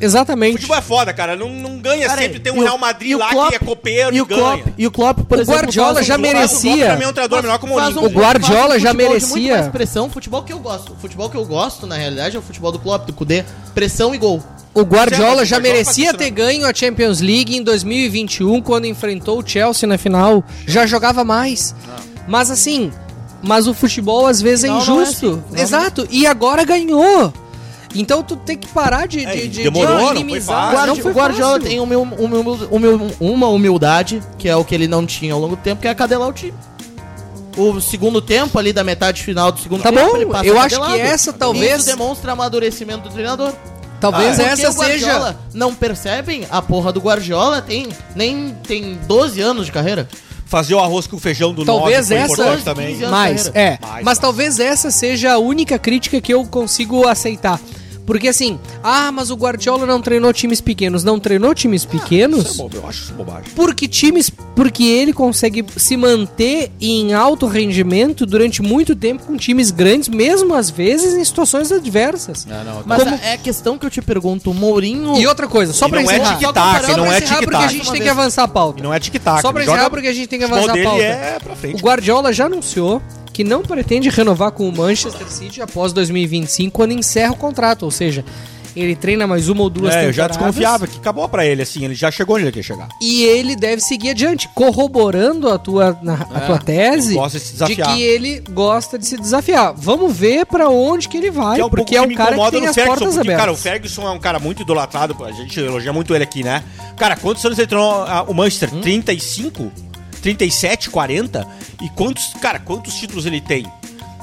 Exatamente. Futebol é foda, cara. Não, não ganha Cara, sempre. Tem um e o- Real Madrid e o lá Klopp- que é copeiro E o ganha. Klopp, e o Klopp por O exemplo, Guardiola faz um- já faz um- merecia. faz um- Pra mim é um treinador melhor que o faz um- Mourinho. O Guardiola faz um já futebol de Muito merecia. mais pressão, futebol que eu gosto. O futebol que eu gosto, na realidade, é o futebol do Klopp, do Kudê. Pressão e gol. O Guardiola já Guardiola merecia ter ganho a Champions League em 2021 quando enfrentou o Chelsea na final. Já jogava mais. Ah. Mas assim, mas o futebol às vezes é Final não é injusto. assim, final não é. Exato. E agora ganhou. Então tu tem que parar de, de, de, É, demorou, Ah, não de foi minimizar. fácil. Não Guardi- foi o Guardiola fácil. tem uma, uma humildade, que é o que ele não tinha ao longo do tempo, que é cadelar o time. O segundo tempo ali da metade final do segundo Tá tempo, bom, ele passa eu acho cadelado. que essa talvez- Isso demonstra amadurecimento do treinador. Talvez Ah, Porque essa o Guardiola seja. Não percebem? A porra do Guardiola tem nem tem 12 anos de carreira. Fazer o arroz com o feijão do Talvez nove foi essa- importante também. né? Mas, é. Mais, mas mais. talvez essa seja a única crítica que eu consigo aceitar. Porque assim, ah, mas o Guardiola não treinou times pequenos. Não treinou times Isso é pequenos? bobo, eu acho isso bobagem. Porque times, porque ele consegue se manter em alto rendimento durante muito tempo com times grandes, mesmo às vezes em situações adversas. Mas Como- a- é a questão que eu te pergunto, o Mourinho. E outra coisa, só E pra não é encerrar, tic-tac, só pra encerrar, não pra é encerrar, porque a tic-tac. gente Uma tem que vez. avançar a pauta. E não é tic-tac. Só pra ele joga- encerrar, porque a gente tem que O futebol avançar a dele pauta. é pra frente. O Guardiola já anunciou que não pretende renovar com o Manchester City após 2025, quando encerra o contrato. Ou seja, ele treina mais uma ou duas É, eu temporadas. já desconfiava que acabou pra ele, assim. Ele já chegou onde ele quer chegar. E ele deve seguir adiante, corroborando a tua, na- a tua tese gosta É, de se de desafiar. que ele gosta de se desafiar. Vamos ver pra onde que ele vai, Que um pouco porque é que um me cara que incomoda tem no as Ferguson, portas porque, abertas. Cara, o Ferguson é um cara muito idolatrado. A gente elogia muito ele aqui, né? Cara, quantos anos ele treinou ah, o Manchester? 35? 37, 40? E quantos, cara, quantos títulos ele tem?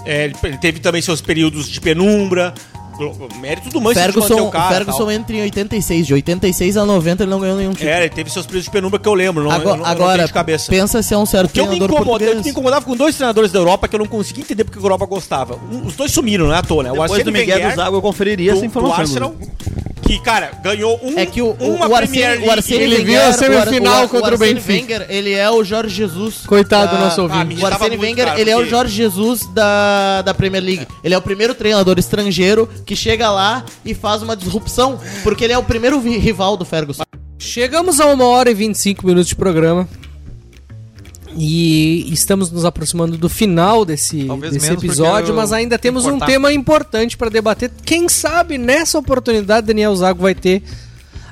É, ele ele teve também seus períodos de penumbra. glo- Mérito do Manchester de manter Ferguson, o cara. e Ferguson é tal. entra em 86. De 86 a 90 ele não ganhou nenhum título. É, ele teve seus períodos de penumbra que eu lembro. Não, eu agora, não- eu não agora tenho de cabeça. pensa se é um certo Que eu me, treinador incomoda, eu português. me incomodava com dois treinadores da Europa que eu não conseguia entender porque a Europa gostava. Um- Os dois sumiram, né, à toa, né? O Depois do Miguel Wenger do Zago eu conferiria do- essa informação. do Arsenal, que, cara, ganhou um, assim É que o, o, uma o Premier Arsene, League. o Arsene Ele- Wenger, viu a semifinal o Ar- o contra o Arsene Benfica. Wenger, ele é o Jorge Jesus. Coitado da- do nosso Ah, me ouvinte. O irritava Arsene muito, Wenger, cara, ele é o porque- Jorge Jesus da, da Premier League. Ele é o primeiro treinador estrangeiro que chega lá e faz uma disrupção, porque ele é o primeiro vi- rival do Ferguson. Chegamos a uma hora e 25 minutos de programa. E estamos nos aproximando do final desse, Talvez desse menos, porque episódio, eu mas ainda temos um cortar. tema importante para debater. Quem sabe nessa oportunidade Daniel Zago vai ter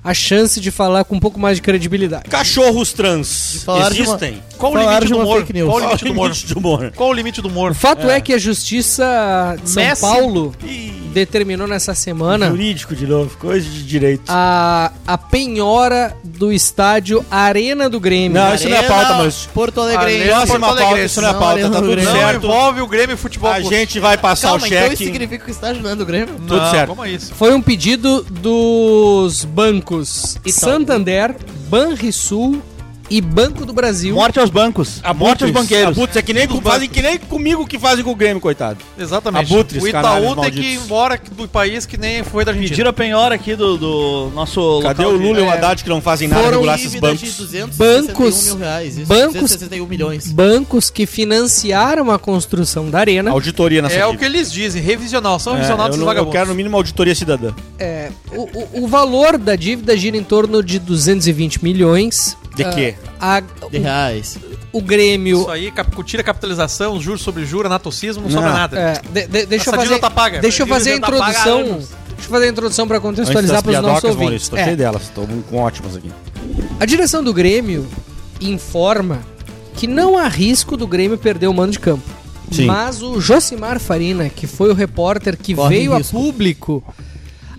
a chance de falar com um pouco mais de credibilidade. Cachorros trans Falaram de uma- existem? Qual o Falaram limite de do uma humor? fake news. Qual o Qual limite do humor? de humor? Qual o limite do humor? O fato é. que a Justiça de São Messi. Paulo Ih, determinou nessa semana Jurídico de novo, coisa de direito. Ah, a, a penhora do estádio Arena do Grêmio. Não, isso não é pauta, mas. Porto Alegre. Arena, Próxima Próxima pauta, pauta, isso isso não é pauta, tá tudo Não certo. envolve o Grêmio e Futebol A Clube. gente vai passar Calma, o então isso cheque. significa que você está ajudando o Grêmio? Não, tudo certo. Vamos a isso. Foi um pedido dos bancos Santander, Banrisul e Banco do Brasil. um- Morte aos Ah, bancos. A morte aos banqueiros. Putz, é que nem, com- fazem que nem comigo que fazem com o Grêmio, coitado. Exatamente. Abutres, o Itaú canalhas tem malditos. que ir embora do país que nem foi da Argentina. Pediram a penhora aqui do, do nosso Cadê local o de- Lula e o É, Haddad que não fazem nada Foram regular esses Dívida de bancos? 261 Bancos- mil reais, isso, bancos- 261 milhões. Bancos que financiaram a construção da arena. Auditoria nessa É o dívida. que eles dizem, revisional. São É, eu, revisional desses não, eu vagabundos. quero no mínimo auditoria cidadã. É, o, o- o valor da dívida gira em torno de 220 milhões. É. De quê? Ah, a- De reais. o, o Grêmio. Isso aí, cap- tira a capitalização, juros sobre juros, anatocismo, não, sobra Não. nada. é, de- de- deixa Essa eu fazer, dívida tá paga. deixa eu Essa fazer a dívida tá paga há introdução. anos. Deixa eu fazer a introdução para contextualizar das para os nossos piadocas, ouvintes. Maurício, tô É. cheio delas, tô com ótimas aqui. A direção do Grêmio informa que não há risco do Grêmio perder o mando de campo. Sim. Mas o Josimar Farina, que foi o repórter que Corre veio risco. a público,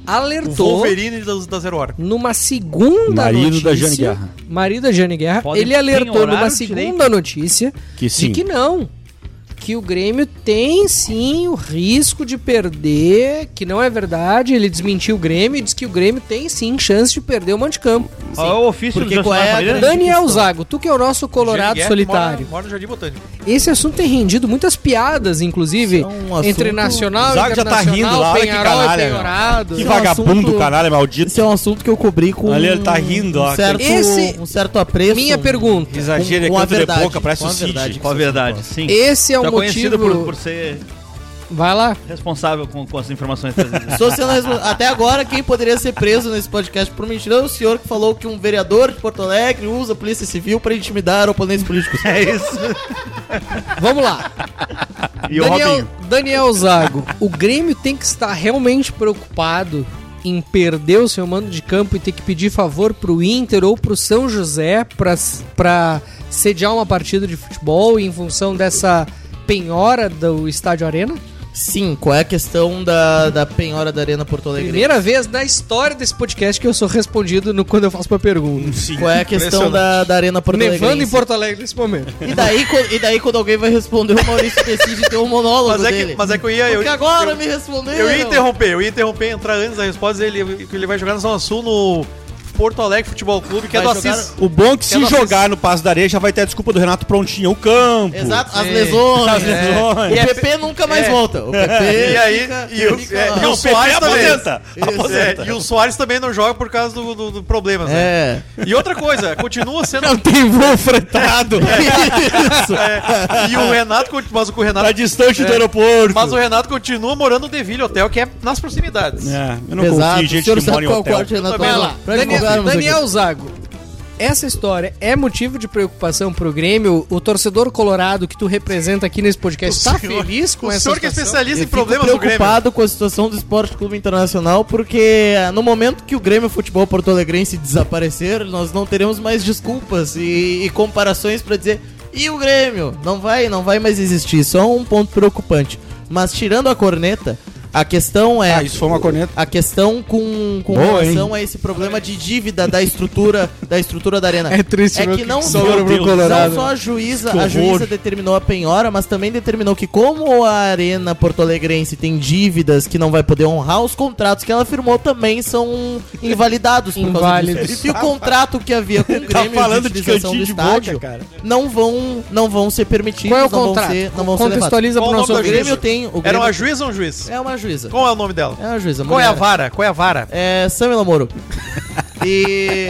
O alertou Wolverine da, da Zero Hora. numa segunda Marido notícia. da Jane Guerra. Marido da Jane Guerra. Podem- ele tem alertou horário numa direito? segunda notícia Que de sim. que não. Que o Grêmio tem sim o risco de perder, que não é verdade. Ele desmentiu o Grêmio e diz que o Grêmio tem sim chance de perder o Monte Campo. Olha o ofício Porque do qual é Josimar a Farina. grande Daniel Zago, tu que é o nosso Jane Colorado Guerra solitário. Mora, mora no Jardim Botânico. Esse assunto tem rendido muitas piadas, inclusive, é um assunto- entre nacional Zago e já tá internacional, rindo lá, olha que Penharol e canalha, Penhorado. Que vagabundo, canalha maldito. Esse é um assunto que eu cobri com Ali ele tá rindo, ó. um certo, Esse- um certo apreço. Minha um- pergunta. Exagero é com a canto de verdade, boca, parece com o a Cid. verdade. Com a verdade, sim. Esse é o Tu conhecido motivo- por, por ser Vai lá. responsável com, com as informações trazidas. Estou sendo respo- Até agora, quem poderia ser preso nesse podcast por mentira é o senhor que falou que um vereador de Porto Alegre usa a polícia civil para intimidar oponentes políticos. É isso. Vamos lá. E o Daniel, Robinho? Daniel Zago, o Grêmio tem que estar realmente preocupado em perder o seu mando de campo e ter que pedir favor pro Inter ou pro São José pra- pra sediar uma partida de futebol em função dessa penhora do Estádio Arena? Sim, qual é a questão da, da penhora da Arena Porto Alegre? Primeira vez na história desse podcast que eu sou respondido no quando eu faço uma pergunta. Qual é a questão da, da Arena Porto Alegre? Nevando em Porto Alegre nesse momento. E daí, co- e daí quando alguém vai responder, o Maurício decide ter um monólogo Mas é, dele. que, mas é que eu ia. Eu, Porque agora eu, me respondeu. eu ia interromper, eu ia interromper, entrar antes da resposta. Ele, ele vai jogar no Zona Sul no Porto Alegre Futebol Clube, que é do Vai Assis. jogar- O bom é que se Eu não jogar no passo da areia já vai ter a desculpa do Renato prontinho. O campo. Exato, as lesões. As lesões. O PP nunca mais É. volta. O PP E aí, fica- e o, fica- é, e o Não, Soares também. aposenta. Isso, é, Aposenta. e o Soares também não joga por causa do, do, do problema, né? É. E outra coisa, continua sendo. Não tem voo fretado. Isso. é, e o Renato, conti- mas o Renato. Tá distante É. do aeroporto. Mas o Renato continua morando no Deville Hotel, que é nas proximidades. É, eu não confio Exato. em O gente senhor que mora sabe em qual é o hotel. corte, Renato? Vai Vamos lá. lá. Pra Daniel, divulgarmos aqui. Daniel Zago, essa história é motivo de preocupação pro Grêmio? O torcedor colorado que tu representa aqui nesse podcast O está senhor- feliz com o essa senhor que é situação? Eu especialista em fico problemas do Grêmio. preocupado com a situação do Esporte Clube Internacional, porque eh, no momento que o Grêmio Futebol Porto Alegrense desaparecer, nós não teremos mais desculpas e, e comparações pra dizer e o Grêmio não vai, não vai mais existir. Isso é um ponto preocupante. Mas tirando a corneta, a questão é Ah, isso foi uma corneta. a questão com, com Boa, relação a esse problema de dívida da estrutura da estrutura da arena. É triste, é meu, que não que só, sobra pro Colorado. não só a juíza, Que a juíza horror. determinou a penhora, mas também determinou que como a arena porto-alegrense tem dívidas que não vai poder honrar, os contratos que ela firmou também são invalidados por causa Inválidos. disso. E o contrato que havia com o Tá Grêmio falando de utilização cantinho do de estádio, boca, cara. não vão não vão ser permitidos, Qual é o não contrato? vão ser, não vão ser levados. Contextualiza Qual pro o nosso O nome do ouvinte. Grêmio tem, o Grêmio Era uma juíza ou um juiz? é uma juíza. Qual é o nome dela? É uma juíza, Qual é a mulher. vara? Qual é a vara? É Samela Moro. E.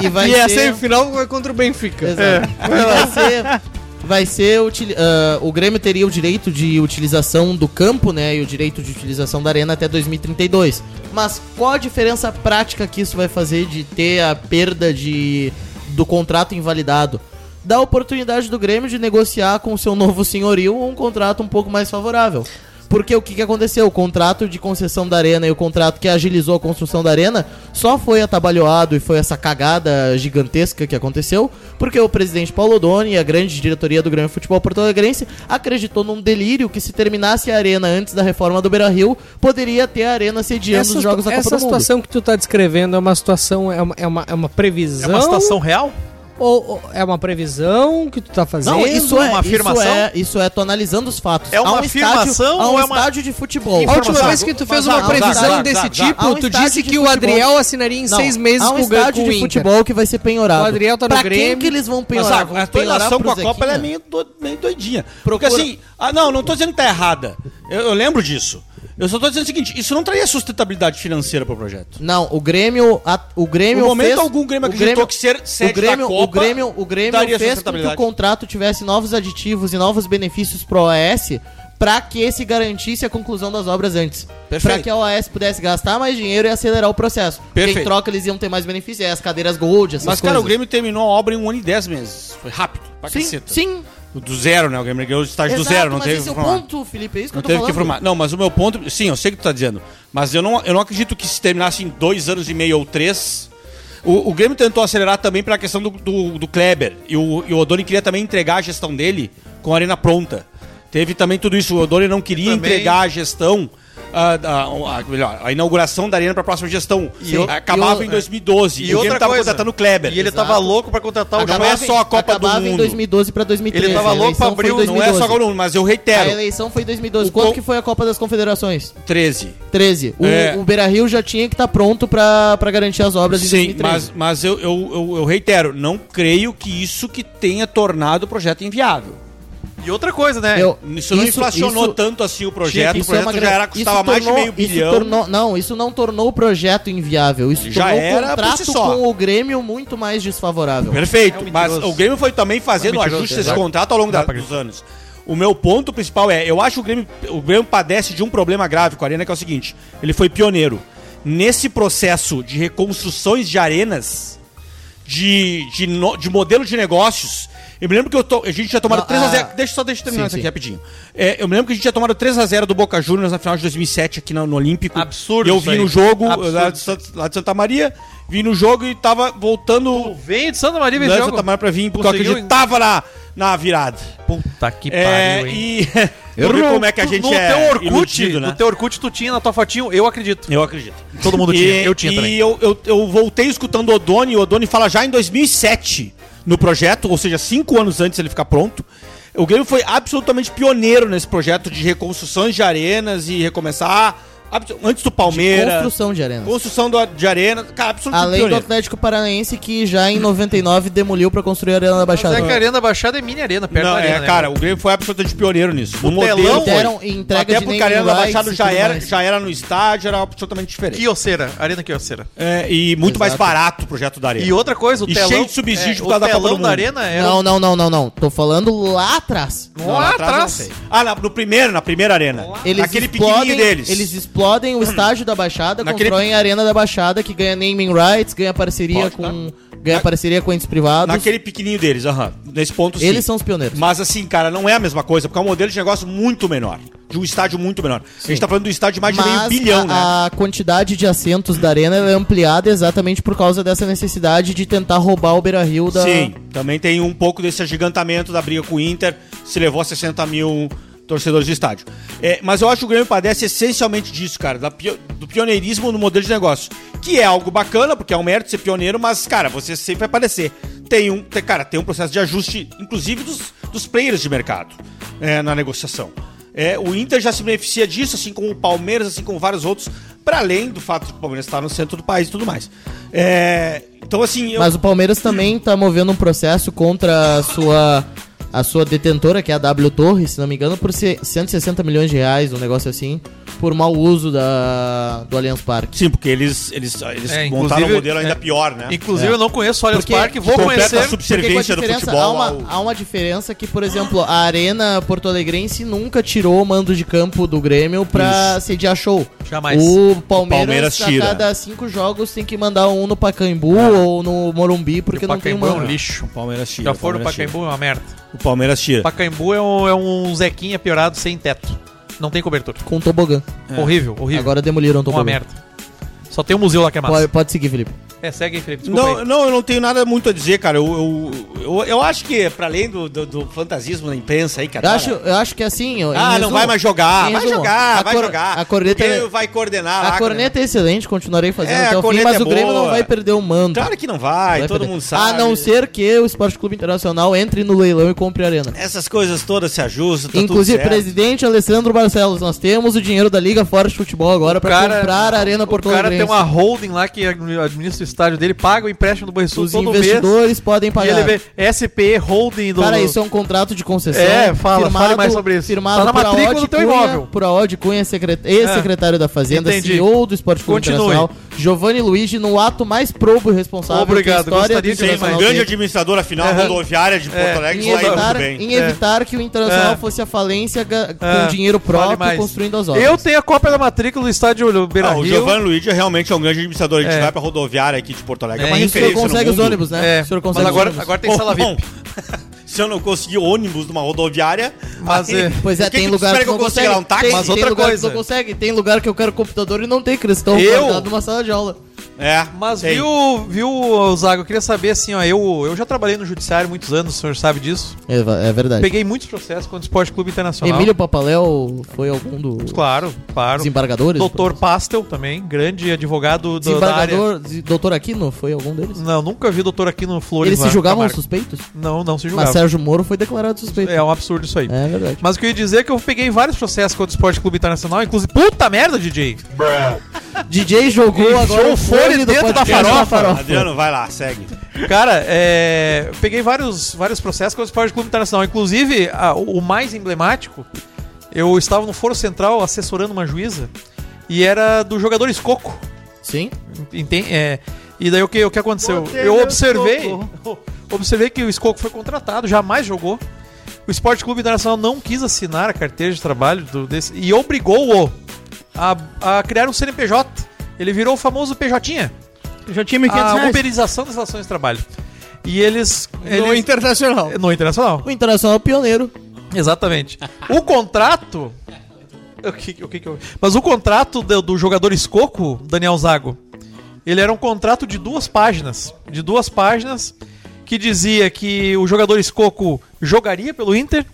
E vai E é a ser. semifinal foi contra o Benfica. Exato. E vai ser. Vai ser. utili- ah, o Grêmio teria o direito de utilização do campo, né? E o direito de utilização da arena até 2032. Mas qual a diferença prática que isso vai fazer de ter a perda de, do contrato invalidado? Dá a oportunidade do Grêmio de negociar com o seu novo senhorio um contrato um pouco mais favorável. Porque o que, que aconteceu? O contrato de concessão da arena e o contrato que agilizou a construção da arena só foi atabalhoado e foi essa cagada gigantesca que aconteceu porque o presidente Paulo Doni e a grande diretoria do Grêmio Futebol Porto Alegrense acreditou num delírio que se terminasse a arena antes da reforma do Beira-Rio, poderia ter a arena sediando Essa, os jogos da essa Copa do Mundo. situação que tu tá descrevendo é uma situação, é uma, é uma, é uma É previsão. uma situação real? ou, ou é uma previsão que tu tá fazendo? Não, isso é, uma afirmação? Isso é, isso é, tô analisando os fatos. É uma Há um afirmação estádio, há um ou é uma- estádio de futebol. A última Informação. vez que tu fez Mas, uma ah, previsão Zago, Zago, desse Zago, Zago. tipo, um Há um tu estádio disse de que o futebol- Adriel assinaria em seis meses há um com o estádio com o de Inter. futebol que vai ser penhorado. O Adriel tá no pra Grêmio. quem que eles vão Mas penhorar? Zago, a Vão tua penhorar relação pro com a Copa Zequinha? ela é meio, do- meio doidinha. Procura- Porque assim, ah, não, não tô dizendo que tá errada. Eu, eu lembro disso. Eu só tô dizendo o seguinte: isso não traria sustentabilidade financeira pro projeto. Não, o Grêmio, a- o Grêmio No momento fez- algum, o Grêmio acreditou que ser sede o Grêmio, da Copa o Grêmio, o Grêmio fez daria com que o sustentabilidade. contrato tivesse novos aditivos e novos benefícios pro OAS pra que se garantisse a conclusão das obras antes. Perfeito. Pra que a OAS pudesse gastar mais dinheiro e acelerar o processo. Porque em Perfeito. troca eles iam ter mais benefícios, é as cadeiras gold, essas Mas, cara, coisas. o Grêmio terminou a obra em um ano e dez meses. Foi rápido. Pra Sim, caceta. sim. Do zero, né? O Grêmio ganhou o estágio exato, do zero, não mas teve. esse é o formato. ponto, Felipe, é isso que Não eu tô teve falando. que informar. Não, mas o meu ponto. Sim, eu sei o que tu tá dizendo. Mas eu não, eu não acredito que se terminasse em dois anos e meio ou três. O, o Grêmio tentou acelerar também pela questão do, do, do Kleber. E o, e o Odoni queria também entregar a gestão dele com a arena pronta. Teve também tudo isso. O Odori não queria Também. entregar a gestão. ah, da- a- melhor, a inauguração da arena para a próxima gestão. E o- acabava e o- em E 2012. o Grêmio outra tava coisa, contratando o Kleber. e ele tava louco pra contratar o Não Kleber. é só a Copa do acabava em Mundo. 2012 pra 2013. Ele tava A louco pra eleição foi em abrir, não é 2012. só a Copa do Mundo, mas eu reitero. A eleição foi em 2012. Quanto que foi a Copa das Confederações? 13. 13. O, É. o Beira Rio já tinha que estar pronto pra, pra garantir as obras em Sim, 2013. mas, mas eu, eu, eu, eu reitero, não creio que isso que tenha tornado o projeto inviável. E outra coisa, né? Eu- é, Isso não inflacionou isso- tanto assim o projeto. o projeto já era, custava isso mais de tornou- meio isso bilhão. tornou- não, isso não tornou o projeto inviável. Isso Já tornou era o por contrato si só. com o Grêmio muito mais desfavorável. Perfeito, mas o Grêmio foi também fazendo um É um mentiroso, ajuste desse exato. contrato ao longo Dá da- pra dos anos. O meu ponto principal é, eu acho que o Grêmio, o Grêmio padece de um problema grave com a Arena, que é o seguinte, ele foi pioneiro. Nesse processo de reconstruções de arenas, de, de, no- de modelo de negócios, eu me lembro que eu to- a gente tinha tomado Não, 3x0. a- Deixa eu só deixa eu terminar Ah, Sim, isso aqui sim. rapidinho. É, eu me lembro que a gente tinha tomado 3x0 do Boca Juniors na final de 2007 aqui no, no Olímpico. Absurdo E eu isso vi aí. no jogo Absurdo lá de, isso Santa- lá de Santa Maria, vi no jogo e tava voltando. Vem de Santa Maria, vem Lança jogo. Santa Maria pra vir, porque Conseguiu, eu acreditava na, na virada. Puta que É, pariu, hein? e eu vi como é que a gente no é teu Orkut, iludido, né? No teu Orkut tu tinha, na tua fotinho, eu acredito. Eu acredito. Todo mundo tinha, E, eu tinha também. e eu, eu, eu voltei escutando o Odoni, e o Odoni fala já em 2007 no projeto, ou seja, cinco anos antes ele ficar pronto. O Grêmio foi absolutamente pioneiro nesse projeto de reconstruções de arenas e recomeçar abso- antes do Palmeiras. Construção de arena. Construção do- de arena, cara, absolutamente Além do pioneiro. Atlético Paranaense, que já em 99 demoliu pra construir a Arena da Mas Baixada. é que a Arena Baixada é mini arena, perto Não, da arena. é, né, cara, o Grêmio foi absolutamente pioneiro nisso. O, telão foi. deram entrega Até de porque naming a Arena da rights Baixada e já tudo era, mais. já era no estádio, era absolutamente diferente. Quioceira, Arena Quioceira. É, e muito mais barato o projeto da Arena. E outra coisa, o É. E telão... é, cheio de subsídio por o causa da Copa telão do da Mundo. Arena era... Não, um não, não, não, não. Tô falando lá atrás. Não, lá atrás. Ah, na- no primeiro, na primeira Arena. Eles Aquele explodem, pequenininho deles. Hum. Eles explodem o estádio da Baixada, Naquele- constroem a Arena da Baixada, que ganha naming rights, ganha parceria Pode, tá. com. Ganha parceria com entes privados. Naquele pequenininho deles, aham. Nesse ponto, sim. Eles são os pioneiros. Mas assim, cara, não é a mesma coisa, porque é um modelo de negócio muito menor. De um estádio muito menor. A gente tá falando do estádio de mais de meio Mas bilhão, a, né? a quantidade de assentos da arena ela é ampliada exatamente por causa dessa necessidade de tentar roubar o Beira Rio da. Sim, também tem um pouco desse agigantamento da briga com o Inter, se levou a 60 mil torcedores do estádio. É, mas eu acho que o Grêmio padece essencialmente disso, cara, da pio- do pioneirismo no modelo de negócio. Que é algo bacana, porque é um mérito ser pioneiro, mas, cara, você sempre vai padecer. Tem um, tem- cara, tem um processo de ajuste, inclusive dos, dos players de mercado, é, na negociação. É, o Inter já se beneficia disso, assim como o Palmeiras, assim como vários outros, para além do fato de o Palmeiras estar no centro do país e tudo mais. É, então, assim, eu- Mas o Palmeiras também tá movendo um processo contra a sua, a sua detentora, que é a W Torres, se não me engano, por ce- 160 milhões de reais, um negócio assim, por mau uso da, do Allianz Parque. Sim, porque eles, eles, eles É, montaram um inclusive- modelo ainda é. pior, né? Inclusive É. eu não conheço o Allianz Porque- Parque, vou que completa conhecer... a sub- Porque com a Observância do diferença, futebol há, uma, ao- há um- uma diferença que, por exemplo, a Arena Porto Alegrense nunca tirou o mando de campo do Grêmio pra sediar show. Jamais. O Palmeiras, O Palmeiras a tira. Ah. cada cinco jogos tem que mandar um no Pacaembu ou no Morumbi, porque o não tem Pacaembu é um mando. lixo. O Palmeiras tira. Já foram o o Palmeiras Pacaembu, é uma merda. tira. O Palmeiras tira. Pacaembu é um, é um Zequinha piorado sem teto. Não tem cobertura. Com tobogã. É. Horrível, horrível. Agora demoliram o uma tobogã. merda. Só tem um museu lá que é massa. Pode, pode seguir, Felipe. É, segue aí, Felipe. Desculpa Não, aí. não, eu não tenho nada muito a dizer, cara. Eu, eu, eu, eu acho que, pra além do, do, do fantasismo da imprensa aí, cara. Eu acho, eu acho que assim. ó, em Ah, não resumo- vai mais jogar. em Vai resumo, jogar, a vai cor- jogar. A corneta, Quem é, vai coordenar lá. a corneta é excelente, continuarei fazendo É, até a o fim, corneta mas é o Grêmio não boa. vai perder o mando. Claro que não vai, Vai todo perder. mundo sabe. A não ser que o Esporte Clube Internacional entre no leilão e compre a arena. Essas coisas todas se ajustam, tá Inclusive, É, tudo certo. presidente Alessandro Barcelos, nós temos o dinheiro da Liga Fora de Futebol agora pra cara- comprar a Arena O Porto cara tem Alegrense. uma holding lá que administra o estádio dele, paga o empréstimo do Banrisul Os todo mês. investidores podem E pagar. ele vê SPE Holding do... Cara, isso é um contrato de concessão. É, fala, fale mais sobre isso. Firmado Tá na por matrícula Aod do teu Cunha- imóvel. É. Por Aod Cunha, secret- ex-secretário da Fazenda, Entendi. CEO do Esporte Clube Continue. Internacional, Giovanni Luigi, no ato mais probo e responsável Obrigado, que a história gostaria do de mais. Um Internacional grande teve. administrador, afinal, Aham. rodoviária de Porto É, Alegre, em vai muito evitar, bem. em evitar que o Internacional É. fosse à falência ga- com É. um dinheiro Fale próprio mais. construindo as obras. Eu tenho a cópia da matrícula do estádio Beira Ah, o Rio. Giovanni Luigi realmente é um grande administrador. A gente É. vai pra rodoviária aqui de Porto Alegre. É, É, uma isso o senhor referência no consegue os mundo. ônibus, né? É, o senhor mas consegue agora, os ônibus. agora tem sala Bom, VIP. Se eu não conseguir ônibus numa rodoviária, Mas, é, Pois é, o que tem que tu lugar espera que, que eu não consiga consegue. lá um táxi? Tem, Mas tem outra lugar que coisa. não consegue. Tem lugar que eu quero computador e não tem cristão Eu? guardado numa sala de aula. É, Mas tem. viu, viu, Zago, eu queria saber assim, ó, eu, eu já trabalhei no judiciário muitos anos, o senhor sabe disso. É, va- é verdade. Peguei muitos processos contra o Esporte Clube Internacional. Emílio Papaléu foi algum dos Claro, claro. desembargadores? Doutor Pastel também, grande advogado do, da área. Desembargador, de- doutor Aquino, foi algum deles? Não, nunca vi doutor aqui no Flores. Eles se lá, julgavam Camargo. suspeitos? Não, não se Mas julgavam. Sérgio Moro foi declarado suspeito. É um absurdo isso aí. É verdade. Mas o que eu ia dizer é que eu peguei vários processos contra o Esporte Clube Internacional, inclusive. Puta merda, DJ! DJ jogou Enfiou agora o fone dentro da podcast farofa. Adriano, vai lá, segue. Cara, é, eu peguei vários, vários processos contra o Esporte Clube Internacional. Inclusive, a- o o mais emblemático, eu estava no Foro Central assessorando uma juíza e era do jogador Escoco. Sim. Entende? é, e daí o que, o que aconteceu? Botei eu meu observei, Escoco. observei que o Escoco foi contratado, jamais jogou. O Esporte Clube Internacional não quis assinar a carteira de trabalho do- desse, e obrigou-o a, a criar um CNPJ. Ele virou o famoso PJ. Já tinha A 1.500 reais. uberização das relações de trabalho. E eles. No eles- Internacional. No Internacional. O Internacional pioneiro. Exatamente. O contrato. O que, o que que eu- Mas o contrato do, do jogador Escoco, Daniel Zago, ele era um contrato de duas páginas. De duas páginas que dizia que o jogador Escoco jogaria pelo Inter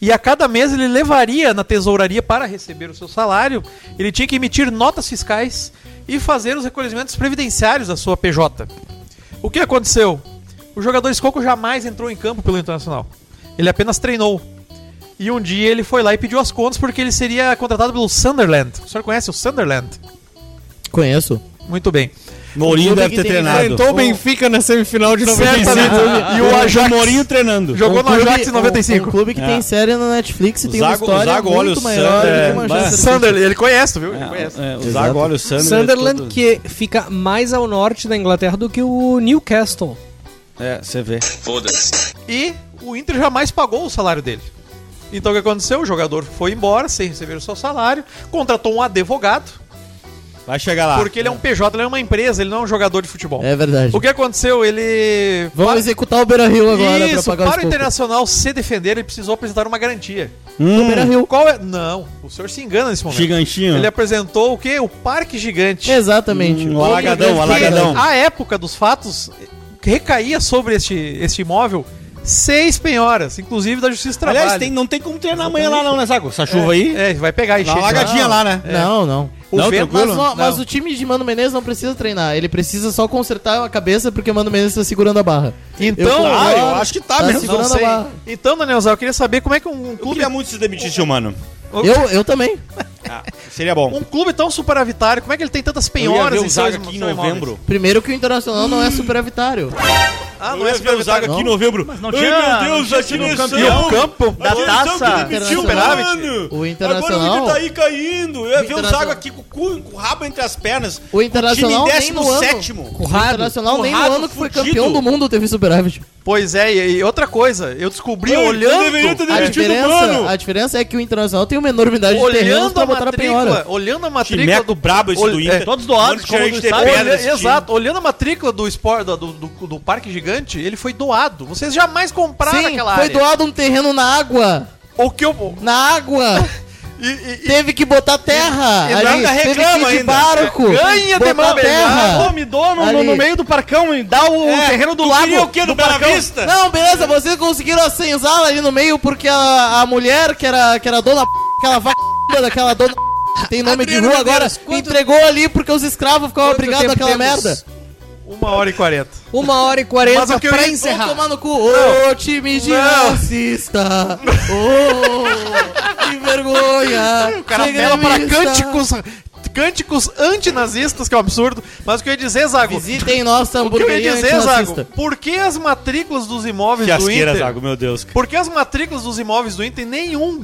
e a cada mês ele levaria na tesouraria para receber o seu salário. Ele tinha que emitir notas fiscais e fazer os recolhimentos previdenciários da sua PJ. O que aconteceu? O jogador Escoco jamais entrou em campo pelo Internacional. Ele apenas treinou. E um dia ele foi lá e pediu as contas porque ele seria contratado pelo Sunderland. O senhor conhece o Sunderland? Conheço. Muito bem. Mourinho O clube deve ter que tem- treinado. enfrentou o Benfica. Benfica na semifinal de Ah, Certamente. E é o Ajax. Mourinho treinando. Jogou Um no clube- Ajax em 95. Um, um clube que É. tem série na Netflix e O tem Zago- o uma história Zago olha muito o maior Sander, do que o bah. É. Manchester City. Sunderland, ele conhece, viu? Ele conhece. É, o Exato. Zago, olha o Sunderland. Sunderland, todo- que fica mais ao norte da Inglaterra do que o Newcastle. É, você vê. Foda-se. E o Inter jamais pagou o salário dele. Então o que aconteceu? O jogador foi embora sem receber o seu salário, contratou um advogado, Vai chegar lá. porque ele é um PJ, ele é uma empresa, ele não é um jogador de futebol. Ah. É verdade. O que aconteceu? Ele. Vamos Para- executar o Beira Rio agora Isso, pra pagar para o os cocos. Internacional se defender, ele precisou apresentar uma garantia. Hum. Do Beira-Rio. Qual é? Não, o senhor se engana nesse momento. Gigantinho. Ele é apresentou o quê? O Parque Gigante. Exatamente. Hum, o alagadão, o alagadão. A época dos fatos recaía sobre este, este imóvel seis penhoras, inclusive da Justiça do Trabalho. Aliás, tem, não tem como treinar amanhã lá não, né, Zago? Essa chuva aí. É, vai pegar e Dá uma alagadinha lá, né? É. Não, não. O Não, vento, Mas, tranquilo? ó, mas Não. o time de Mano Menezes não precisa treinar. Ele precisa só consertar a cabeça porque o Mano Menezes tá segurando a barra. Então, Eu- Ah, eu acho que tá, Tá mesmo. segurando Não a sei. barra. Então, Danielzão, eu queria saber como é que um Eu clube queria muito se demitir, seu mano. Eu, eu também. Seria bom. um clube tão superavitário, como é que ele tem tantas Eu ia ver penhoras o Zago seus- aqui em seu imóvel? novembro. Primeiro que o Internacional não é superavitário. Ah, Eu não é ia ver o Zago superavitário. aqui em novembro. Mas não tinha- Ai, meu não Deus, tinha a sido direção. campeão. O campo Da taça. demitiu, Internacional. mano. O Agora o Internacional- Inter tá aí caindo. Eu ia ver o Internacional- Zago aqui com o cu, com o rabo entre as pernas. O Internacional O time nem no ano. 17º. O Internacional nem no Currado, ano que foi fudido. campeão do mundo teve superávit. Pois é, e e outra coisa, eu descobri Ei, olhando. tu deveria ter A demitido o diferença, Mano. a diferença é que o Internacional tem uma enormidade de terrenos olhando pra a botar a matrícula, penhora. olhando a Que matrícula meco do brabo esse Olha- do é, Inter. todos doados, Mano, como a gente do tem estádio. pedra Olha, nesse time. exato, olhando a matrícula do Sport do, do, do Parque Gigante, ele foi doado. Vocês jamais compraram Sim, aquela foi área. doado um terreno na água. O que eu Na água. e, e- Teve que botar terra. E ali, ainda teve que reclama ir de ainda. barco. Ganha de Ah, botar mão beijada. terra. Comidou no, no, Ali. no meio do parcão e dá o É, terreno do tu lado. queria o quê? No Bela Vista? Não, beleza, vocês conseguiram a senzala ali no meio porque a, a mulher que era, que era dona p***, aquela vacina daquela dona p***, tem nome de Adriano rua agora, Medeiros, quanto- entregou ali porque os escravos ficavam Quanto obrigados tempo àquela temos? merda. uma hora e quarenta. Uma hora e Mas o quarenta que eu pra ia- Vão encerrar. tomar no cu. Ô, time de Não. racista. Ô, que vergonha. O cara Chega apela de para vista. cânticos cânticos antinazistas, que é um absurdo. Mas o que eu ia dizer, Zago? Visitem nossa O que eu hamburgueria ia dizer, Zago? antirrasista. Por que as matrículas dos imóveis do Fiasqueira, Inter? Zago, meu Deus. Por que as matrículas dos imóveis do Inter nenhum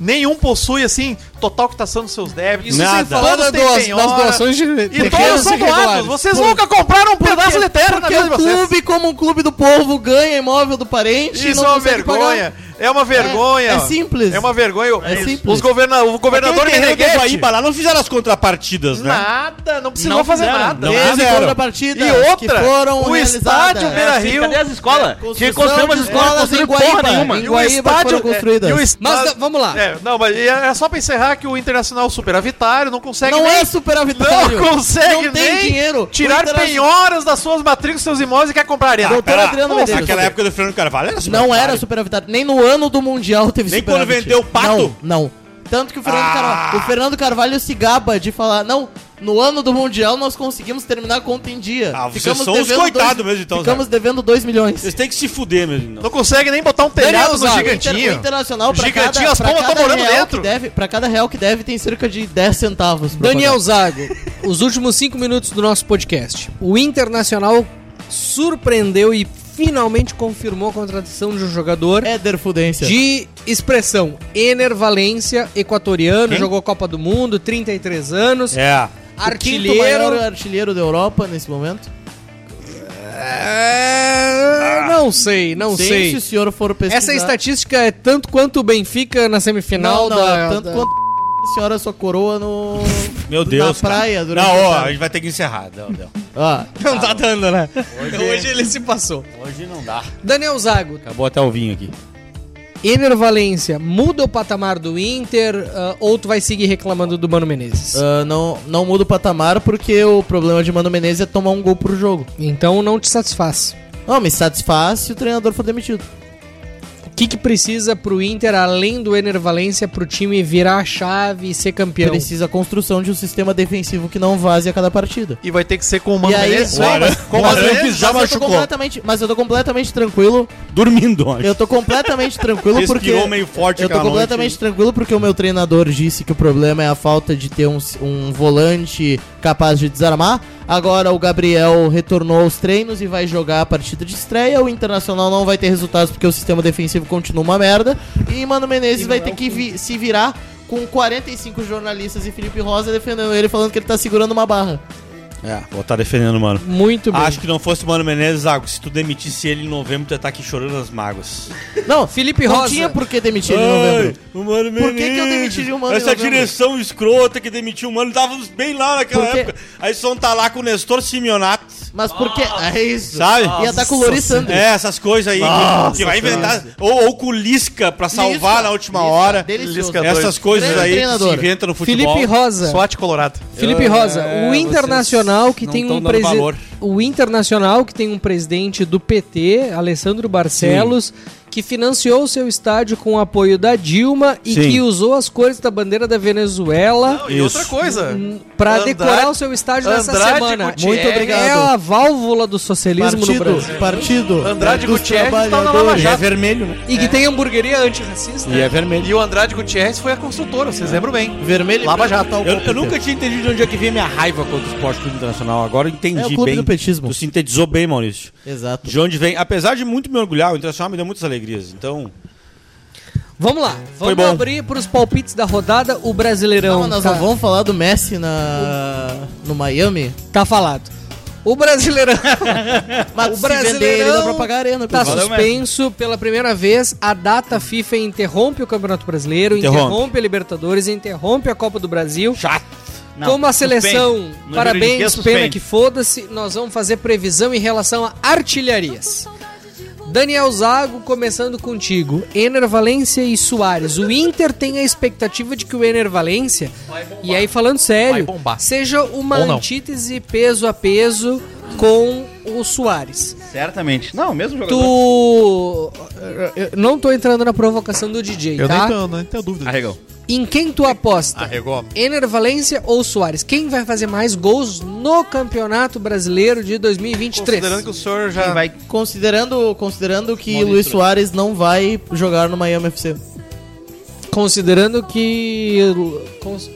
nenhum possui assim total quitação dos seus débitos? Isso sem Nada. Todos falar Todas têm doa- penhora. das doações de E todos pequenos são doados. irregulares. Vocês Por- nunca compraram um pedaço de terra na Porque vida de o vocês. clube, como um clube do povo, ganha imóvel do parente e Isso não é uma consegue vergonha. pagar. É uma vergonha. É- é simples. É uma vergonha. É Os simples. governa o governador Aquele terreno do Meneghete- Guaíba lá não fizeram as contrapartidas, né? Nada, não precisou Não fazer fizeram, nada. não Eles fizeram. encontram Contrapartidas E outra, que foram o realizadas. estádio É, Beira sim, Rio. é, cadê as escolas? Tinha que construir umas de escolas, não escolas em construíram Guaíba, porra nenhuma. em E o Guaíba foram é, construídas. e o estádio- Mas, da- vamos lá. É, não, mas é, é só pra encerrar que o Internacional superavitário não consegue. Não nem- é superavitário. Não consegue Não tem nem dinheiro. O tirar Internacional- penhoras das suas matrículas, seus imóveis e quer comprar arena. Doutor Pera, Adriano nossa, Medeiros. aquela Doutor. época do Fernando Carvalho era assim, né? Não era superavitário. Nem no ano do Mundial teve Nem quando superavitário. vendeu o pato? Não, não. Tanto que o Fernando, Ah! Carvalho, o Fernando Carvalho se gaba de falar, não, no ano do Mundial nós conseguimos terminar a conta em dia. Ah, vocês são os devendo coitados dois- mesmo, então, Ficamos devendo 2 milhões. Vocês têm que se fuder mesmo. Não. Não consegue nem botar um telhado Daniel, no Zago, gigantinho. o Inter- o Internacional, pra gigantinho, cada, as pra palmas cada estão morando real dentro. que deve, pra cada real que deve tem cerca de 10 centavos. pra Daniel pagar. Zago, os últimos cinco minutos do nosso podcast. O Internacional surpreendeu e finalmente confirmou a contratação de um jogador Éder Fudência. de expressão Ener Valência, equatoriano, Quem? jogou Copa do Mundo, 33 anos, É. O quinto artilheiro. maior artilheiro da Europa nesse momento. É, não sei, não Sim, sei. se o senhor for pesquisar. Essa estatística é tanto quanto o Benfica na semifinal Não, não, da, é tanto da- quanto a senhora sua coroa no. Meu Deus. Na praia cara. durante Não, a ó, tarde. a gente vai ter que encerrar. Não, não. Ó, Não tá dando, né? Hoje, Hoje ele se passou. hoje não dá. Daniel Zago, Acabou até o vinho aqui. Ener Valência muda o patamar do Inter ah, ou tu vai seguir reclamando do Mano Menezes? ah, não, não muda o patamar porque o problema de Mano Menezes é tomar um gol por jogo. Então não te satisfaz. Não, me satisfaz se o treinador for demitido. O que, que precisa pro Inter, além do Ener Valência, pro time virar a chave e ser campeão? Precisa a construção de um sistema defensivo que não vaze a cada partida. E vai ter que ser com o Mano e aí, Menezes. Não, né? mas- Com o mas Mano eu- Menezes. mas eu tô completamente, mas eu tô completamente tranquilo. Dormindo, ó. Eu tô completamente tranquilo porque Respirou meio forte eu tô aquela noite. completamente tranquilo porque o meu treinador disse que o problema é a falta de ter um, um volante capaz de desarmar. Agora o Gabriel retornou aos treinos e vai jogar a partida de estreia. O Internacional não vai ter resultados porque o sistema defensivo continua uma merda. E Mano Menezes é vai ter que vi- se virar com 45 jornalistas e Felipe Rosa defendendo ele, falando que ele tá segurando uma barra. É, vou estar defendendo, mano. Muito bem. Acho que não fosse o Mano Menezes, Zago. Se tu demitisse ele em novembro, tu ia estar aqui chorando as mágoas. Não, Felipe não Rosa. tinha por que demitir ele em novembro. Ai, o Mano Por que que eu Menezes, demitiria o Mano em Essa novembro? direção escrota que demitiu o Mano. Estávamos bem lá naquela Porque- época. Aí só não tá lá com o Nestor Simeonato. Mas porque. É isso. Sabe? Ia tá estar com o Loris Sandri. É, essas coisas aí que- Nossa, que, vai inventar. Senhora. Ou, ou com o Lisca pra salvar Lisca, na última Lisca, hora. delicioso. Lisca Essas doido. coisas Grande aí que se treinador. inventa no futebol. Felipe Rosa. SWAT Colorado. Felipe Rosa, o Ah, é, vocês Internacional que não tem tão um dando valor. presidente. O Internacional que tem um presidente do PT, Alessandro Barcelos, que financiou o seu estádio com o apoio da Dilma e Sim. que usou as cores da bandeira da Venezuela. Não, e outra coisa. Pra Andrade- decorar o seu estádio nessa Andrade semana. Gutierrez. É. Muito obrigado. É a válvula do socialismo no Brasil. Partido, partido. Andrade dos Gutierrez tá na Lava trabalhadores. Jato. vermelho, né? E que tem hamburgueria antirracista. E é vermelho. E o Andrade Gutierrez foi a construtora, vocês lembram bem. Vermelho. e Lava branco, Jato. tal Eu, qual eu nunca PT. tinha entendido de onde é que vem a minha raiva contra o Esporte Clube Internacional. Agora eu entendi É o clube bem. do petismo. Tu sintetizou bem, Maurício. Exato. De onde vem? Apesar de muito me orgulhar, o Internacional me deu muitas alegrias. Então, Vamos lá, Foi vamos bom. abrir pros palpites da rodada. O Brasileirão. Não, nós tá- não vamos falar do Messi na no Miami. Tá falado. O Brasileirão. Mas o se vender ele dá pra Brasileirão pagar a arena. tá pessoal. suspenso pela primeira vez. A data FIFA interrompe o Campeonato Brasileiro, interrompe, Interrompe. a Libertadores, interrompe a Copa do Brasil. chato. Não, Como a suspende. seleção, No Rio Grande do parabéns, Sul, pena suspende. que foda-se, nós vamos fazer previsão em relação a artilharias. Daniel Zago, começando contigo. Ener Valência e Soares. O Inter tem a expectativa de que o Ener Valência, e aí falando sério, Vai bombar. seja uma Ou não. antítese peso a peso com o Soares. Certamente. Não, mesmo jogador. Tu. Eu não tô entrando na provocação do DJ, Eu tá? nem, tenho, nem tenho dúvida. Arregão. Em quem tu aposta? Arregou. Ener Valência ou Soares? Quem vai fazer mais gols no Campeonato Brasileiro de 2023? Considerando que o senhor já. Quem vai Considerando, considerando que Luiz Soares não vai jogar no Miami FC. Considerando que. cons-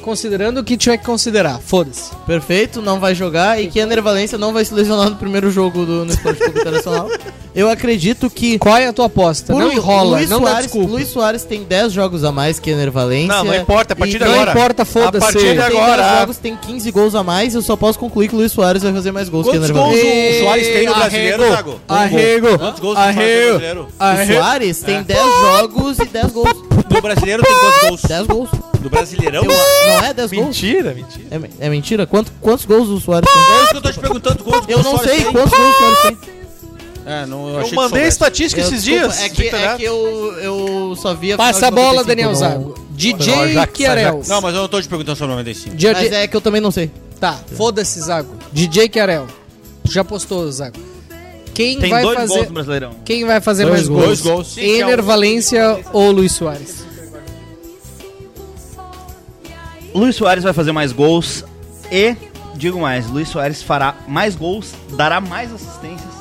Considerando o que tiver que considerar, foda-se. Perfeito, não vai jogar e que a Nervalência não vai se lesionar no primeiro jogo do no Esporte Clube Internacional. Eu acredito que. Qual é a tua aposta? Por não Lu- enrola, Luiz não dá Soares, desculpa. Luiz Soares tem 10 jogos a mais que a Enervalência. Não, não importa, a partir E de não agora. importa, importa, foda-se. A partir de tem 10 agora. jogos, tem 15 gols a mais. Eu só posso concluir que o Luiz Soares vai fazer mais gols Quantos que a gols Enervalência. o Soares tem no brasileiro, Thiago? Um gol. Arrego, Quantos gols o Soares tem no arrego, brasileiro? O arrego. Soares tem 10 jogos e 10 gols. No brasileiro tem quantos gols? 10 gols. No brasileirão? Eu- não é 10 gols? Mentira, mentira. É, me- é mentira? Quanto- quantos gols o Soares tem? É isso que eu tô te perguntando. Quantos Eu gols não o Soares sei tem? quantos gols o Soares tem. É, não, eu Eu achei que mandei a soubesse. estatística Eu- esses desculpa, dias. É que, é que eu, eu só via. Passa a final de bola, 95, Daniel não- Zago. Não, DJ Ajax, Kiarel. Ajax. Não, mas eu não tô te perguntando sobre o 95. Dia- Mas é que eu também não sei. É. Tá, foda-se, Zago. DJ Kiarel. Tu já postou, Zago. Quem Tem vai dois fazer... gols no Brasileirão. Quem vai fazer Dois mais gols. gols? Dois gols. Sim, Ener Valência ou Luiz Soares? Luiz Soares vai fazer mais gols e, digo mais, Luiz Soares fará mais gols, dará mais assistências.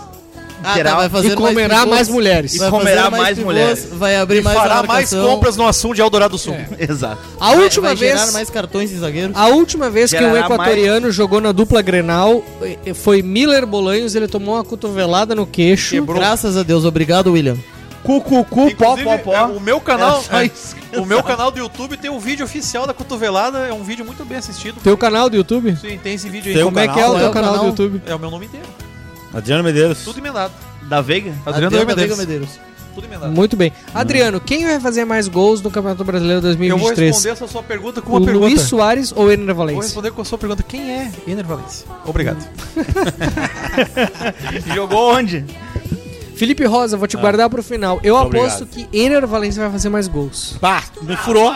Ah, Terá- tá, vai fazer e comerá mais, pivôs, mulheres. vai comerá fazer mais pivôs, mulheres. Vai abrir mais fará a mais marcação, É. compras no assunto de Eldorado Sul. Exato. A última vai vez... gerar mais cartões de zagueiro. A última vez que um Gerará equatoriano jogou na dupla Grenal eh, foi Miller Bolanhos, ele tomou uma cotovelada no queixo. Graças a Deus, obrigado, William. Cucucu, pó, pó, pó. O meu canal, É só é, isso o meu canal do YouTube tem um vídeo oficial da cotovelada, é um vídeo muito bem assistido. Teu canal do YouTube? Sim, tem esse vídeo aí. Tem um Como Como é que é o Qual teu é o canal do canal? YouTube? é? É o meu nome inteiro. Adriano Medeiros. Tudo emendado. Da Veiga? Adriano Adriano Medeiros. Veiga Medeiros. Tudo emendado. Ah. Muito bem. Adriano, quem vai fazer mais gols no Campeonato Brasileiro Eu vou 2023? responder essa sua pergunta com O uma pergunta. Luiz Soares ou Ener Vou Valência? responder com a sua pergunta. Quem é Ener Valencia? Obrigado. Jogou onde? Felipe Rosa, vou te guardar pro final. Eu Ah. Muito aposto que Ener Valência vai fazer mais gols. Pá, me furou.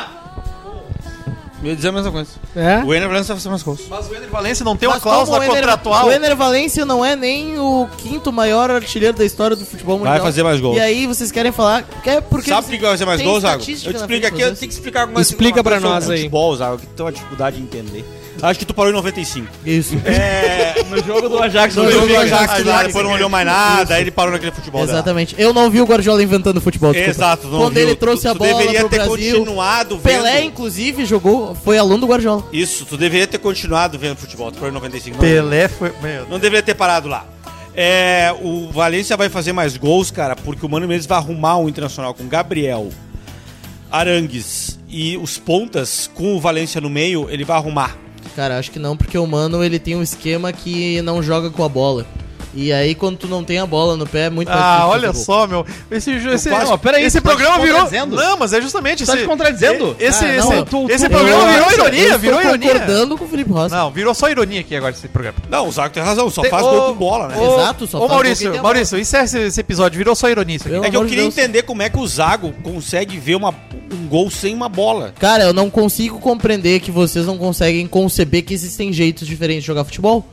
Eu ia dizer a mesma coisa. É? O Ener Valencia vai fazer mais gols. Mas o Ener Valencia não tem uma Mas como cláusula o Ener- contratual. O Ener Valência não é nem o quinto maior artilheiro da história do futebol mundial. Vai fazer mais gols. E aí vocês querem falar. É porque Sabe por que vai fazer mais tem gols, Zago? Eu te estatística na explico frente aqui, de eu vocês. tenho que explicar algumas Explica pra informações nós sobre aí. futebol, Zago, que tem uma dificuldade de entender. Acho que tu parou em 95. Isso. É, No jogo do Ajax. tu No jogo viu o do Ajax Ajax, lá, Ajax. depois não olhou mais nada, aí ele parou naquele futebol dela. Exatamente. Eu não vi o Guardiola inventando futebol. desculpa. Exato, não Quando viu. ele trouxe Tu- a bola Tu deveria pro ter Brasil. continuado vendo. Pelé, inclusive, jogou, foi aluno do Guardiola. Isso, tu deveria ter continuado vendo futebol, tu parou em 95. não Pelé foi. Meu, Não deveria ter parado lá. É, o Valência vai fazer mais gols, cara, porque o Mano Menezes vai arrumar um internacional com Gabriel, Arangues e os pontas com o Valência no meio, ele vai arrumar. Cara, acho que não, porque o Mano ele tem um esquema que não joga com a bola. E aí, quando tu não tem a bola no pé, é muito mais Ah, difícil olha fazer gol. só, meu. Esse, ju- esse, quase- não, peraí, esse tu tá programa te virou. contradizendo. Não, mas é justamente Tá te contradizendo? e- Esse, Ah, esse, não, esse, tu- esse tu- programa eu- virou eu ironia, estou virou ironia. concordando com o Felipe Rossi. Não, virou só ironia aqui agora esse programa. Não, o Zago tem razão, só Tem- faz ô, gol com bola, né? ô, Exato, só faz Ô, gol quem Maurício, tem a Maurício, encerra esse, esse episódio, virou só ironia isso aqui. Eu- É que amor eu de queria Deus. entender como é que o Zago consegue ver uma- um gol sem uma bola. Cara, eu não consigo compreender que vocês não conseguem conceber que existem jeitos diferentes de jogar futebol.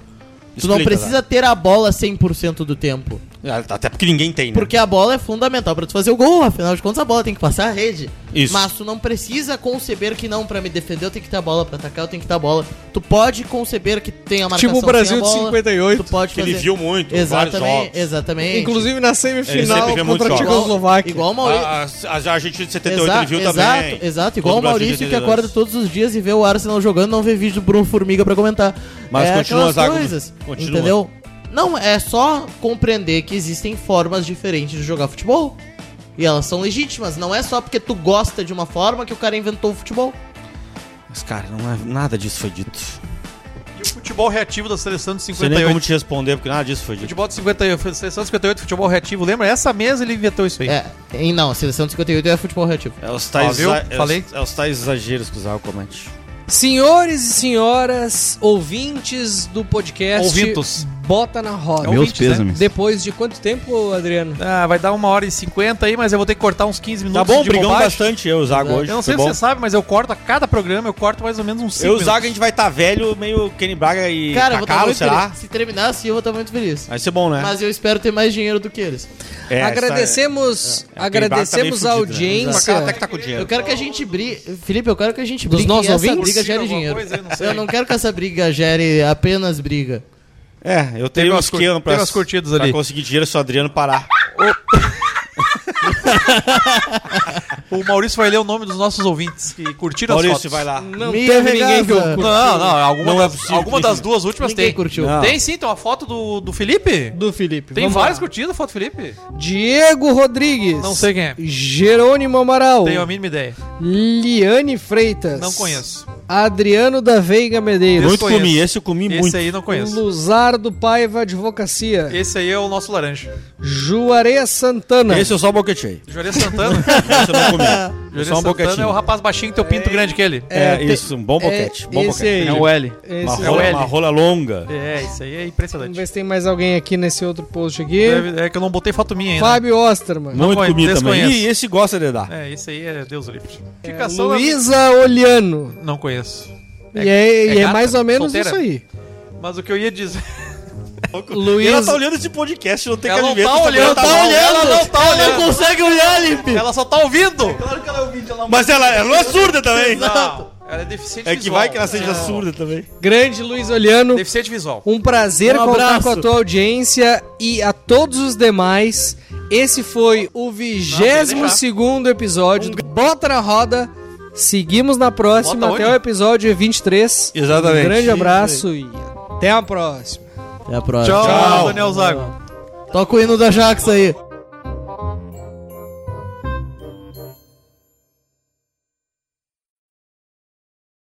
tu não Explica, precisa ter a bola 100% do tempo. Zago. Até porque ninguém tem, né? Porque a bola é fundamental pra tu fazer o gol, afinal de contas a bola tem que passar a rede. Isso. Mas tu não precisa conceber que não, pra me defender eu tenho que ter a bola, pra atacar eu tenho que ter a bola. Tu pode conceber que tem a marcação Tipo o Brasil sem a de bola, 58, tu pode Que ele fazer- viu muito, vários Exatamente, jogos. exatamente. Inclusive na Ele semifinal sempre vê contra muitos a jogos. Ah, Tchecoslováquia. Igual o Maurício. Ah, A, a, a Argentina de 78 ele viu exato, também. Exato, igual o Contra Brasil de Maurício que 82. acorda todos os dias e vê o Arsenal jogando, não vê vídeo do Bruno Formiga pra comentar. É Mas continua, aquelas Zago, coisas, continua. entendeu? Não, é só compreender que existem formas diferentes de jogar futebol. E elas são legítimas, não é só porque tu gosta de uma forma que o cara inventou o futebol. Mas, cara, não é, nada disso foi dito. E o futebol reativo da seleção de Não sei nem 58. como te responder, porque nada disso foi dito. Futebol de 58, seleção de 58, futebol reativo, lembra? Essa mesa ele inventou isso aí. É, em- não, a seleção de 58 é futebol reativo. É os Tipo, Ó, tais, viu? exa- é os- Falei. É os tais exageros que o Zago comete. Senhores e senhoras, ouvintes do podcast Ouvintos. Bota na Roda. Meu- Meus ouvinte, né? pêsames. Depois de quanto tempo, Adriano? Ah, vai dar uma hora e cinquenta aí, mas eu vou ter que cortar uns 15 Tá minutos bom, de brigamos bobagem. bastante eu e o Zago hoje. Eu não sei foi se é você bom. sabe, mas eu corto a cada programa, eu corto mais ou menos uns 5 Eu e o Zago a gente vai estar velho, meio Kenny Braga e tá Cara, eu vou estar Cacalo, muito sei lá. feliz. Se terminar assim, eu vou estar muito feliz. Vai ser bom, né? Mas eu espero ter mais dinheiro do que eles. É, agradecemos essa- é, agradecemos tá a meio fudido, né? audiência. Até que tá com dinheiro. Eu quero que a gente brigue. Felipe, eu quero que a gente Dos brigue. nossos e essa ouvintes? briga gere Alguma dinheiro. coisa aí, não sei. eu não quero que essa briga gere apenas briga. É, Teve eu tenho um umas cur- esquema pra, teve umas curtidas pra ali. conseguir dinheiro se o Adriano parar. O Maurício vai ler o nome dos nossos ouvintes que curtiram Maurício, as fotos. vai lá. Não Me teve ninguém regaça. que eu curti. Não, não. Alguma, Não é das, possível. alguma das duas últimas Ninguém tem. curtiu. Não. Tem Tem sim, tem uma foto do, Felipe. Do Felipe. Tem Vamos várias lá. curtidas, foto do Felipe. Diego Rodrigues. Não sei quem é. Jerônimo Amaral. Tenho a mínima ideia. Liane Freitas. Não conheço. Adriano da Veiga Medeiros. Muito Desconheço. comi, esse eu comi Esse muito. aí não conheço. Luzardo Paiva Advocacia. Esse aí é o nosso laranja. Juarez Santana. é Esse eu só boquetei. Juarez Santana. Esse eu não comi. Juarez Só um Santana boquetinho. é o rapaz baixinho que tem o pinto grande que ele. É, tem- isso, um bom é boquete. bom esse boquete. aí. É o L. Esse uma, aí. rola, É o uma L. rola longa. É, isso aí é impressionante. Vamos ver se tem mais alguém aqui nesse outro post aqui. Deve- é que eu não botei foto minha ainda. Fábio Osterman. Muito conhe- comi também. desconheço. então Ih, esse gosta de dar. É, isso aí é Deus livre. É, Fica só na- Luísa Oliano. Não conheço. e é, e é gata? mais ou menos Solteira? isso aí. Mas o que eu ia dizer. Luiz- Ela tá olhando esse podcast, não tem Ela não cabimento, tá essa olhando, mulher ela não- ela não tá Ela olhando. não consegue olhar, Lipe. Ela só tá ouvindo! Claro que ela é ouvinte, ela Mas ela, ela não é surda também. Não, ela é deficiente É que visual. vai que ela seja Não. surda também. Grande Luiz Oliano. Deficiente visual. Um prazer Um contar abraço. com a tua audiência e a todos os demais. Esse foi o 22 episódio Um do Bota na Roda. Seguimos na próxima, Bota até onde? o episódio 23. Exatamente. Um grande abraço e até a próxima. Até a próxima. Tchau, Tchau. Daniel Zago. Toca o hino da Jax aí.